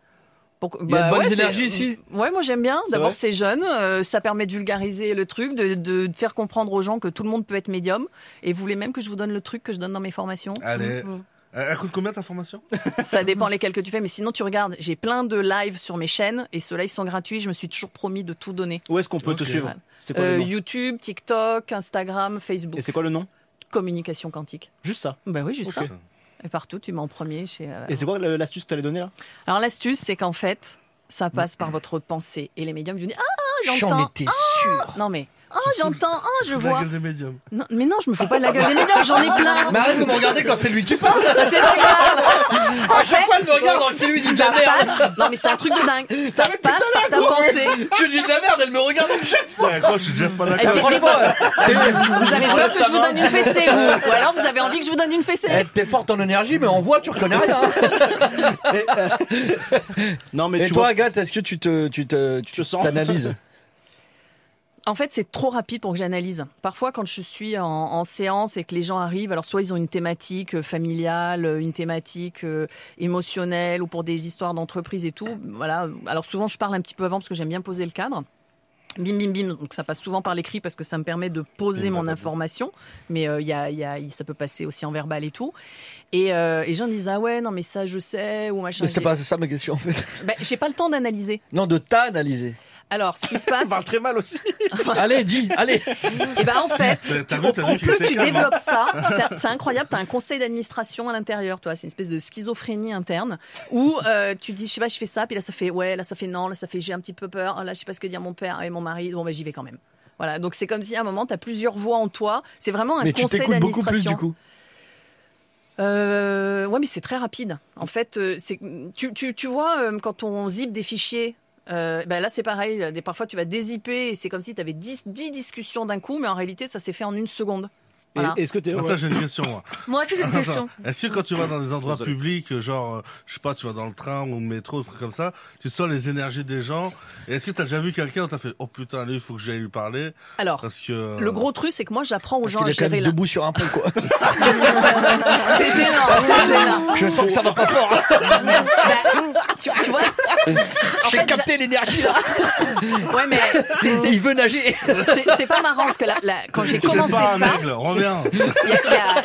S13: Pourquoi-
S4: Il y a de bonnes
S13: c'est-
S4: énergies ici.
S13: Ouais, moi j'aime bien.
S4: C'est
S13: D'abord,
S4: vrai
S13: c'est jeune, euh, ça permet de vulgariser le truc, de, de faire comprendre aux gens que tout le monde peut être médium. Et vous voulez même que je vous donne le truc que je donne dans mes formations
S5: Allez. Euh,
S13: Mhm.
S5: Elle elle coûte combien ta formation
S13: Ça dépend lesquels que tu fais, mais sinon tu regardes. J'ai plein de lives sur mes chaînes et ceux-là ils sont gratuits. Je me suis toujours promis de tout donner.
S4: Où est-ce qu'on peut te
S13: Ok.
S4: suivre
S13: Ouais.
S4: C'est quoi le
S13: Euh,
S4: nom
S13: YouTube, TikTok, Instagram, Facebook.
S4: Et c'est quoi le nom
S13: Communication quantique.
S4: Juste ça
S13: Bah oui, juste
S4: Ok.
S13: ça. Et partout, tu mets en premier chez. euh,
S4: Et c'est quoi le- l'astuce que t'allais donner là
S13: Alors l'astuce, c'est qu'en fait, ça passe par votre pensée et les médiums vous disent ah
S4: J'en
S13: j'entends.
S4: étais
S13: ah Non mais ah j'entends, ah je
S5: Sous
S13: vois.
S5: La gueule des médiums.
S13: Non, mais non, je me fous pas de la gueule des médiums, j'en ai plein.
S7: Mais arrête de me regarder quand c'est lui qui parle.
S13: Ah, c'est pas grave.
S7: À
S13: En
S7: chaque
S13: fait,
S7: fois, elle me regarde alors que c'est lui qui dit de la
S13: ça
S7: merde.
S13: passe- Non mais c'est un truc de dingue. Ça
S7: Ah, mais putain,
S13: passe par ta
S7: la pauvre.
S13: pensée.
S7: Tu dis de la merde, elle me regarde à chaque fois.
S5: Ouais, quoi, je suis déjà pas
S13: Elle dit,
S5: d'accord.
S13: mais- vous avez peur que je vous donne une fessée, vous Ou alors vous avez Ah, envie que je vous donne une fessée
S7: Eh, T'es forte en énergie, mais en voix, tu reconnais rien.
S4: Non, mais
S7: Et
S4: tu
S7: toi,
S4: vois-
S7: Agathe, est-ce que tu te, tu te, tu te sens T'analyses.
S13: En fait, c'est trop rapide pour que j'analyse. Parfois, quand je suis en, en séance et que les gens arrivent, alors soit ils ont une thématique euh, familiale, euh, une thématique euh, émotionnelle ou pour des histoires d'entreprise et tout. Voilà. Alors souvent, je parle un petit peu avant parce que j'aime bien poser le cadre. Bim, bim, bim. Donc ça passe souvent par l'écrit parce que ça me permet de poser mon information. Mais euh, il y a- il y a- ça peut passer aussi en verbal et tout. Et euh, et les gens me disent ah ouais non mais ça je sais ou machin.
S7: Mais c'était
S13: J'ai-
S7: pas ça ma question en fait.
S13: Ben, j'ai pas le temps d'analyser.
S7: Non, de t'analyser.
S13: Alors ce qui se passe.
S4: parle très mal aussi.
S7: allez, dis, allez.
S13: Et ben en fait,
S7: T'as-
S13: tu-
S7: t'as vu,
S13: au,
S7: t'as
S13: au
S7: dit qu'il
S13: plus
S7: était
S13: tu
S7: calme, hein.
S13: développes ça, c'est- c'est incroyable. T'as un conseil d'administration à l'intérieur, toi. C'est une espèce de schizophrénie interne où euh, tu dis, je sais pas, je fais ça, puis là ça fait ouais, là ça fait non, là ça fait j'ai un petit peu peur, Ah, là je sais pas ce que dire mon père et mon mari. Bon ben j'y vais quand même. Voilà, donc c'est comme si à un moment t'as plusieurs voix en toi. C'est vraiment un
S7: Mais tu
S13: conseil
S7: t'écoutes beaucoup plus
S13: d'administration.
S7: du coup.
S13: Euh, ouais, mais c'est très rapide. En fait, euh, c'est tu, tu, tu vois, euh, quand on zip des fichiers, euh, ben là c'est pareil. Des, parfois, tu vas dézipper et c'est comme si tu avais 10, 10 discussions d'un coup, mais en réalité, ça s'est fait en une seconde. Voilà.
S4: Est-ce que t'es.
S5: Attends,
S4: ouais.
S5: j'ai une question, moi.
S13: Moi aussi, j'ai une question.
S5: Attends, Est-ce que quand tu vas dans des endroits publics, euh, genre, euh, je sais pas, tu vas dans le train ou le métro, des trucs comme ça, tu sens les énergies des gens Et Est-ce que t'as déjà vu quelqu'un où t'as fait, oh putain, lui, il faut que j'aille lui parler
S13: Alors,
S5: parce que... euh,
S13: Le gros truc, c'est que moi, j'apprends aux
S5: Parce
S13: gens
S5: qu'il
S13: à
S5: est quand même
S13: gérer la. Ah,
S5: debout sur un pont, quoi.
S13: C'est gênant, c'est gênant.
S7: Je sens que ça va pas fort.
S13: Bah, tu, tu vois
S7: J'ai
S13: fait,
S7: capté l'énergie là.
S13: Ouais, mais c'est- c'est-
S7: il veut nager.
S13: C'est- C'est pas marrant parce que la- la- quand j'ai
S5: Vous êtes
S13: commencé
S5: pas un
S13: ça,
S5: aigle, reviens.
S13: il y a- il y a-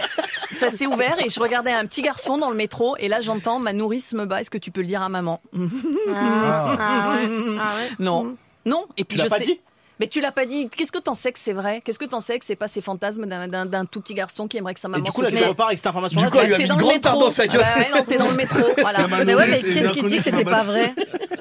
S13: ça s'est ouvert et je regardais un petit garçon dans le métro et là j'entends ma nourrice me bat. Est-ce que tu peux le dire à maman
S8: Ah. Ah ouais, ah ouais.
S11: Mm.
S13: Non, non. Et puis
S7: Tu l'as
S13: je
S7: pas
S13: sais-
S7: dit
S13: mais tu l'as pas dit. Qu'est-ce que t'en sais que c'est vrai Qu'est-ce que t'en sais que c'est pas ces fantasmes d'un- d'un d'un tout petit garçon qui aimerait que sa maman
S7: du coup,
S13: se
S7: là, tu
S13: plaîgne
S7: repars avec cette information-là.
S13: Du coup, elle lui a
S7: T'es
S13: mis
S7: dans
S13: une
S7: le
S13: grande
S7: métro.
S13: tarte dans Ah sa gueule.
S7: Bah ouais, non, t'es dans le métro. Voilà.
S13: Mais ouais, mais qu'est-ce qui dit que c'était pas vrai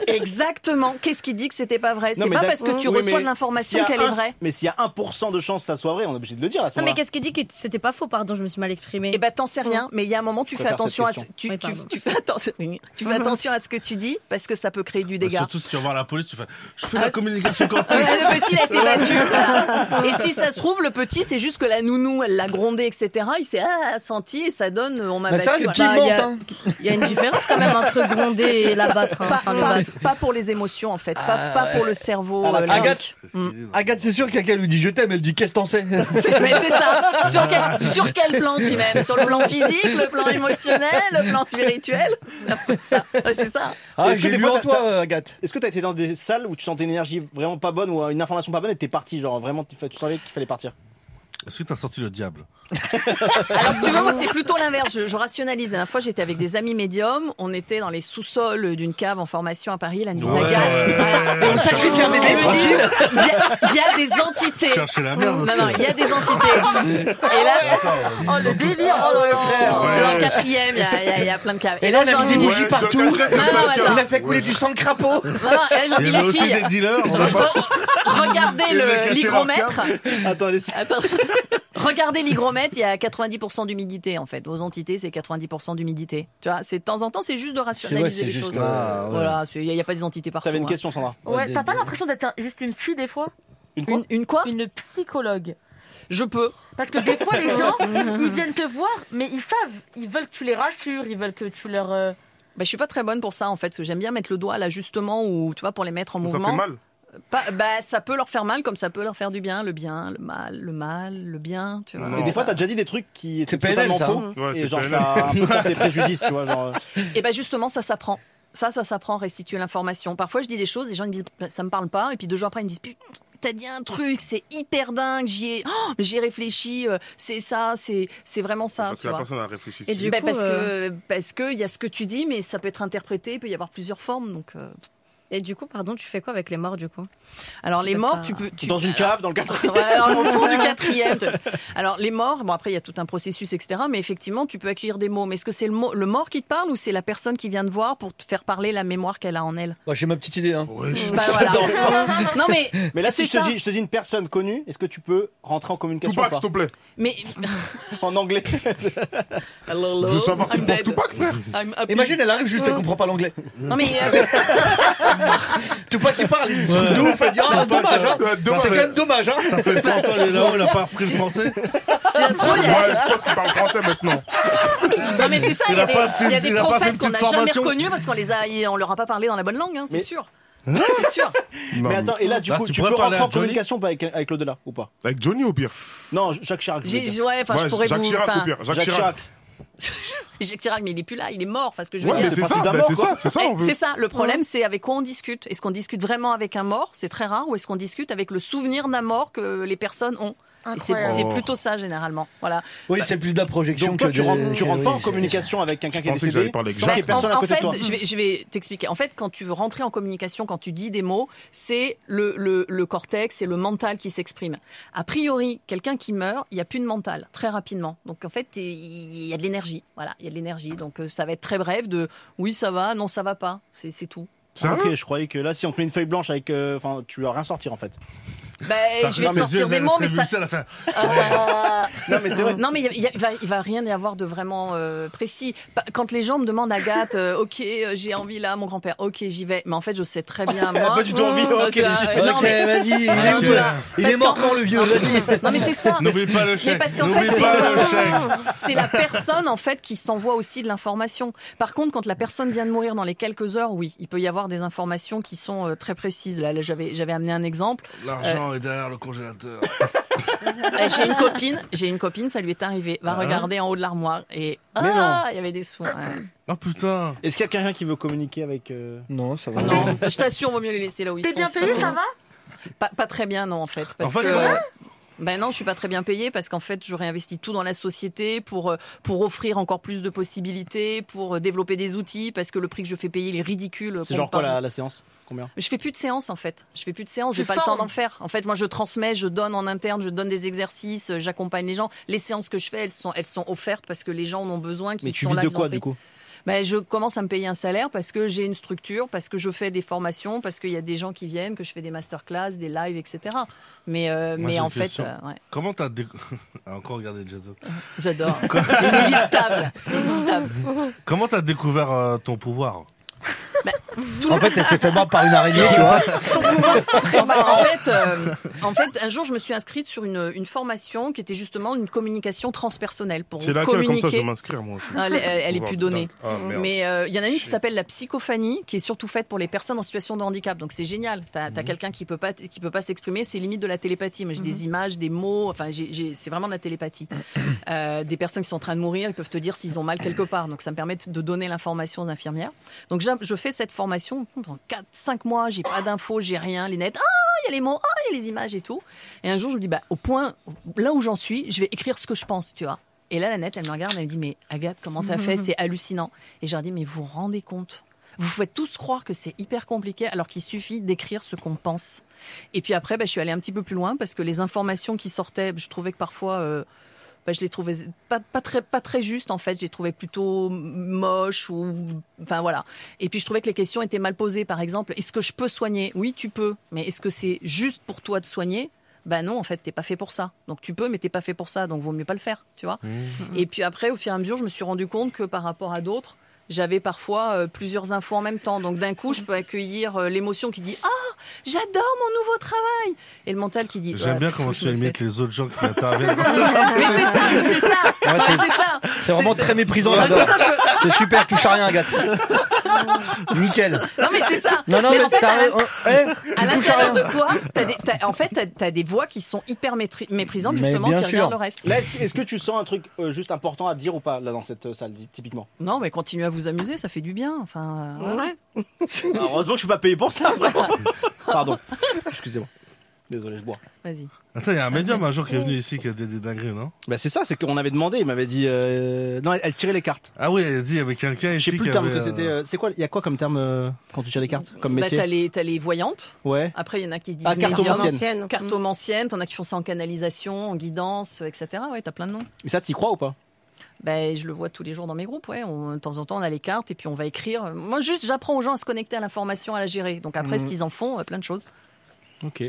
S13: Exactement. Qu'est-ce qui dit que c'était pas vrai
S4: Non,
S13: C'est
S4: mais
S13: pas
S4: d'ac-
S13: parce que tu
S4: oui,
S13: reçois
S4: mais
S13: de l'information
S4: s'il y a
S13: qu'elle est
S4: un-
S13: vraie.
S4: Mais s'il y a 1% de chance que ça soit vrai, on est obligé de le dire à ce
S6: Non, mais
S4: moment-là.
S6: qu'est-ce qu'il dit que c'était pas faux Pardon, je me suis mal exprimée. Mmh.
S13: Eh ben, t'en sais rien, mais il y a un moment, tu
S4: Je
S13: fais
S4: préfère
S13: attention à
S4: cette
S13: ce, tu,
S4: question.
S13: tu-
S6: Oui, pardon. Mmh.
S13: tu fais attention, tu fais attention à ce que tu dis parce que ça peut créer du
S5: Bah,
S13: dégât.
S5: Surtout si tu vas voir la police, tu fais Je fais la communication quand
S13: Euh, le petit, il a été
S4: Ah,
S13: battu. voilà. Et si ça se trouve, le petit, c'est juste que la nounou, elle l'a grondé, etc. Il s'est ah, senti et ça donne, euh, on m'a
S7: Bah,
S13: battu.
S7: ça, les petits, ils
S13: Bah, il y a-
S7: mentent, hein.
S6: Il y a une différence quand même entre gronder et l'abattre. hein.
S13: Pas,
S6: Enfin, le
S13: pas-
S6: battre.
S13: pas pour les émotions, en fait. Pas,
S7: Ah,
S13: pas pour
S7: ouais.
S13: le cerveau.
S7: Ah, la
S13: euh,
S7: classe.
S13: lyrique.
S7: Agathe, c'est sûr que quelqu'un lui dit je t'aime, elle dit qu'est-ce que t'en sais
S13: Mais c'est ça. Sur quel, sur quel plan tu m'aimes Sur le plan physique, le plan émotionnel, le plan spirituel C'est ça. C'est ça.
S7: Ah,
S4: Est-ce que
S7: j'ai
S4: des
S7: lu
S4: fois,
S7: en
S4: t'as-
S7: toi, euh, Agathe.
S4: Est-ce que t'as été dans des salles où tu sentais une énergie vraiment pas bonne ou euh, une information pas bonne et t'es parti Genre vraiment, tu tu savais qu'il fallait partir
S5: Est-ce que t'as sorti le diable
S13: Alors, si tu veux, moi, c'est plutôt l'inverse. Je, je rationalise. La dernière fois, j'étais avec des amis médiums. On était dans les sous-sols d'une cave en formation à Paris, la Nisaga.
S7: Et on sacrifie un bébé
S13: Je veux dire,
S7: tranquille.
S13: Il y, a- il y a des entités.
S5: Chercher la merde.
S13: Non, non, il y a des entités. Et là, oh le délire, oh là là, c'est dans le quatrième, il y a- il y, a- il y a plein de caves.
S7: Et là, on a mis des
S13: dis-
S7: bougies partout.
S13: Non, Ah, non, attends.
S7: On a fait couler du sang de crapaud.
S13: Non, non, et là, j'en dis
S5: Il y avait
S13: les
S5: aussi
S13: filles.
S5: des dealers. on a pas-
S13: Regardez
S5: Il y avait
S13: le-
S5: caché
S13: l'hygromètre. Euh,
S4: Attends, laisse.
S13: Attends. Regardez l'hygromètre, il y a 90% d'humidité en fait. Vos entités, c'est 90% d'humidité. Tu vois, c'est de temps en temps, c'est juste de rationaliser
S7: c'est
S13: les
S7: juste,
S13: choses. Euh,
S7: ah, ouais.
S13: Voilà, c'est- il n'y a, il y a pas des entités partout.
S4: T'avais une
S13: hein.
S4: question, Sandra
S8: Ouais, t'as pas l'impression d'être un- juste une psy des fois
S4: Une quoi
S13: Une, une quoi
S8: Une psychologue.
S13: Je peux.
S8: Parce que des fois, les gens, ils viennent te voir, mais ils savent, ils veulent que tu les rassures, ils veulent que tu leur. euh,
S13: Bah, je suis pas très bonne pour ça en fait, parce que j'aime bien mettre le doigt là justement ou tu vois pour les mettre en
S3: Ça
S13: mouvement.
S3: fait mal.
S13: Pas- bah, ça peut leur faire mal comme ça peut leur faire du bien, le bien, le mal, le mal, le bien, tu vois.
S4: Et des fois, t'as déjà dit des trucs qui étaient
S7: C'est PNL,
S4: totalement
S7: ça,
S4: faux.
S7: hein.
S3: Ouais,
S4: et
S3: c'est
S4: genre,
S3: PNL.
S4: ça a un peu porté préjudice, tu vois. Genre, euh,
S13: Et ben justement, ça s'apprend. Ça, ça s'apprend, restituer l'information. Parfois, je dis des choses, les gens ils me disent bah, ça me parle pas, et puis deux jours après, ils me disent putain, t'as dit un truc, c'est hyper dingue, j'y ai, oh, j'y ai réfléchi, euh, c'est ça, c'est, c'est vraiment ça. tu
S3: Parce que la
S13: vois.
S3: personne a réfléchi.
S6: Et du
S13: Ben,
S6: coup,
S13: parce
S6: euh,
S13: que parce que il y a ce que tu dis, mais ça peut être interprété, il peut y avoir plusieurs formes. Donc, euh,
S6: Et du coup, pardon, tu fais quoi avec les morts du coup
S13: alors les
S6: peux
S13: morts,
S6: pas-
S13: tu peux euh, tu-
S4: dans une cave, dans le cadre.
S13: Ouais, alors, au fond du quatrième. tu- Alors, les morts, bon, après, il y a tout un processus, etc. Mais effectivement, tu peux accueillir des mots. Mais est-ce que c'est le, mo- le mort qui te parle ou c'est la personne qui vient te voir pour te faire parler la mémoire qu'elle a en elle
S7: Bah, J'ai ma petite idée. hein.
S13: Bah, voilà. Non, mais.
S4: Mais là, si
S13: c'est
S4: je te,
S13: ça.
S4: dis, je te dis une personne connue, est-ce que tu peux rentrer en communication
S3: Tupac,
S4: ou
S3: s'il te plaît.
S13: Mais.
S4: pas En anglais.
S13: Hello,
S3: Je veux savoir ce
S13: I'm
S3: qu'il pense
S13: dead.
S3: Tupac, frère.
S13: I'm happy.
S7: Imagine, elle arrive juste, elle comprend pas l'anglais.
S13: Non, mais. euh,
S7: Tout pas qu'il parle, il dit truc de ouf, elle dit ah, dommage, hein.
S3: Ouais, dommage.
S7: C'est quand même dommage, hein.
S5: Ça fait 30 ans, il est là-haut, il a pas appris le français.
S13: si ça se trouve, il y a-
S3: Ouais, je pense qu'il parle français maintenant.
S13: Non, mais c'est ça, il y
S5: Il
S13: a
S5: a
S13: des,
S5: pas fait-
S13: il y a des
S5: il a pas fait
S13: prophètes
S5: une
S13: qu'on n'a
S5: petite
S13: jamais
S5: formation.
S13: reconnus parce qu'on les a, on leur a pas parlé dans la bonne langue, hein, c'est
S4: Mais-
S13: sûr. C'est sûr.
S3: Non,
S4: Mais attends, et là, du
S5: Là,
S4: coup,
S5: Ah, tu
S4: tu,
S5: pourrais
S4: peux
S5: parler
S4: rentrer
S5: à
S4: en
S5: Johnny
S4: communication pas avec, avec l'au-delà ou pas
S3: Avec Johnny au pire.
S4: Non, Jacques Chirac. je veux dire.
S13: J'ai, ouais, enfin, je
S3: Ouais,
S13: pourrais
S3: Jacques
S13: vous.
S3: Chirac
S13: enfin,
S3: au pire. Jacques
S4: Jacques
S3: Chirac.
S4: Chirac.
S13: Jacques Chirac, mais il est plus là, il est mort. Enfin, ce que je veux
S3: Ouais,
S13: dire,
S3: mais
S4: c'est
S3: c'est
S4: le
S3: ça,
S4: principe d'un
S3: bah,
S4: mort,
S3: c'est
S4: quoi.
S3: ça, c'est ça, on
S13: Eh,
S3: veut.
S13: C'est ça, le problème c'est avec quoi on discute. Est-ce qu'on discute vraiment avec un mort C'est très rare. Ou est-ce qu'on discute avec le souvenir d'un mort que les personnes ont Et c'est,
S8: Incroyable.
S13: c'est plutôt ça généralement. Voilà. Bah,
S7: Oui, c'est plus de la projection.
S4: Donc toi,
S7: que
S4: tu
S7: des-
S4: rentres, tu
S7: que-
S4: rentres pas
S7: oui,
S4: en communication avec quelqu'un qui est
S3: pensais que
S4: décédé
S3: j'allais parler avec
S4: sans qu'il y ait
S3: Jacques.
S4: personne
S13: en,
S4: à
S13: en
S4: côté de
S13: fait,
S4: toi.
S13: je vais, je vais t'expliquer. En fait, quand tu veux rentrer en communication, quand tu dis des mots, c'est le, le, le cortex et le mental qui s'exprime. A priori, quelqu'un qui meurt, il n'y a plus de mental très rapidement. Donc en fait, t'es- il y a de l'énergie. Voilà, il y a de l'énergie. Donc euh, ça va être très bref de oui, ça va, non, ça va pas. C'est, c'est tout.
S3: Sérieux
S4: Ok, je croyais que là, si on te met une feuille blanche avec, euh, enfin, tu vas rien sortir en fait.
S7: Bah,
S13: Ben, je vais te sortir des mots, mais ça,
S7: Ah.
S4: Non, mais c'est vrai.
S13: Non, mais il, y a- il y a- il va, il va rien y avoir de vraiment euh, précis. Pa- Quand les gens me demandent, Agathe, euh, ok, euh, j'ai envie là, mon grand-père, ok, j'y vais. Mais en fait, je sais très bien. Moi,
S7: Pas du tout envie,
S13: Euh,
S7: ok.
S13: ça, euh, non,
S7: Ok,
S13: mais,
S7: vas-y, il est
S5: Ok.
S7: où, là Il
S13: Parce
S7: est mort
S13: qu'en-
S7: quand le vieux, vas-y.
S13: non, mais c'est ça.
S5: N'oublie pas le
S13: Mais
S5: chèque.
S13: parce qu'en
S5: N'oublie
S13: fait, c'est
S5: pas le chèque.
S13: c'est la personne en fait qui s'envoie aussi de l'information. Par contre, quand la personne vient de mourir dans les quelques heures, oui, il peut y avoir des informations qui sont euh, très précises. Là, là, j'avais j'avais amené un exemple.
S5: L'argent est derrière le congélateur.
S13: Euh, J'ai une copine, j'ai une copine, ça lui est arrivé. Va regarder en haut de l'armoire et
S4: Ah. Mais non.
S13: ah, il y avait des sous. ouais.
S3: Ah,
S5: Oh putain.
S4: Est-ce qu'il y a quelqu'un qui veut communiquer avec euh,
S7: Non, ça va.
S13: Non, je t'assure, vaut mieux les laisser là où ils
S8: T'es
S13: sont.
S8: bien
S13: c'est
S8: payé,
S13: pas-
S8: ça va
S13: pas, pas très bien, non, en fait. Parce
S5: En fait,
S13: que...
S5: ouais.
S13: Ben non, je suis pas très bien payée parce qu'en fait, j'aurais investi tout dans la société pour, euh, pour offrir encore plus de possibilités, pour euh, développer des outils, parce que le prix que je fais payer, il est ridicule.
S4: C'est
S13: Qu'on
S4: genre quoi
S13: parle-
S4: la, la séance Combien
S13: je fais plus de séances en fait. Je fais plus de séances.
S4: Tu
S13: J'ai pas le temps
S4: formes.
S13: d'en faire. En fait, moi, je transmets, je donne en interne, je donne des exercices, euh, j'accompagne les gens. Les séances que je fais, elles sont, elles sont offertes parce que les gens en ont besoin. Qui
S4: Mais tu
S13: sont
S4: vis
S13: là,
S4: de
S13: qu'ils
S4: quoi
S13: ont pris.
S4: du coup
S13: Ben, je commence à me payer un salaire parce que j'ai une structure, parce que je fais des formations, parce qu'il y a des gens qui viennent, que je fais des masterclass, des lives, etc. Mais, euh,
S5: Moi,
S13: mais
S5: j'ai
S13: en
S5: une
S13: fait,
S5: question.
S13: euh, ouais.
S5: Comment t'as déc- Ah, encore regardé Jason.
S13: J'adore. Il est stable.
S5: Comment t'as découvert euh, ton pouvoir
S13: Ben,
S7: En fait, elle s'est fait mordre par une araignée, tu vois.
S13: Son pouvoir, c'est très mal. En fait, euh, en fait, un jour, je me suis inscrite sur une, une formation qui était justement une communication transpersonnelle pour
S3: C'est laquelle, comme
S13: communiquer.
S3: ça, je vais m'inscrire, moi aussi.
S13: Ah, Elle, elle- elle est
S3: Pouvoir
S13: plus
S3: de
S13: donnée.
S3: dingue. Ah, merde.
S13: Mais euh, il y en a une qui s'appelle la psychophanie, qui est surtout faite pour les personnes en situation de handicap. Donc c'est génial. T'as
S3: Mhm.
S13: as quelqu'un qui peut pas qui peut pas s'exprimer, c'est limite de la télépathie. Moi j'ai des images, des mots. Enfin j'ai- j'ai- c'est vraiment de la télépathie. Euh, des personnes qui sont en train de mourir, ils peuvent te dire s'ils ont mal quelque part. Donc ça me permet de donner l'information aux infirmières. Donc j'a- je fais cette formation pendant 4-5 mois. J'ai pas d'infos, j'ai rien, les nets. Ah, il y a les mots, ah, il y a les images et tout. Et un jour je me dis bah au point là où j'en suis, je vais écrire ce que je pense, tu vois. Et là, la nette, elle me regarde, elle me dit Mais Agathe, comment t'as fait C'est hallucinant. Et je leur dis Mais vous vous rendez compte Vous faites tous croire que c'est hyper compliqué alors qu'il suffit d'écrire ce qu'on pense. Et puis après, bah, je suis allée un petit peu plus loin parce que les informations qui sortaient, je trouvais que parfois. euh, bah, je les trouvais pas, pas très pas très justes en fait je les trouvais plutôt moches ou enfin voilà et puis je trouvais que les questions étaient mal posées par exemple est-ce que je peux soigner oui tu peux mais est-ce que c'est juste pour toi de soigner bah non en fait t'es pas fait pour ça donc tu peux mais t'es pas fait pour ça donc vaut mieux pas le faire tu vois et puis après, au fur et à mesure, je me suis rendu compte que par rapport à d'autres, j'avais parfois euh, plusieurs infos en même temps. Donc d'un coup, je peux accueillir euh, l'émotion qui dit Ah, j'adore mon nouveau travail Et le mental qui dit bah,
S5: J'aime
S13: Ouais,
S5: bien
S13: pff,
S5: comment
S13: je
S5: tu
S13: me
S5: imites les autres gens qui
S13: fais-
S5: interviennent.
S13: Mais c'est ça, c'est ça,
S7: Ouais,
S13: Ouais,
S7: c'est-
S13: c'est ça.
S7: C'est vraiment très méprisant,
S13: Ouais,
S7: j'adore.
S13: c'est ça, je-
S7: C'est super, touche à rien, Agathe. Nickel.
S13: Non mais c'est ça.
S7: Non, non, mais,
S13: en fait,
S7: t'as
S13: à l'in-
S7: raison. Eh,
S13: à
S7: tu touches à
S13: l'intérieur
S7: rien.
S13: de toi, t'as des- t'as- en fait, t'as- t'as as des voix qui sont hyper maîtri- méprisantes
S4: Mais
S13: justement qui
S4: bien sûr.
S13: regardent le reste.
S4: Là, est-ce que, est-ce que tu sens un truc euh, juste important à dire ou pas là dans cette euh, salle typiquement
S13: Non, mais continuez à vous amuser, ça fait du bien. Enfin, euh, voilà.
S4: Alors, Ah, Heureusement que je suis pas payé pour ça. vraiment. Pardon. Excusez-moi. Désolé, je bois.
S13: Vas-y.
S5: Attends, il y a un médium un jour qui est venu ici qui a dit des dingueries, non
S4: Bah c'est ça, c'est qu'on avait demandé, il m'avait dit euh, non, elle, elle tirait les cartes.
S5: Ah oui, elle a dit il y avait quelqu'un
S4: Je
S5: ici
S4: sais plus
S5: qui
S4: le terme
S5: avait,
S4: que c'était.
S5: euh,
S4: euh, c'est quoi Il y a quoi comme terme euh, quand tu tires les cartes comme
S13: Bah,
S4: métier
S13: t'as les, t'as les voyantes.
S4: Ouais.
S13: Après, il y en a qui se disent
S4: Ah, cartomancienne.
S13: médium, cartomancienne. T'en as qui font ça en canalisation, en guidance, euh, etc. Ouais, t'as plein de noms.
S4: Et ça, t'y crois ou pas
S13: Ben, je le vois tous les jours dans mes groupes. Ouais. On- de temps en temps, on a les cartes et puis on va écrire. Moi, juste, j'apprends aux gens à se connecter à l'information, à la gérer. Donc après,
S4: Mhm.
S13: ce qu'ils en font, euh, plein de choses.
S4: Ok.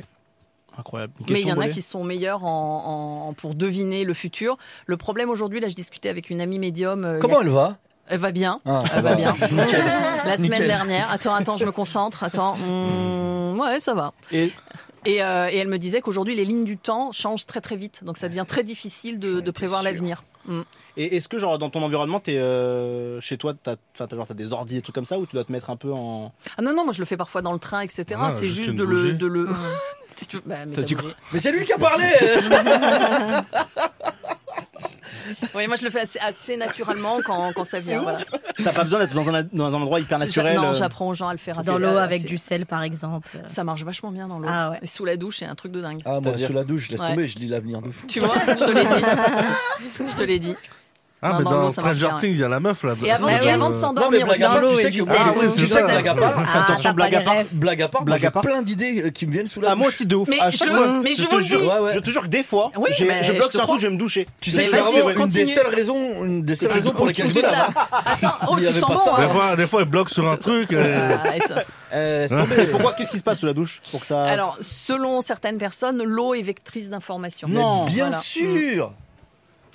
S4: Incroyable. Une
S13: Mais il y
S4: question,
S13: en a
S4: Bollet
S13: qui sont meilleurs en, en- en- pour deviner le futur. Le problème aujourd'hui, là, je discutais avec une amie médium. euh, il y
S7: Comment
S13: a-
S7: elle va
S13: Elle va bien.
S7: Ah, ça
S13: elle va
S7: va.
S13: bien.
S7: Nickel.
S13: La semaine
S7: Nickel.
S13: dernière. Attends, attends, je me concentre. Attends.
S4: Mmh.
S13: Hmm, ouais, ça va.
S4: Et
S13: Et, euh, et elle me disait qu'aujourd'hui, les lignes du temps changent très très vite. Donc ça devient très difficile de, de prévoir l'avenir. Mm.
S4: Et est-ce que genre dans ton environnement, t'es euh, chez toi, t'as, enfin, t'as genre t'as des ordi et trucs comme ça, ou tu dois te mettre un peu en.
S13: Ah non, non, moi je le fais parfois dans le train, etc.
S4: Ah,
S13: c'est
S4: juste
S13: juste
S4: une
S13: de le,
S4: bougie.
S13: de le. Si tu veux- bah, mais
S4: T'as
S13: t'as
S4: dit
S13: bougé.
S4: quoi
S7: Mais c'est lui qui a parlé
S13: Oui, moi je le fais assez, assez naturellement quand, quand ça vient. Voilà.
S4: T'as pas besoin d'être dans un, dans un endroit hyper naturel.
S13: J'a-
S4: euh.
S13: Non, j'apprends aux gens à le faire.
S6: Dans
S13: assez-
S6: l'eau
S13: assez-
S6: avec du sel, par exemple.
S13: Ça marche vachement bien dans l'eau.
S6: Ah ouais.
S13: Et Sous la douche, c'est un truc de dingue.
S7: Ah, moi,
S13: C'est-à-dire-
S7: sous la douche, je laisse
S13: Ouais.
S7: tomber, je lis l'avenir de fou.
S13: Tu vois, je te l'ai dit. Je te l'ai dit.
S5: Ah,
S13: Non,
S5: mais
S13: dans
S5: dans
S13: l'eau, ça marche
S5: Stranger
S13: bien,
S5: Things, il y a la meuf là.
S13: Et avant-
S5: c'est
S13: et
S5: le-
S13: avant de s'endormir,
S7: Non, mais blague à
S13: dans
S7: part,
S13: l'eau
S7: tu
S13: et
S7: sais
S13: du
S7: que
S13: sel.
S7: Ah oui,
S13: Tu
S7: tu sais
S13: sais
S7: que
S13: que
S7: blague à
S13: ça-
S7: part.
S13: Ah,
S7: Attention,
S13: t'as
S7: blague
S13: pas
S7: à
S13: les
S7: part.
S13: rêves.
S7: Blague à part.
S4: Blague
S7: moi, j'ai
S4: à part.
S7: plein d'idées euh, qui me viennent sous la
S4: Ah,
S7: douche.
S4: moi aussi de ouf.
S13: Mais
S4: à chaque
S13: je-
S4: fois.
S13: mais je
S4: te
S13: vous le
S4: jure,
S13: dis.
S7: Ouais, ouais.
S4: je te jure que des fois,
S13: Oui,
S4: j'ai-
S13: mais
S4: je
S13: je
S4: bloque
S13: te
S4: sur un
S13: crois.
S4: truc, je vais me doucher.
S7: Tu sais
S13: Mais
S7: que c'est
S13: vas-y,
S7: vraiment une des
S13: continue.
S7: seules raisons, une des seules
S4: Je-
S7: raisons pour lesquelles je
S13: Ou
S7: me
S13: tu te
S7: lave.
S13: laves. Attends, oh,
S7: Il y
S13: tu
S7: avait
S13: sens
S7: pas
S13: bon.
S7: ça.
S5: Des
S13: hein.
S5: fois, des fois, elle bloque sur un truc. euh,
S13: Ah, et ça.
S4: Euh, laisse tomber. Pourquoi Qu'est-ce qui se passe sous la douche pour que
S7: Ah.
S4: ça
S13: Alors, selon certaines personnes, l'eau est vectrice d'information.
S4: Non. Mm.
S7: Bien
S13: Voilà.
S7: sûr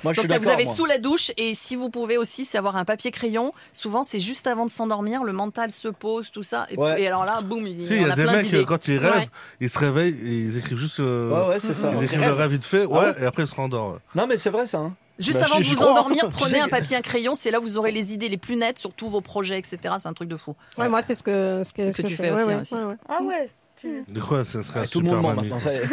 S7: Moi, je suis
S13: Donc là,
S7: d'accord.
S13: vous avez
S7: moi.
S13: sous la douche et si vous pouvez aussi savoir un papier crayon, souvent c'est juste avant de s'endormir, le mental se pose, tout ça. Et,
S7: Ouais.
S13: puis- et alors là, boum, il
S5: Tu sais,
S13: y
S5: il y
S13: en
S5: a
S13: a
S5: des
S13: plein
S5: mecs,
S13: d'idées.
S5: euh, quand ils rêvent,
S13: Ouais.
S5: ils se réveillent et ils écrivent juste. euh,
S7: Ouais, ouais, c'est ça.
S5: Ils
S7: Ils
S5: écrivent
S7: rêvent.
S5: le rêve vite fait,
S7: Ah
S5: ouais,
S7: ouais
S5: et après ils se rendorment.
S7: Non, mais c'est vrai, ça. hein.
S13: Juste
S7: Bah,
S13: avant de
S7: j'y
S13: vous
S7: crois.
S13: endormir,
S7: Tu
S13: prenez
S7: sais
S13: un
S7: que-
S13: papier, un crayon, c'est là où vous aurez les idées les plus nettes sur tous vos projets, etc. C'est un truc de fou.
S11: Ouais, moi, c'est ce que, ce que,
S13: C'est ce que
S11: ce que
S13: tu
S11: je
S13: fais aussi,
S11: Ouais,
S13: hein, aussi.
S11: ouais, ouais, ouais.
S8: Ah ouais
S5: De quoi ça serait
S4: tout
S5: super
S4: le monde ment
S5: mamie.
S4: maintenant, ça y est.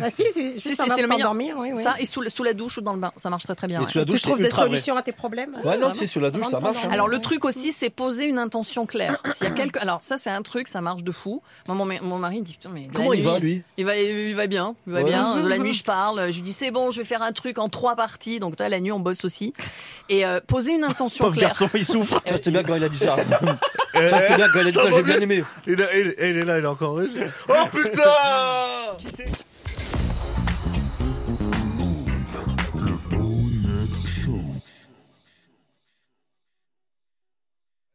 S11: Bah si, c'est
S13: Si,
S11: juste
S13: si,
S11: en
S13: c'est le
S11: même temps
S13: meilleur.
S11: dormir, oui, oui.
S13: Ça, et sous, le- sous la douche ou dans le bain, ça marche très très bien.
S4: Et
S13: ouais.
S4: sous la douche,
S11: Tu trouves
S4: c'est
S11: des
S4: ultra vrai.
S11: solutions à tes problèmes
S4: Ouais, non, si, sous la douche, ça marche. hein.
S13: Alors le truc aussi, c'est poser une intention claire. S'il y a quelque... Alors ça, c'est un truc, ça marche de fou. Moi, mon, mon mari me dit putain mais de la
S4: Comment il
S13: nuit,
S4: va, lui
S13: Il va, il va bien, il va
S4: Ouais.
S13: bien. De la nuit, je parle. Je lui dis c'est bon, je vais faire un truc en trois parties. Donc là, la nuit, on bosse aussi. Et euh, poser une intention
S4: Pauvre
S13: claire.
S4: garçon, il souffre.
S13: Ça,
S4: c'était bien quand il a dit ça. Ça, c'était bien quand il a dit ça, j'ai bien aimé.
S5: Il, a- il- il est là, il est encore riche. Oh putain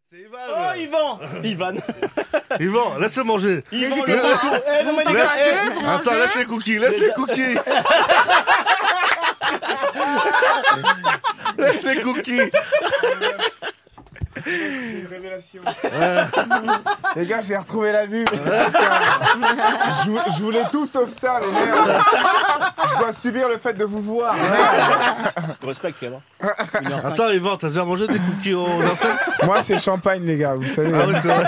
S4: Oh, Yvan Yvan
S5: Yvan, laisse-le manger.
S4: Yvan,
S5: Laisse-
S4: le retour. Eh, non, mais les gars, eh,
S5: laisse- Attends, laisse les cookies, laisse les cookies. laisse les cookies.
S13: euh,
S10: C'est une révélation. les gars, j'ai retrouvé la vue. je, vou- je voulais tout sauf ça, les gars. Je dois subir le fait de vous voir.
S4: Tu respectes, alors.
S5: Attends, Yvan, t'as déjà mangé des cookies aux insectes
S10: Moi, c'est champagne, les gars, vous savez. hein.
S5: Ah oui, c'est vrai.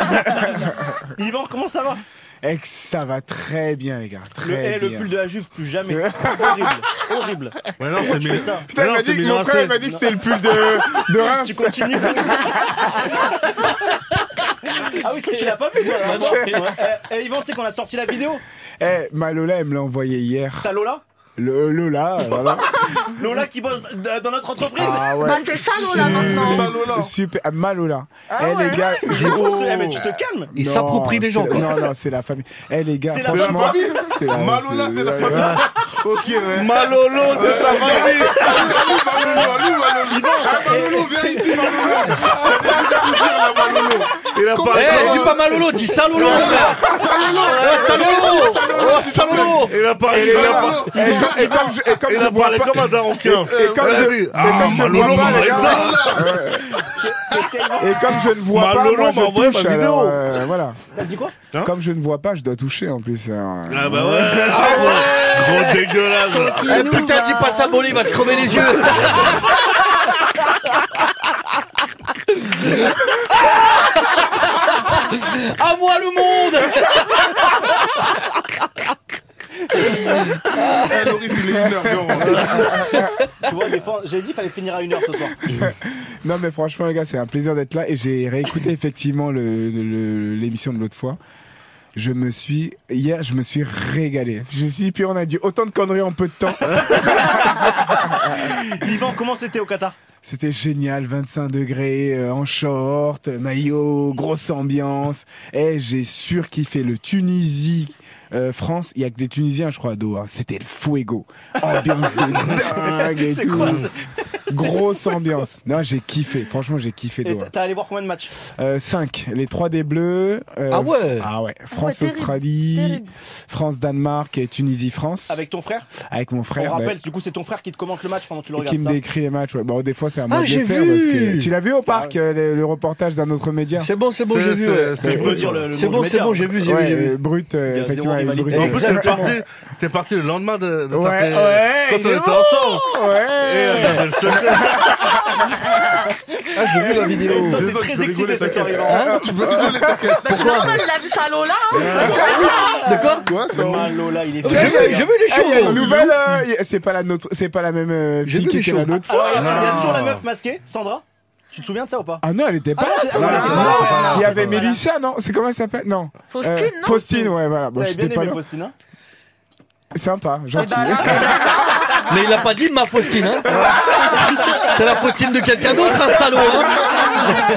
S4: Yvan, comment ça va
S10: Ex, ça va très bien, les gars.
S4: le,
S10: Très
S4: eh, le
S10: bien.
S4: pull de la juve, plus jamais. horrible, horrible.
S5: Mais Ah non, c'est
S4: Tu fais
S5: mes-
S4: ça.
S10: Putain,
S5: Mais
S10: il
S5: non,
S10: m'a
S5: c'est
S10: dit,
S5: mes
S10: mon frère, il
S5: insectes.
S10: m'a dit que c'est le pull de, de Reims.
S4: Tu continues. ah oui, c'est qu'il a pas vu, toi. là, avant. Eh, eh, Yvan, tu sais qu'on a sorti la vidéo.
S10: Eh, ma Lola, elle me l'a envoyé hier.
S4: T'as Lola
S10: Le euh, Lola, voilà.
S4: Lola qui bosse d- dans notre entreprise.
S10: Ah ouais.
S1: Bah, t'es salaud, là, maintenant.
S10: Super, super, ah, Malola. eh
S1: ouais.
S10: les gars, je
S4: Il faut se- eh, mais tu te calmes.
S10: Il s'approprie les gens. Non, non, c'est la famille. Eh les gars,
S4: C'est la
S10: franchement,
S3: famille.
S10: c'est la
S3: Malola, c'est la famille. Ok, ouais.
S5: Malolo, c'est ta famille.
S3: Allô, allô, Malolo, allô, Malolo. Ah, Malolo, viens ici, Malolo. T'as des trucs à nous dire, là, Malolo. Il a
S4: Eh,
S3: pas
S4: dis pas malolo, dis salolo, mon frère. Eh, Salolo. Oh, salolo.
S5: Il a parlé,
S10: Et
S5: il a
S10: là,
S5: parlé.
S10: et comme- et comme je- et comme
S5: Il
S10: je
S5: a
S10: vois
S5: parlé
S10: pas-
S5: comme un daronquin.
S10: et comme
S5: Il a
S10: je- et
S5: dit, Ah,
S10: comme je
S5: Malolo
S10: vois pas,
S5: m'a
S10: les
S5: envoyé
S10: gars,
S5: ça.
S4: Qu'est-ce qu'elle va
S10: Et comme je ne vois pas,
S5: Malolo
S10: moi,
S5: m'a envoyé
S10: je touche.
S5: ma
S10: alors,
S5: vidéo.
S10: euh, voilà.
S4: T'as dit quoi
S5: Hein
S10: Comme je ne vois pas, je dois toucher en plus. alors, euh,
S5: Ah bah ouais, ah ouais. Gros dégueulasse.
S4: Eh, Putain, dis pas ça, Molly, il va se crever les yeux. À moi le monde
S3: Eh, Loris, il est une heure, viens, on rentre.
S10: hein.
S4: Tu vois, des fois, j'ai dit fallait finir à une heure ce soir.
S10: Non mais franchement les gars, c'est un plaisir d'être là et j'ai réécouté effectivement le- le- l'émission de l'autre fois. Je me suis hier, je me suis régalé. Je me suis dit, puis on a dit autant de conneries en peu de temps.
S4: Hein Yvan, comment c'était au Qatar
S10: C'était génial, 25 degrés euh, en short, maillot, grosse ambiance. Et j'ai surkiffé le Tunisie. euh, France, il y a que des Tunisiens, je crois, à Doha. C'était le fuego. Ambiance de dingue et
S4: C'est
S10: tout.
S4: quoi, c'est-
S10: Grosse ambiance. Non, j'ai kiffé. Franchement, j'ai kiffé
S4: Et
S10: Doha.
S4: t'as- T'as allé voir combien de matchs
S10: 5, Euh, les 3 des bleus. euh,
S4: Ah ouais
S10: Ah ouais.
S1: terrible,
S10: France-Australie,
S1: terrible.
S10: France-Danemark et Tunisie-France. Avec,
S4: Avec ton frère
S10: mon
S4: On
S10: frère. bah,
S4: rappelle, du coup, c'est ton frère qui te commente le match pendant que tu le
S10: et qui
S4: regardes.
S10: me
S4: ça.
S10: décrit les matchs. ouais. Bon, des fois, c'est un
S4: Ah,
S10: mal de
S4: j'ai
S10: faire parce que-
S4: vu
S10: Tu l'as vu au parc, euh, le, le reportage d'un autre média
S15: C'est bon, c'est bon,
S5: C'est-
S15: j'ai vu.
S5: c'est-
S15: ouais.
S5: c'est-
S4: Tu peux dire le, le
S15: C'est
S4: mot
S15: bon,
S4: du
S15: c'est
S4: média.
S15: bon, j'ai vu, j'ai vu,
S10: Ouais,
S15: j'ai vu.
S10: euh, brut, euh,
S4: Il y a
S10: effectivement,
S4: zéro
S10: avec brut.
S4: rivalité.
S5: En plus, t'es
S10: Exactement.
S5: parti, t'es parti le lendemain de, de
S10: Ouais,
S5: taper-
S10: ouais,
S5: quand on
S10: il est
S5: était ensemble. Et
S10: Ouais.
S5: euh, j'ai le secret.
S15: Ah, j'ai vu la vidéo.
S4: Toi, t'es
S3: Désolé,
S4: très
S3: je rigolais,
S4: excité ce soir, Yvan. Bah,
S3: Tu peux rigoler, t'inquiète.
S4: Ah,
S1: Non, mais il a vu ça Lola. hein.
S3: Quoi, ça
S4: Le Malola, il est
S15: J'ai vu, j'ai vu les
S10: Eh, Il y a une
S15: choses.
S10: nouvelle. euh, y- c'est pas la nôtre, c'est pas la même euh,
S15: J'ai
S10: fille
S15: vu les
S10: qui était là
S15: choses.
S10: l'autre
S3: Ah,
S10: fois.
S4: Alors, il y a- Ah, il y a
S5: Non.
S4: toujours la meuf masquée, Sandra. Tu te souviens de ça ou pas
S10: Ah non, elle était pas
S4: Ah non, c'est-
S10: là.
S4: ah, voilà,
S10: Non,
S4: c'est
S10: non,
S4: pas là,
S10: non,
S4: c'est pas là,
S10: Il y
S4: c'est
S10: avait
S4: pas là.
S10: Mélissa, non C'est comment elle s'appelle Non.
S1: Faustine,
S10: Euh,
S1: non
S10: Faustine, ouais, voilà. Bon,
S4: T'avais bien
S10: j'étais pas
S4: aimé
S10: là.
S4: Faustine, hein
S10: Sympa,
S1: Eh
S10: gentil.
S1: ben là,
S15: Mais il a pas dit de ma Faustine, hein. C'est la Faustine de quelqu'un d'autre, un salaud, hein.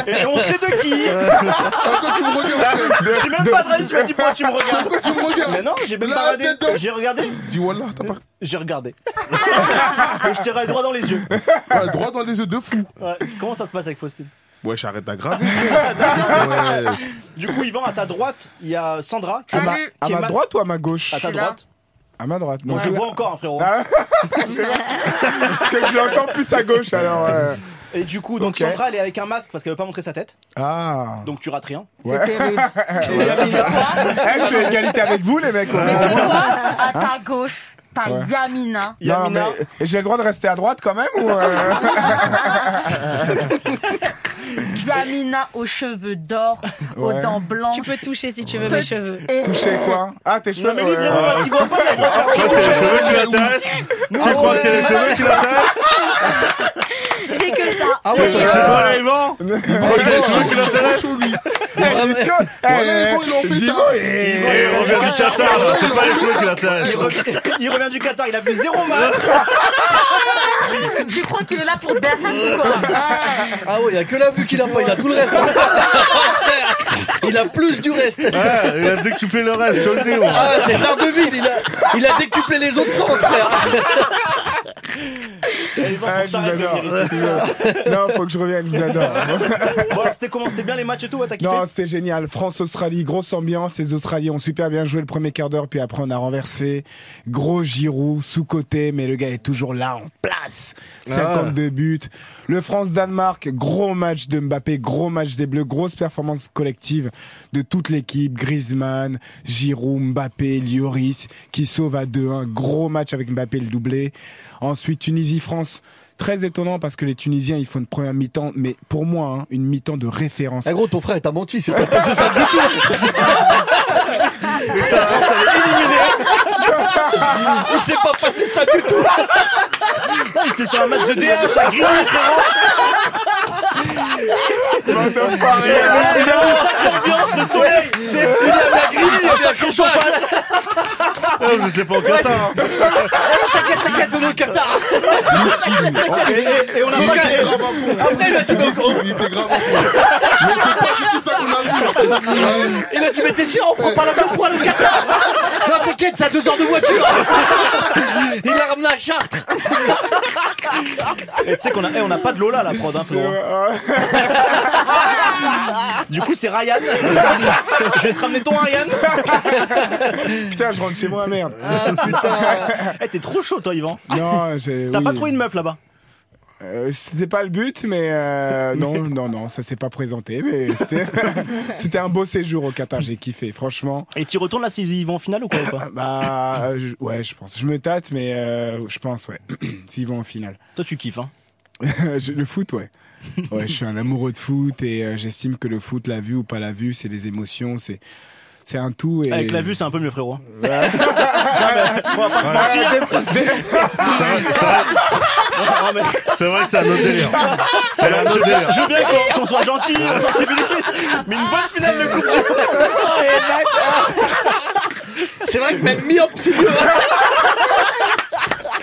S4: Et on sait de qui
S3: Pourquoi Ah, tu me regardes
S4: Je t'ai même pas regardé, tu m'as dit pourquoi tu me regardes
S3: Pourquoi tu me
S4: Mais
S3: regardes
S4: non, j'ai même
S3: La
S4: pas regardé.
S3: tête d'homme.
S4: J'ai regardé,
S3: Dis Wallah, t'as pas.
S4: j'ai regardé. Et je tirais droit dans les yeux.
S3: Ah, Droit dans les yeux de fou.
S4: Ouais. Comment ça se passe avec Faustine
S3: Ouais, j'arrête d'aggraver. Ouais.
S4: Du coup, Yvan, à ta droite, il y a Sandra qui
S10: À
S4: est
S10: ma,
S4: ma-
S10: à
S4: qui est
S10: ma
S4: ma-
S10: droite ou à ma gauche
S4: À ta
S1: suis là.
S4: droite.
S10: À ma droite. non.
S4: Moi, je le vois encore, hein, frérot.
S10: Ah, je- Parce que je l'entends plus à gauche alors. euh.
S4: Et du coup, donc
S10: Ok.
S4: Sandra, elle est avec un masque parce qu'elle veut pas montrer sa tête.
S10: Ah.
S4: Donc tu rates rien.
S1: C'est terrible.
S10: Eh, je suis à égalité avec vous les mecs. au
S1: Mais
S10: moins.
S1: tu vois, à ta gauche, t'as
S10: Ouais.
S1: Yamina.
S10: Non,
S4: Yamina.
S10: mais- et j'ai le droit de rester à droite quand même ou euh,
S13: Zamina aux cheveux d'or, aux
S10: Ouais.
S13: dents blanches.
S6: Tu peux toucher si tu veux
S13: Peut-
S6: mes cheveux.
S10: Toucher quoi Ah, tes cheveux ouais, ouais.
S3: Toi, Ah, c'est les cheveux qui l'intéressent Tu crois que c'est les cheveux qui l'intéressent
S6: J'ai que ça.
S5: Ah,
S15: Ah
S3: Tu tu crois à Yvan Tu crois que c'est les cheveux qui l'intéressent Eh, Il revient eh, du Qatar, là, c'est pas les cheveux qui l'intéressent.
S4: Il revient du Qatar, il a fait zéro match.
S13: Je crois qu'il est là pour Derham ou quoi Ah.
S5: Ah ouais, il a que la vue qu'il a pas, il a tout le reste. il a plus du reste.
S3: Ouais, il a décuplé le reste, je te le dis, moi.
S5: Ah, c'est Daredevil, il a, il a décuplé les autres sens, frère.
S10: Ah, je vous adore. je vous adore. Non, faut que je revienne, je vous adore.
S4: Bon, alors, c'était comment C'était bien les matchs et tout ouais, T'as kiffé
S10: Non, c'était génial. France-Australie, grosse ambiance. Les Australiens ont super bien joué le premier quart d'heure, puis après on a renversé. Gros Giroud, sous-côté, mais le gars est toujours là en place. 52 buts. Le France-Danemark, gros match de Mbappé, gros match des Bleus, grosse performance collective de toute l'équipe. Griezmann, Giroud, Mbappé, Lloris, qui sauve à 2-1. Gros match avec Mbappé, le doublé. Ensuite, Tunisie-France. Très étonnant parce que les Tunisiens, ils font une première mi-temps, mais pour moi, hein, une mi-temps de référence.
S5: Ah gros, ton frère, t'a menti, c'est pas passé ça du tout. Il s'est pas passé ça du tout.
S4: Non, il était sur un match de DH à Grigny, frérot. Il avait il avait une sacrée ambiance, le soleil. tu sais. Il avait la grille, il avait un sacré chauffage.
S3: Vous étiez pas au Qatar. hein.
S5: Oh, T'inquiète, t'inquiète, on est au Qatar.
S4: Et- Et on a
S16: Il était
S4: pas qu'à-
S16: grave à fond.
S5: Après, il a dit, mais-
S16: Il était grave à fond. Mais c'est pas du tout ça qu'on a vu.
S5: il a dit, mais t'es sûr, on prend pas l'avion pour aller au Qatar. Non, t'inquiète, c'est à deux heures de voiture. Il a ramené à Chartres.
S4: Et tu sais qu'on a, eh, on a pas de Lola la prod, hein, Flo, hein.
S10: Euh,
S4: Du coup, c'est Ryan. Je vais te ramener ton Ryan.
S10: Putain, je rentre chez moi, merde.
S4: Ah, Eh, t'es trop chaud, toi, Yvan.
S10: Non, j'ai.
S4: T'as
S10: oui.
S4: pas trouvé une meuf là-bas.
S10: Euh, c'était pas le but, mais euh, non, non, non, ça s'est pas présenté. Mais c'était, c'était un beau séjour au Qatar. J'ai kiffé, franchement.
S4: Et tu retournes là s'ils vont en finale ou quoi ou pas
S10: Bah, euh, je- ouais, je pense. Je me tâte, mais euh, je pense, ouais. S'ils vont en finale.
S4: Toi, tu kiffes, hein.
S10: Je- le foot, ouais. Ouais, je suis un amoureux de foot et euh, j'estime que le foot, la vue ou pas la vue, c'est des émotions, c'est, c'est un tout. Et...
S4: Avec la vue, c'est un peu mieux, frérot.
S5: hein.
S3: C'est vrai- c'est vrai-
S4: Non, mais-
S3: C'est vrai que c'est un autre délire. C'est un
S4: Je
S3: autre
S4: veux bien,
S3: délire.
S4: je veux bien qu'on- qu'on soit gentil, on sensibilise, mais une bonne finale de Coupe du
S5: C'est vrai que même myope, c'est mieux.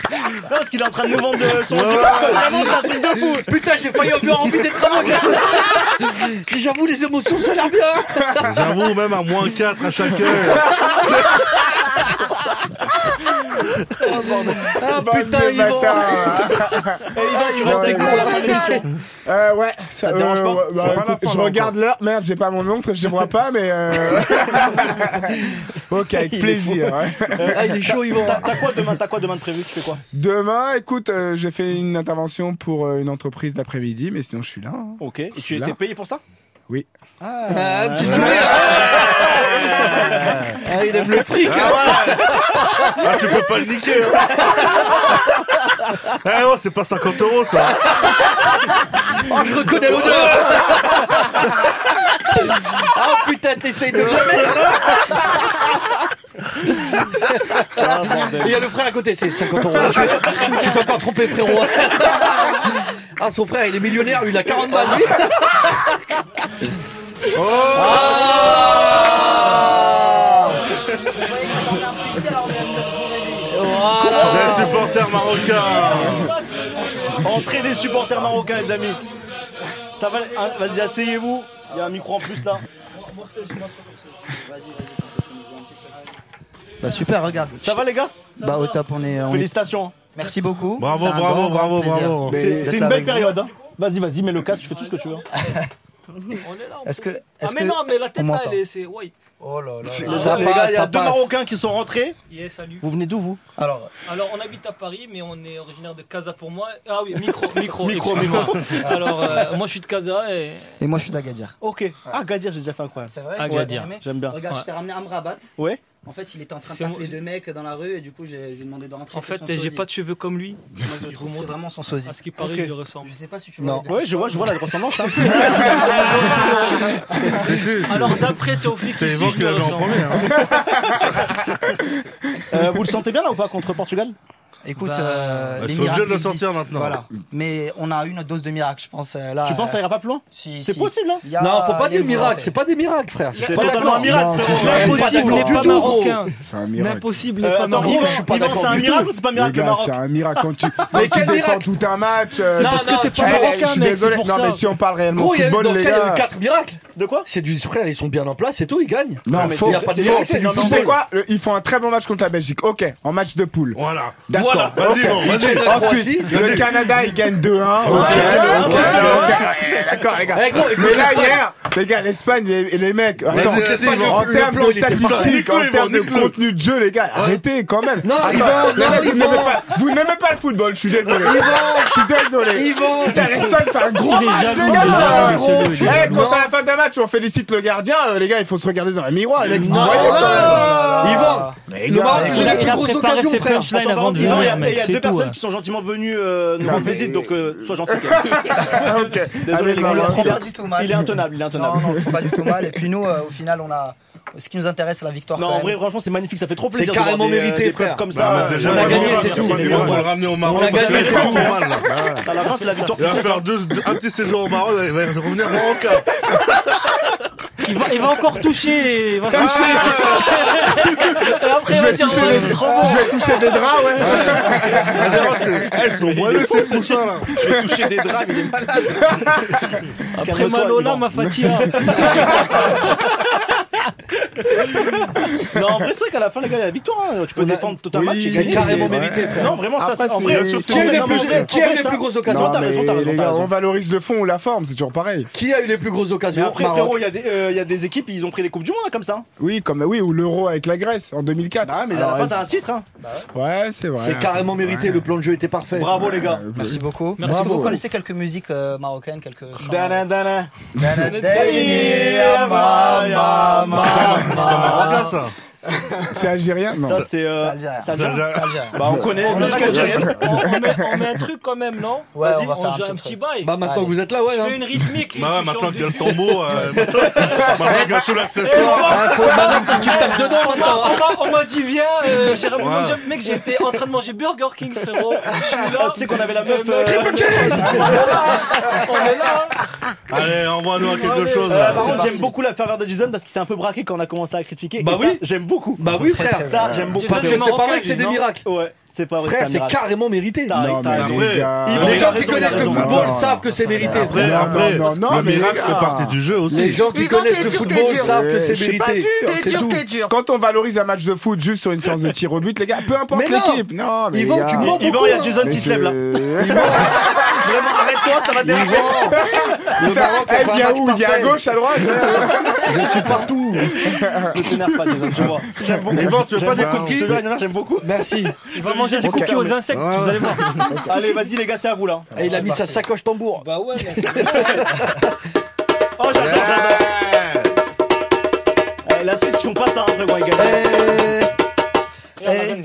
S4: Non, parce qu'il est en train de nous vendre de son
S5: Vraiment, c'est un truc de fou. Putain, j'ai failli avoir envie d'être avec J'avoue, les émotions, ça a l'air bien.
S3: J'avoue, même à moins 4 à chaque heure.
S5: Ah
S10: Bande de
S5: putain, Yvan.
S10: bâtards.
S4: Eh, Yvan, tu restes avec nous pour la fin de l'émission.
S10: Euh, ouais,
S4: te dérange pas
S10: ouais, bah,
S3: C'est pas la
S10: écoute,
S3: fin,
S10: Je
S3: là,
S10: regarde l'heure, merde, j'ai pas mon montre, je vois pas, mais. euh, ok, avec
S4: Il est
S10: plaisir. ouais.
S5: Ah, il est chaud, Yvan.
S4: T'as t'as quoi demain T'as quoi demain de prévu Tu fais quoi
S10: Demain, écoute, euh, j'ai fait une intervention pour euh, une entreprise d'après-midi, mais sinon je suis là. hein.
S4: Ok. Et tu
S10: Là.
S4: étais payé pour ça
S10: Oui.
S5: Ah, un petit sourire. Ah, il aime le fric.
S3: Ah, tu peux pas le niquer, hein. Eh oh, c'est pas 50 euros, ça.
S5: Oh, je reconnais l'odeur. Ah putain, t'essayes de me la mettre.
S4: Ah, bordel.
S5: Et Il y a le frère à côté, c'est 50 euros. Je je suis pas encore trompé, frérot. Ah, son frère, il est millionnaire, lui, il a 40 balles, lui.
S3: Oh.
S5: Ah Voilà.
S3: Des supporters marocains.
S4: Entrée des supporters marocains, les amis. Ça va hein, Vas-y, asseyez-vous. Il y a un micro en plus là.
S17: Bah super, regarde.
S4: Ça va les gars
S17: Bah au top, on est. on est-
S4: Félicitations.
S17: Merci beaucoup.
S3: Bravo,
S17: C'est un
S3: bravo,
S17: grand, grand
S3: bravo,
S17: plaisir
S3: bravo.
S17: d'être
S4: C'est c'est
S17: là
S4: une belle
S17: avec vous.
S4: période. hein. Vas-y, vas-y, mets le 4, tu fais tout ce que tu veux.
S17: Est-ce que,
S18: Ah
S17: est-ce
S18: mais
S17: que
S18: non, Ah, mais la tête
S17: on
S18: là,
S17: m'entend
S18: elle est, c'est, ouais. Oh là là.
S4: C'est-
S18: là.
S4: Ah, les gars, il y a deux Marocains qui sont rentrés.
S18: Yes, salut.
S4: Vous venez d'où vous
S18: Alors, Alors, on habite à Paris, mais on est originaire de Casa pour moi. Ah oui, micro, micro.
S4: Micro,
S18: excuse-moi.
S4: micro.
S18: Alors, euh, moi, je suis de Casa et.
S14: Et moi, je suis d'Agadir.
S4: Ok. Ah, Gadir, j'ai déjà fait incroyable. C'est
S14: vrai
S18: Ah,
S14: que
S18: Gadir.
S14: j'ai bien aimé.
S4: J'aime bien.
S14: Regarde, je t'ai ramené Amrabat.
S4: Ouais.
S14: En fait, il était en train de
S18: C'est
S14: taper les deux mecs dans la rue et du coup, j'ai je lui ai demandé de rentrer.
S18: En
S14: c'est
S18: fait,
S14: son
S18: j'ai
S14: sosie.
S18: pas de cheveux comme lui.
S14: Moi, je le trouve, c'est vraiment son sosie.
S18: À ce qui paraît,
S14: Ok.
S18: il le ressemble. Je
S14: sais pas si tu
S4: Non. Ouais, je vois, je vois la ressemblance. hein.
S18: Alors, d'après Théophile,
S4: C'est
S18: ici,
S4: Evan
S18: je
S4: qui
S18: le
S4: l'avait en
S18: ressemble.
S4: premier, Euh, vous le sentez bien là ou pas contre Portugal
S14: Écoute,
S4: Bah,
S14: euh,
S4: bah,
S14: les
S4: c'est obligé de le
S14: miracles
S4: sortir
S14: existent,
S4: maintenant.
S14: voilà. Mais on a eu notre dose de miracle, je pense. euh, Là,
S4: Tu penses ça ira pas plus loin
S14: si,
S4: C'est
S14: si.
S4: possible, hein
S14: Il y a
S12: Non, faut pas
S14: les
S12: dire miracle,
S14: volontés.
S12: c'est pas des miracles, frère.
S14: C'est
S12: C'est pas
S14: totalement
S12: d'accord.
S14: un miracle,
S12: Non,
S14: frérot.
S12: c'est- je suis
S14: Impossible,
S12: d'accord
S14: n'est
S12: du
S14: pas
S12: tout, gros.
S18: marocain.
S10: C'est un miracle.
S18: L'impossible
S4: Euh, attends, Yvan, je suis pas d'accord
S10: du
S4: c'est un
S10: tout.
S4: miracle ou c'est pas un miracle,
S10: Les gars,
S4: le Maroc
S10: C'est un miracle quand tu, quand
S4: Mais
S10: tu
S4: quel
S10: défends
S4: miracle
S10: tout un match. euh,
S4: C'est parce que t'es pas
S10: eh,
S4: marocain,
S10: Je suis
S4: mec,
S10: désolé.
S4: c'est pour
S10: Non,
S4: ça.
S10: mais si on parle réellement
S12: Gros, il y a eu,
S10: football,
S12: dans ce
S10: les
S12: cas, il y a
S10: gars.
S12: eu 4 miracles.
S4: De quoi
S12: C'est du frère, ils sont bien en place et tout, ils gagnent.
S10: Non,
S12: mais
S10: faux.
S12: c'est- y a pas de
S10: C'est
S12: miracle,
S10: faux,
S12: c'est
S10: c'est
S12: du
S10: faux. Tu
S12: football.
S10: sais quoi Le- Ils font un très bon match contre la Belgique. Ok, en match de poule.
S5: Voilà.
S10: D'accord.
S5: Voilà, vas-y,
S10: ok.
S5: bon, vas-y. La Croatie,
S10: Ensuite, le
S5: vas-y.
S10: Canada, il gagne 2-1. Ok. euh,
S5: Ouais, c'était le-
S10: Ok,
S5: c'était le-
S10: ok, ouais, D'accord, les gars.
S5: Eh, gros, écoute,
S10: Mais là,
S5: l'Espagne.
S10: hier, les gars, l'Espagne, les les mecs,
S5: Vas-y,
S10: attends,
S5: vas-y,
S10: l'Espagne,
S5: Yvan,
S10: en
S5: le
S10: termes
S5: plan,
S10: de
S5: il était pas-
S10: statistiques,
S5: Nique-le,
S10: en
S5: Yvan,
S10: termes de
S5: nique-le.
S10: contenu de jeu, les gars, arrêtez quand même.
S12: Non,
S10: Attends,
S12: Yvan,
S10: les
S12: non,
S10: mecs, vous
S12: Yvan.
S10: n'aimez pas- Vous n'aimez pas le football, je suis désolé.
S12: Yvan.
S10: Je suis désolé.
S12: Yvan.
S10: Putain, l'Espagne fait un gros
S12: Il est
S10: match, les
S12: jaloux,
S10: gars.
S12: il est
S10: Ah,
S12: jaloux,
S10: gros.
S12: il est
S10: Eh,
S12: jaloux.
S10: Quand à la fin d'un match, on félicite le gardien, euh, les gars, il faut se regarder dans la miroir, les mecs. vous
S12: Non,
S10: voyez,
S12: non,
S10: quand même.
S12: non, Yvan,
S10: Mais
S12: le
S10: gars,
S12: Maroc,
S10: les
S12: il
S10: gars.
S12: a- il a grosse
S18: préparé
S12: occasion,
S18: ses
S12: frère.
S18: punchlines
S12: Attends,
S18: avant
S12: Yvan,
S18: de
S12: il y a-
S18: venir,
S12: il y a
S18: mec, c'est
S12: deux
S18: tout,
S12: personnes
S18: ouais.
S4: qui sont gentiment venus euh, nous rendre visite, donc euh, sois gentil.
S10: ok.
S4: Désolé, les gars,
S14: il, a-
S4: il, est-
S14: il a- du tout mal.
S4: il est intenable, il est intenable.
S14: Non, non, pas du tout mal. Et puis nous, euh, au final, on a. Ce qui nous intéresse, c'est la victoire.
S4: Non,
S14: quand
S4: en
S14: même.
S4: vrai, franchement, c'est magnifique, ça fait trop
S14: C'est
S4: plaisir. de voir
S14: carrément
S4: des- euh,
S14: mérité,
S4: des clubs
S14: frère.
S4: Comme
S14: Bah,
S4: ça, euh,
S14: mais déjà, On a on gagné, va- c'est tout.
S5: On va le ramener au Maroc. Ah,
S4: On a
S5: parce que
S4: gagné,
S5: c'est
S4: c'est
S5: pas
S4: tout.
S5: normal, là.
S4: À la fin, c'est la victoire
S5: Il va
S4: qui
S5: faire deux- deux- un petit séjour au Maroc, il va revenir marocain.
S18: Il va, il va encore toucher. Il va
S5: Ah.
S18: toucher. Et après, il
S5: Je
S18: va
S5: vais
S18: dire
S5: toucher
S18: ouais,
S5: les-
S18: c'est trop bon.
S10: Je vais toucher des draps, ouais.
S5: Elles sont moelleuses, ces coussins, là.
S4: Je vais toucher des draps, il est malade.
S18: Après
S4: Calme-toi,
S18: Malola,
S4: Yvan.
S18: ma Fatia.
S4: Non, en vrai, c'est vrai qu'à la fin, les gars, il y a la victoire. hein. Tu peux défendre tout un
S10: oui,
S4: match et
S10: c'est
S4: gagner.
S10: carrément
S4: c'est-
S10: mérité, frère.
S4: Non, vraiment, ça,
S10: Après,
S4: en
S10: Ah, c'est-
S4: vrai,
S10: c'est-
S4: qui a eu les plus- qui a eu les plus grosses occasions
S10: Non,
S4: T'as raison,
S10: mais
S4: t'as raison,
S10: les
S4: t'as
S10: gars,
S4: raison.
S10: on valorise le fond ou la forme, c'est toujours pareil.
S12: Qui a eu les plus grosses
S4: Mais
S12: occasions
S4: après,
S12: Maroc.
S4: frérot, il y, a des- euh, il y a des équipes, ils ont pris les Coupes du Monde hein, comme ça. hein. Bah
S10: Oui, comme oui, ou l'euro avec la Grèce en 2004. Ah,
S4: Mais à la fin, t'as un titre. Hein.
S10: Ouais, c'est vrai.
S12: C'est carrément mérité, le plan de jeu était parfait.
S4: Bravo, les gars.
S14: Merci beaucoup.
S12: Merci
S14: Est-ce que vous
S12: beaucoup.
S14: connaissez quelques musiques euh, marocaines, quelques chansons
S4: Dana, dana.
S14: Dana,
S4: dana, ma, ma, ma. C'est pas marocain, ça.
S10: C'est algérien Non.
S4: Ça, c'est. euh, c'est algérien. Bah, on connaît.
S18: On,
S4: musique algérienne.
S18: on- on met, on met un truc quand même, non
S4: Ouais,
S18: Vas-y,
S4: on va faire un
S18: joue
S4: petit
S18: un
S4: truc.
S18: petit bail.
S12: Bah, maintenant que vous êtes là, ouais,
S18: Je
S12: hein.
S18: fais une rythmique. et
S5: Bah ouais,
S18: tu
S5: maintenant
S18: changes
S5: qu'il y a
S18: de-
S5: le tombeau, euh, maintenant qu'il y a tout l'accessoire.
S12: Ah, faut- maintenant, faut que tu tapes dedans,
S18: On m'a-
S12: maintenant.
S18: on m'a- On m'a dit, viens, euh, j'ai ramené
S12: Ouais.
S18: mon job. Mec, j'étais en train de manger Burger King, frérot. Je suis là.
S4: Ah, Tu sais qu'on avait la meuf.
S18: Euh,
S4: euh,
S5: Allez, envoie-nous à quelque
S4: Allez.
S5: chose.
S4: Euh,
S5: là.
S4: par contre, j'aime beaucoup la faveur de Jason parce qu'il s'est un peu braqué quand on a commencé à critiquer.
S12: Bah
S4: Et ça,
S12: oui.
S4: j'aime beaucoup.
S12: Bah oui, frère.
S4: Ça, j'aime beaucoup.
S12: Jason, Parce que c'est pas vrai que c'est des
S4: Non.
S12: miracles.
S4: Ouais, c'est pas vrai.
S12: Frère,
S4: un
S12: c'est
S4: miracle.
S12: carrément mérité.
S4: T'as-
S12: Non,
S4: t'as
S12: mais
S4: raison.
S12: les gars.
S4: Yvan,
S12: Les
S4: il a
S12: gens qui
S4: raison, il a
S12: connaissent le
S4: raison.
S12: football
S4: Non, non.
S12: savent que c'est mérité.
S5: Après, après,
S10: non, non,
S5: le
S10: mais les
S5: miracle
S10: gars.
S5: fait partie du jeu aussi.
S12: Les gens qui
S10: Yvan,
S12: connaissent
S10: t'es
S12: le
S10: dur, t'es
S12: football
S10: dur.
S12: savent que
S10: Ouais.
S12: c'est
S10: Je suis pas
S12: mérité.
S10: sûr,
S12: C'est tout.
S10: Quand on valorise un match de foot juste sur une séance de tir au but, les gars, peu importe
S12: Mais non.
S10: l'équipe. Non, mais
S12: Yvan,
S10: les gars.
S12: tu mens
S4: Yvan, beaucoup, il y a hein. Jason qui
S10: Mais
S4: se lève, là.
S10: c'est-
S4: Vraiment, arrête-toi, ça va
S12: Yvan,
S4: déraper.
S12: le Maroc a
S10: Eh,
S12: fait un
S10: viens
S12: match
S10: où Il vient à
S12: parfait.
S10: gauche, à droite
S12: Je suis partout.
S4: Ne t'énerve pas, Jason, tu vois. J'aime beaucoup.
S5: Yvan, tu veux
S4: J'aime
S5: pas des
S4: beaucoup.
S5: cookies
S4: Je te jure, Yvan, J'aime beaucoup.
S12: Merci.
S18: Il va manger des
S4: Ok.
S18: cookies aux insectes,
S4: Ouais,
S18: vous allez voir.
S4: Allez, vas-y, les gars, c'est à vous là.
S12: Et il a mis sa sacoche tambour.
S18: Bah ouais, mec.
S4: Oh, j'adore, j'adore. Eh, La Suisse, ils font pas ça, hein, vraiment, les gars.
S14: Eh.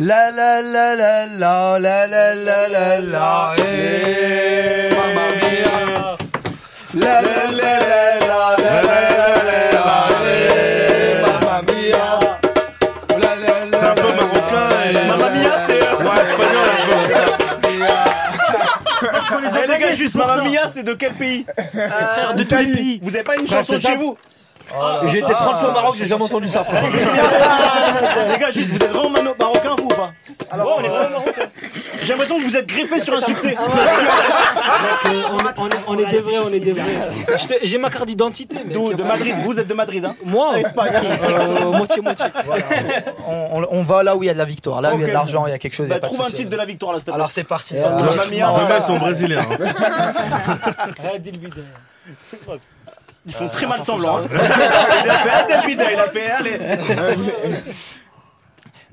S14: La la la la la la la la la la eh. Mamma mia. La la la la la la la la la la eh. Mamma mia. La la la
S5: C'est un peu marocain. et-
S4: Mamma mia, c'est. euh,
S5: Ouais, espagnol un peu.
S4: Eh, les gars, juste
S18: pour ça. Euh,
S4: Mamma mia, c'est de quel pays Frère, de tous les pays. Vous avez pas une
S12: Frère,
S4: chanson
S12: c'est
S4: chez
S12: ça.
S4: vous Oh
S12: J'ai été 30
S4: Ah,
S12: fois au Maroc, j'ai jamais entendu ça. frère.
S4: Les gars, juste, vous êtes vraiment mano- marocain, vous ou pas Alors, on est vraiment marocain. J'ai l'impression que vous êtes greffé sur un succès.
S18: Mec, euh, on, on est- on est des vrais, on est des vrais. Je te- J'ai ma carte d'identité, mec.
S4: D'où
S18: Y a
S4: De
S18: pas
S4: Madrid,
S18: souci.
S4: vous êtes de Madrid, hein
S18: Moi
S4: Espagne. Bah,
S18: Euh, Moitié-moitié.
S14: On, on- on va là où il y a de la victoire, là où il y a de
S4: Ok.
S14: l'argent, il y a quelque chose. il y a
S4: Bah,
S14: pas de
S4: trouve un
S14: souci.
S4: titre de la victoire là, s'il te plaît.
S14: Alors c'est parti.
S18: euh,
S4: Parce que euh,
S14: Vas-y.
S4: Mamma Mia,
S5: Demain, ils sont brésiliens. hein.
S18: Ah, dis le bide.
S11: Ils font très mal semblant.
S18: Euh,
S11: hein.
S5: Il a fait un Delpida, il a fait allez.
S18: euh,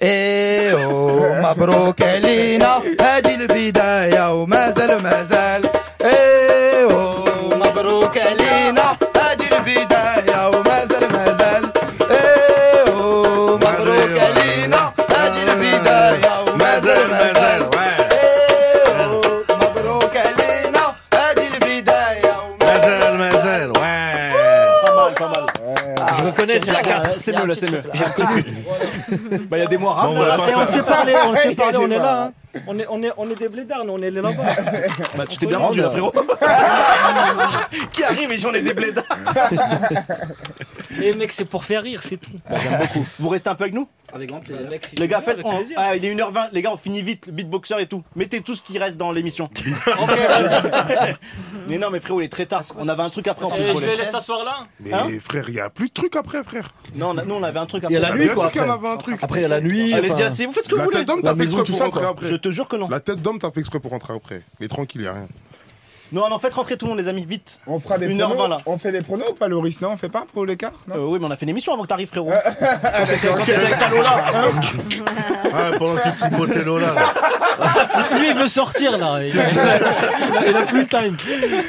S11: Eh oh,
S5: مبروك علينا إيه، هذه البداية ومازال مازال ايه أوه، مبروك علينا هذه البداية ومازال مازال ايه أوه، مبروك علينا هذه البداية ومازال أيوة. مازال إيه أوه، مبروك علينا هذه البداية
S19: Mazel, mazel, ouais.
S11: Pas mal, pas mal.
S20: Ah,
S4: je
S5: آه،
S4: reconnais, c'est la carte.
S11: C'est mieux, là, c'est mieux. J'ai un petit truc.
S4: Bah, il y a des mois
S11: Bon, on va pas
S20: Et Ah, on
S11: faire.
S20: s'est parlé, on s'est parlé, on
S11: Il y
S20: est
S11: a du
S20: là. hein. On est, on, est, on est des blédards, nous, on est les là-bas.
S4: Bah, tu t'es bien rendu là, frérot.
S11: Qui arrive et j'en ai des blédards.
S20: Les mecs, Eh, c'est pour faire rire, c'est tout.
S4: Bah, J'aime beaucoup. Vous restez un peu avec nous Avec grand plaisir. Les gars, faites. on- Ah, il est 1h20. Les gars, on finit vite le beatboxer et tout. Mettez tout ce qui reste dans l'émission. mais non, mais frérot, il est très tard. On avait un truc
S21: Euh,
S4: après en plus.
S20: Eh,
S4: pour
S20: je
S4: les
S20: les
S4: chaises.
S20: laisse s'asseoir là.
S3: Mais
S4: Hein
S3: frère, il y a plus de trucs après, frère.
S4: Non, on a- nous on avait un truc
S3: Il y
S4: après.
S3: a la Bah, nuit, bien quoi, sûr qu'il y en après. avait un truc.
S4: Après, il y a la nuit. Allez-y,
S3: enfin,
S4: asseyez-vous, faites ce que
S3: la
S4: vous voulez.
S3: Tête d'homme, t'as fait exprès pour rentrer
S4: quoi.
S3: après.
S4: Je te jure que non.
S3: La tête d'homme, t'as fait exprès pour rentrer après. Mais tranquille, y a rien.
S4: Non, non, faites rentrer tout le monde, les amis, vite.
S10: On fera des
S4: 1h20,
S10: pronos.
S4: là.
S10: On fait les pronos ou pas, Loris Non, on fait pas pour l'écart
S4: Euh, oui, mais on a fait une émission avant que t'arrives, frérot. quand t'étais quand t'étais avec ta Lola. hein.
S19: Ah, pendant que tu tripotais Lola. là.
S20: Lui, il veut sortir là. Il il a plus le time.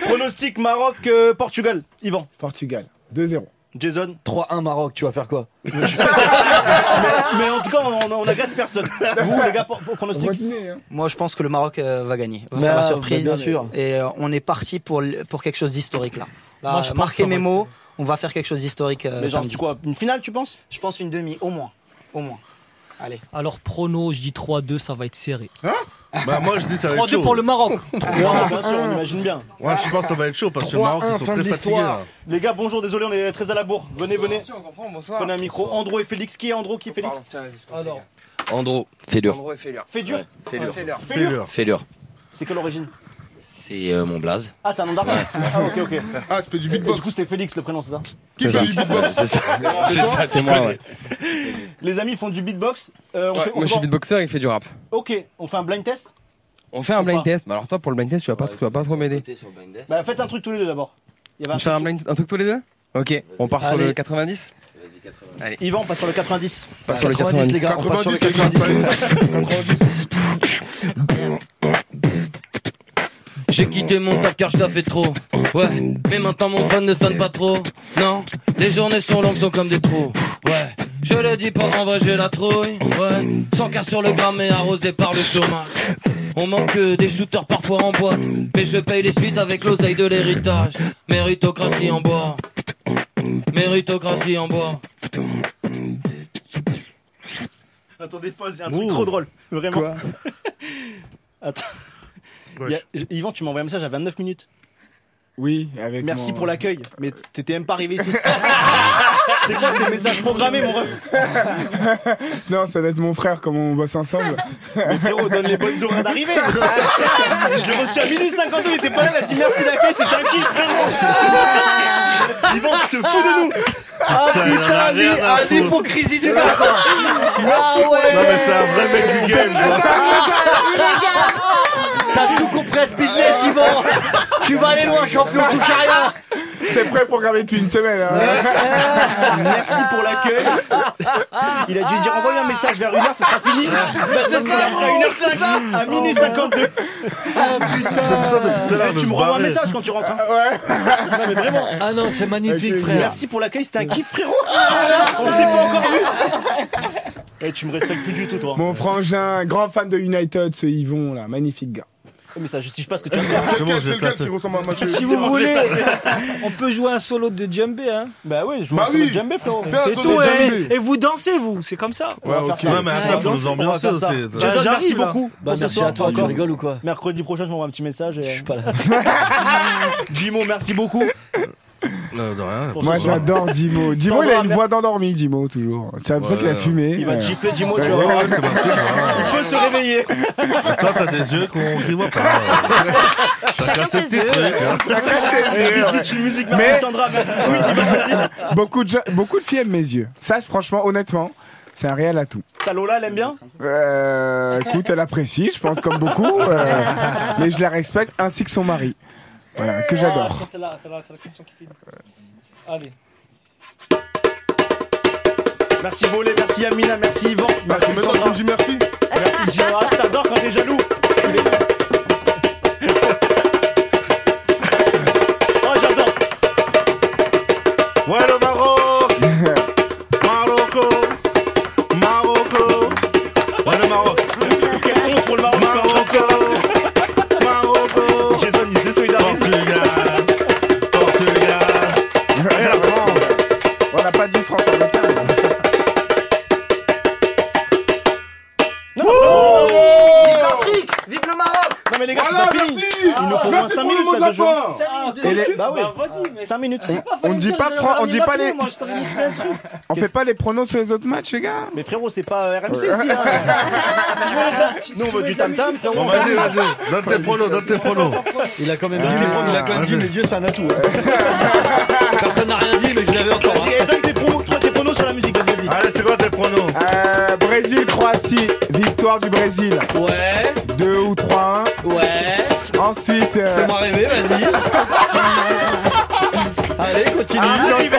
S4: Pronostic Maroc, euh, Portugal. Yvan.
S10: Portugal. 2-0.
S4: Jason.
S11: 3-1 Maroc, tu vas faire quoi
S4: Mais en tout cas, on, on agresse personne. Vous, les gars, pour, pour pronostic
S5: hein.
S22: Moi, je pense que le Maroc euh, va gagner. Va
S4: Mais,
S22: faire la
S20: Bah,
S4: euh,
S22: surprise.
S4: bien sûr.
S22: Et euh, on est parti pour, le- pour quelque chose d'historique là. là
S4: Moi, je pense
S22: marquez
S4: qu'on va
S22: mes
S4: le
S22: mots. On va faire quelque chose d'historique. euh,
S4: Mais genre,
S22: samedi.
S4: tu quoi Une finale, tu penses
S22: Je pense une demi, au moins. Au moins. Allez.
S20: Alors, prono, je dis 3-2, ça va être serré.
S19: Bah, moi, je dis ça va être
S20: 3-2
S19: chaud.
S20: pour le Maroc.
S4: Ouais, bien sûr, on imagine bien.
S19: Ouais, je pense que ça va être chaud parce que le
S4: 3-1,
S19: Maroc, ils sont
S4: fin
S19: très
S4: de
S19: fatigués
S4: l'histoire.
S19: là.
S4: Les gars, bonjour, désolé, on est très à la bourre. Venez, venez.
S5: bonsoir.
S4: Prenez un micro. Andro et Félix. Qui est Andro Qui est
S21: Oh,
S4: Félix Alors,
S21: Andro, fais dur.
S4: Fait dur
S21: Fais-leur.
S4: Fais-leur.
S21: Fais-leur. Fais-leur.
S4: C'est quelle origine
S21: C'est euh, mon blaze.
S4: Ah, c'est un nom d'artiste. Ah, ok, ok.
S3: Ah, tu fais du
S4: beatbox. Du coup, c'était Félix le prénom, c'est ça
S21: C'est ça, c'est ça, c'est ça, c'est moi. ouais.
S4: Les amis font du beatbox. Euh, on
S21: Ouais,
S4: fait- on
S21: moi, je
S4: fait-
S21: suis beatboxer, il fait du rap.
S4: Ok, on fait un blind test
S21: On fait un blind
S4: pas.
S21: test. Mais alors, toi, pour le blind test, tu vas pas, tu vas pas trop m'aider.
S4: Bah, faites un truc tous les deux d'abord. Il y avait un
S21: Tu fais un, blind- un truc tous les deux Ok, on part sur le
S4: Allez.
S21: 90
S4: Allez. Yvan, on passe sur le 90.
S21: Pas sur le 90,
S4: les gars. on passe sur le
S21: 90.
S18: J'ai quitté mon taf car je taffais trop. Ouais, mais maintenant mon fan ne sonne pas trop. Non, les journées sont longues, sont comme des trous. Ouais, je le dis pas, en vrai j'ai la trouille. Ouais, sans cas sur le gramme et arrosé par le chômage. On manque des shooters parfois en boîte. Mais je paye les suites avec l'oseille de l'héritage. Méritocratie en bois. Méritocratie en bois.
S4: Attendez, pause, il y a un truc
S18: Ouh.
S4: trop drôle. Vraiment.
S18: Quoi
S4: Attends. Il y a- Yvan, tu m'as envoyé un message à 29 minutes.
S10: Oui, avec.
S4: Merci
S10: mon-
S4: pour l'accueil, mais t'étais même pas arrivé ici. c'est quoi ces messages programmés, mon ref
S10: Non, ça doit être mon frère, comme on bosse ensemble.
S4: Mais frérot, donne les bonnes horaires d'arrivée. Je l'ai reçu à minuit 52, il était pas là, il a dit merci d'accueil, c'était un kiff, frérot. Yvan, tu te fous de nous. Ah
S11: Putain, il en a
S4: putain,
S11: rien
S4: lui,
S11: à
S4: ah,
S11: foutre.
S4: l'hypocrisie du gars. quoi.
S11: Ah
S4: Merci,
S11: ouais.
S4: Non, mais c'est un
S11: vrai mec du game,
S4: T'as tout compris à ce business, Yvan. Tu vas aller loin, champion, touche à rien.
S10: C'est préprogrammé depuis une semaine. hein.
S4: Merci pour l'accueil. Il a dû dire envoie un message vers 1h, ça sera fini. Bah, ça, c'est à 1h05, à minuit 52. Ah putain.
S19: C'est pour ça depuis tout à l'heure.
S4: Eh, tu me renvoies un message quand tu rentres. hein. Non, mais vraiment.
S11: Ah non, c'est magnifique,
S19: euh,
S11: frère.
S4: Merci pour l'accueil, c'était un kiff, frérot. On s'était pas encore vu. Eh, tu me respectes plus du tout, toi.
S10: Mon frangin, grand fan de United, ce Yvon là, magnifique gars.
S20: Oh,
S4: Mais ça justifie pas ce que tu as fait.
S3: C'est lequel, c'est lequel qui ressemble à Mathieu
S20: Si
S3: C'est
S20: vous
S3: moi, je
S20: voulez,
S3: l'ai placé.
S20: on peut jouer un solo de djembé. Hein.
S4: Bah oui,
S3: joue un Bah solo oui. de djembé,
S20: frérot.
S3: Fais un
S20: C'est
S3: solo
S20: tout,
S3: de
S20: eh.
S3: djembé.
S20: et vous dansez, vous, c'est comme ça. Bah,
S4: On va faire ça.
S19: mais attends, faut nous ambiancer
S4: On va faire
S19: aussi.
S4: ça. Jason,
S20: J'arrive,
S4: merci
S20: là.
S4: beaucoup.
S20: Bah,
S4: pour ce
S20: merci
S4: soir.
S20: à toi, tu
S4: Encore.
S20: rigoles ou quoi
S4: Mercredi prochain, je m'envoie un petit message. Je suis pas là. Jimo, merci beaucoup.
S19: Là, de rien.
S10: Moi j'adore Dimo. Dimo il a
S4: Sandra,
S10: une voix d'endormi, Dimo toujours. C'est pour ça qu'il a fumé.
S4: Il va te
S10: Ouais.
S4: gifler, Jimo,
S10: Ouais. hein.
S4: tu vas voir. Il peut se réveiller.
S19: Toi, t'as des yeux qu'on qui voit pas.
S5: hein.
S19: Chacun ses petits yeux. trucs, hein.
S4: Chacun ses yeux, ouais. Vite, une musique, merci Sandra, merci. Oui,
S10: beaucoup, de gens- beaucoup de filles aiment mes yeux. Ça, c'est- franchement, honnêtement, c'est un réel atout.
S4: Ta Lola, elle aime bien
S10: Euh, écoute, elle apprécie, je pense, comme beaucoup. euh,
S18: Ah,
S10: mais je la respecte, ainsi que son mari. Voilà, que j'adore.
S20: c'est la, question qui
S18: Allez.
S4: Merci Bolé, merci Amina, merci Yvan. Merci,
S13: mais toi,
S4: Sandra.
S13: tu me dis merci.
S4: Merci Gérard, je t'adore quand t'es jaloux.
S5: Oh, j'adore Ouais, le Maroc Marocco Marocco Ouais, le Maroc Quelle honte pour le Maroc Marocco Marocco Jason, il se désolidarise Portugal Portugal Et la France
S10: On n'a pas dit France en
S4: Vive
S23: l'Afrique Vive le Maroc
S4: Non mais les gars,
S10: Voilà,
S4: c'est pas fini.
S10: merci.
S4: Il nous faut au moins
S10: Merci pour
S4: 5
S10: le
S4: minutes
S10: mot de
S4: là
S10: la
S4: de jeu.
S10: fin.
S18: Ah,
S10: Et les-
S4: Bah ouais.
S18: Vas-y, mais.
S4: 5 minutes.
S10: On dit pas Fran- on dit pas les-
S18: Moi, je t'aurais dit que c'est un truc.
S10: On fait pas les pronos sur les autres matchs, les gars
S4: Mais frérot, c'est pas euh, RMC ici. hein. Nous on veut du tam tam, frérot.
S5: Bon, vas-y, vas-y Donne tes pronos, donne tes pronos
S3: Il a quand même
S5: Ah.
S3: dit, les points, il a quand même dit, mes yeux, c'est un atout. Personne n'a rien dit, mais je l'avais encore.
S4: Vas-y, eh, donne tes pronos, toi, tes pronos sur la musique, vas-y, vas-y.
S5: Allez, c'est quoi tes pronos
S10: Euh, Brésil, Croatie, victoire du Brésil.
S3: Ouais.
S10: 2 ou 3-1.
S3: Ouais.
S10: Ensuite, euh,
S3: Fais-moi rêver, vas-y. Allez, continue.
S10: Argent-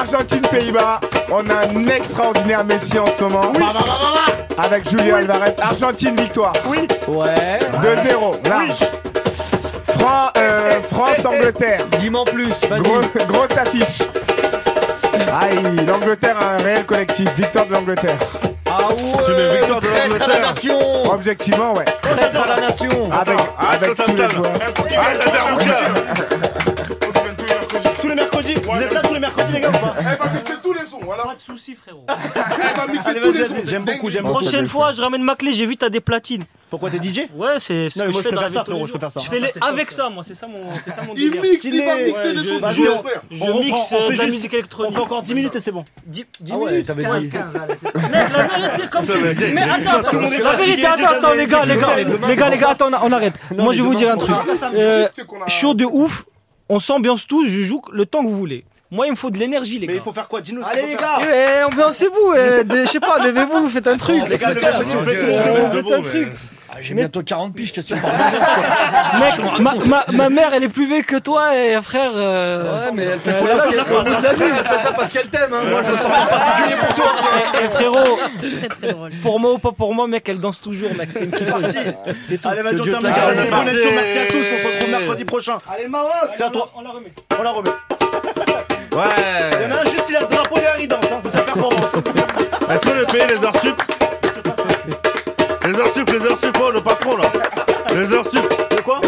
S10: Argentine, Pays-Bas. On a un extraordinaire Messi en ce moment.
S3: Bah, bah, bah, bah, bah.
S10: Avec Julio Alvarez. Argentine, victoire.
S4: Oui.
S3: Ouais.
S10: 2-0. Large. Fran- euh, France, Angleterre.
S3: Eh, Dis-moi plus, vas-y.
S10: Gros- grosse affiche. Aïe, l'Angleterre a un réel collectif. Victoire de l'Angleterre.
S3: Ah ouais.
S5: Tu mets victoire de
S3: Traître à la
S5: l'Angleterre
S3: nation.
S10: Objectivement, ouais.
S3: Traître à la nation.
S10: Avec, avec tous les joueurs.
S4: Tous les mercredis, vous êtes là tous les mercredis, les gars, ou pas
S3: Eh,
S13: Elle va mixer tous les sons, voilà. Pas
S18: de soucis, frérot.
S13: Elle va mixer
S4: Allez,
S13: tous les
S4: vas-y, vas-y,
S13: sons.
S4: j'aime beaucoup, j'aime beaucoup.
S18: Prochaine fois, je ramène ma clé, j'évite à des platines.
S4: Pourquoi t'es DJ
S18: Ouais, c'est ce
S4: Non, mais
S18: que je
S4: moi, je
S18: fais
S4: préfère
S18: dans la
S4: ça,
S18: vie tous les
S4: frérot, je
S18: jours.
S4: préfère ça.
S18: Je fais
S4: Ça,
S18: les-
S4: c'est
S18: avec ça, moi, c'est ça mon, c'est ça mon
S13: Il
S18: délire.
S13: mixe, il va mixer les sons
S4: Vas-y,
S13: du
S4: on-
S13: jour, frère.
S4: on
S18: Je
S4: reprend,
S18: mixe euh,
S4: on fait
S18: de la
S4: juste-
S18: musique
S4: On
S18: électronique.
S4: fait encore 10 minutes et c'est bon.
S18: 10
S4: Ah ouais,
S18: minutes.
S4: t'avais dit.
S18: Mec, la vérité, comme
S4: Ça, mais-
S18: tu. Mais attends,
S4: Tout le monde est
S18: la
S4: fatigué,
S18: vérité, attends,
S4: Jordan,
S18: attends, les gars,
S4: c'est
S18: les
S4: pour
S18: gars,
S4: ça,
S18: les gars,
S4: les demain, c'est
S18: les
S4: pour
S18: gars, attends, on arrête.
S4: Non,
S18: Moi,
S4: mais
S18: je vais vous
S4: demain,
S18: dire un
S4: c'est
S18: truc.
S4: pour ça.
S18: Euh, Chaud de ouf, on s'ambiance tous, je joue le temps que vous voulez. Moi, il me faut de l'énergie, les
S4: Mais
S18: gars.
S4: il faut faire quoi Dis-nous ce
S23: Allez,
S4: qu'il
S23: les
S4: faut
S23: gars.
S4: faire.
S18: Eh, ambiancez-vous, eh, de- je sais pas, levez-vous, faites
S4: Ah,
S18: un truc.
S3: Les gars, le
S4: Faites
S3: monsieur,
S4: un
S3: faites
S4: truc.
S18: Faites un truc.
S3: Ah, J'ai bientôt 40 piges, qu'est-ce que tu parles
S18: Mec, ma, ma, ma mère, elle est plus vieille que toi, et frère. euh,
S3: Ouais, mais elle fait
S18: euh,
S3: faut la
S18: là,
S3: faire,
S18: c'est-
S3: faut la faire. Elle fait ça parce qu'elle t'aime, hein. Moi, je me sens pas particulier pour toi.
S18: Eh, eh, frérot,
S24: Très très drôle.
S18: pour moi ou pas pour moi, mec, elle danse toujours, mec. C'est une kiffeuse.
S4: C'est tout. Allez, vas-y,
S3: Que
S4: on
S3: Dieu
S4: termine.
S3: te
S4: sur
S3: garde.
S4: cette bonne
S3: Allez.
S4: action. Merci à tous. On se retrouve mercredi prochain.
S23: Allez, Maroc
S4: C'est à toi.
S18: On la remet.
S4: On la remet. Il y
S5: Ouais
S4: en a un juste, il a le drapeau des Haridans. hein. C'est sa performance.
S5: Est-ce qu'on a payé les heures sup Les heures sup, les heures sup, oh, le patron, là Les heures sup
S4: De quoi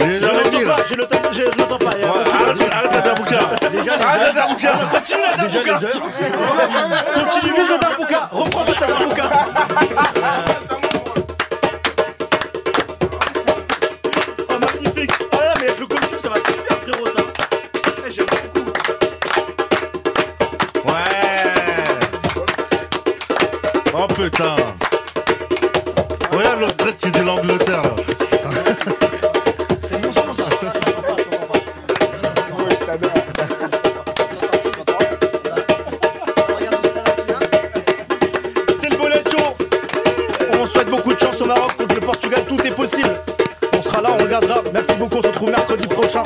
S5: Il est
S4: Je
S5: jamais
S4: l'entends
S5: dit, là
S4: pas. Je l'entends- je- je l'entends pas. Il y a-
S5: Ouais, Arrête, arrête la dabouka
S4: Déjà,
S3: Ah,
S4: les
S5: Arrête la
S4: heures.
S5: dabouka Continue la
S3: Déjà
S5: dabouka
S3: les heures.
S4: Continue le Dabouka. Reprends votre Dabouka. Oh, magnifique. Oh là, là, mais avec le costume, ça va très bien, frérot, ça. Eh, J'aime beaucoup.
S5: Ouais Oh putain Regarde le traite qui dit l'Angleterre là
S4: C'est mon son, ça. C'était le bonnet show. On souhaite beaucoup de chance au Maroc contre le Portugal. Tout est possible. On sera là, on regardera. Merci beaucoup. On se retrouve mercredi prochain.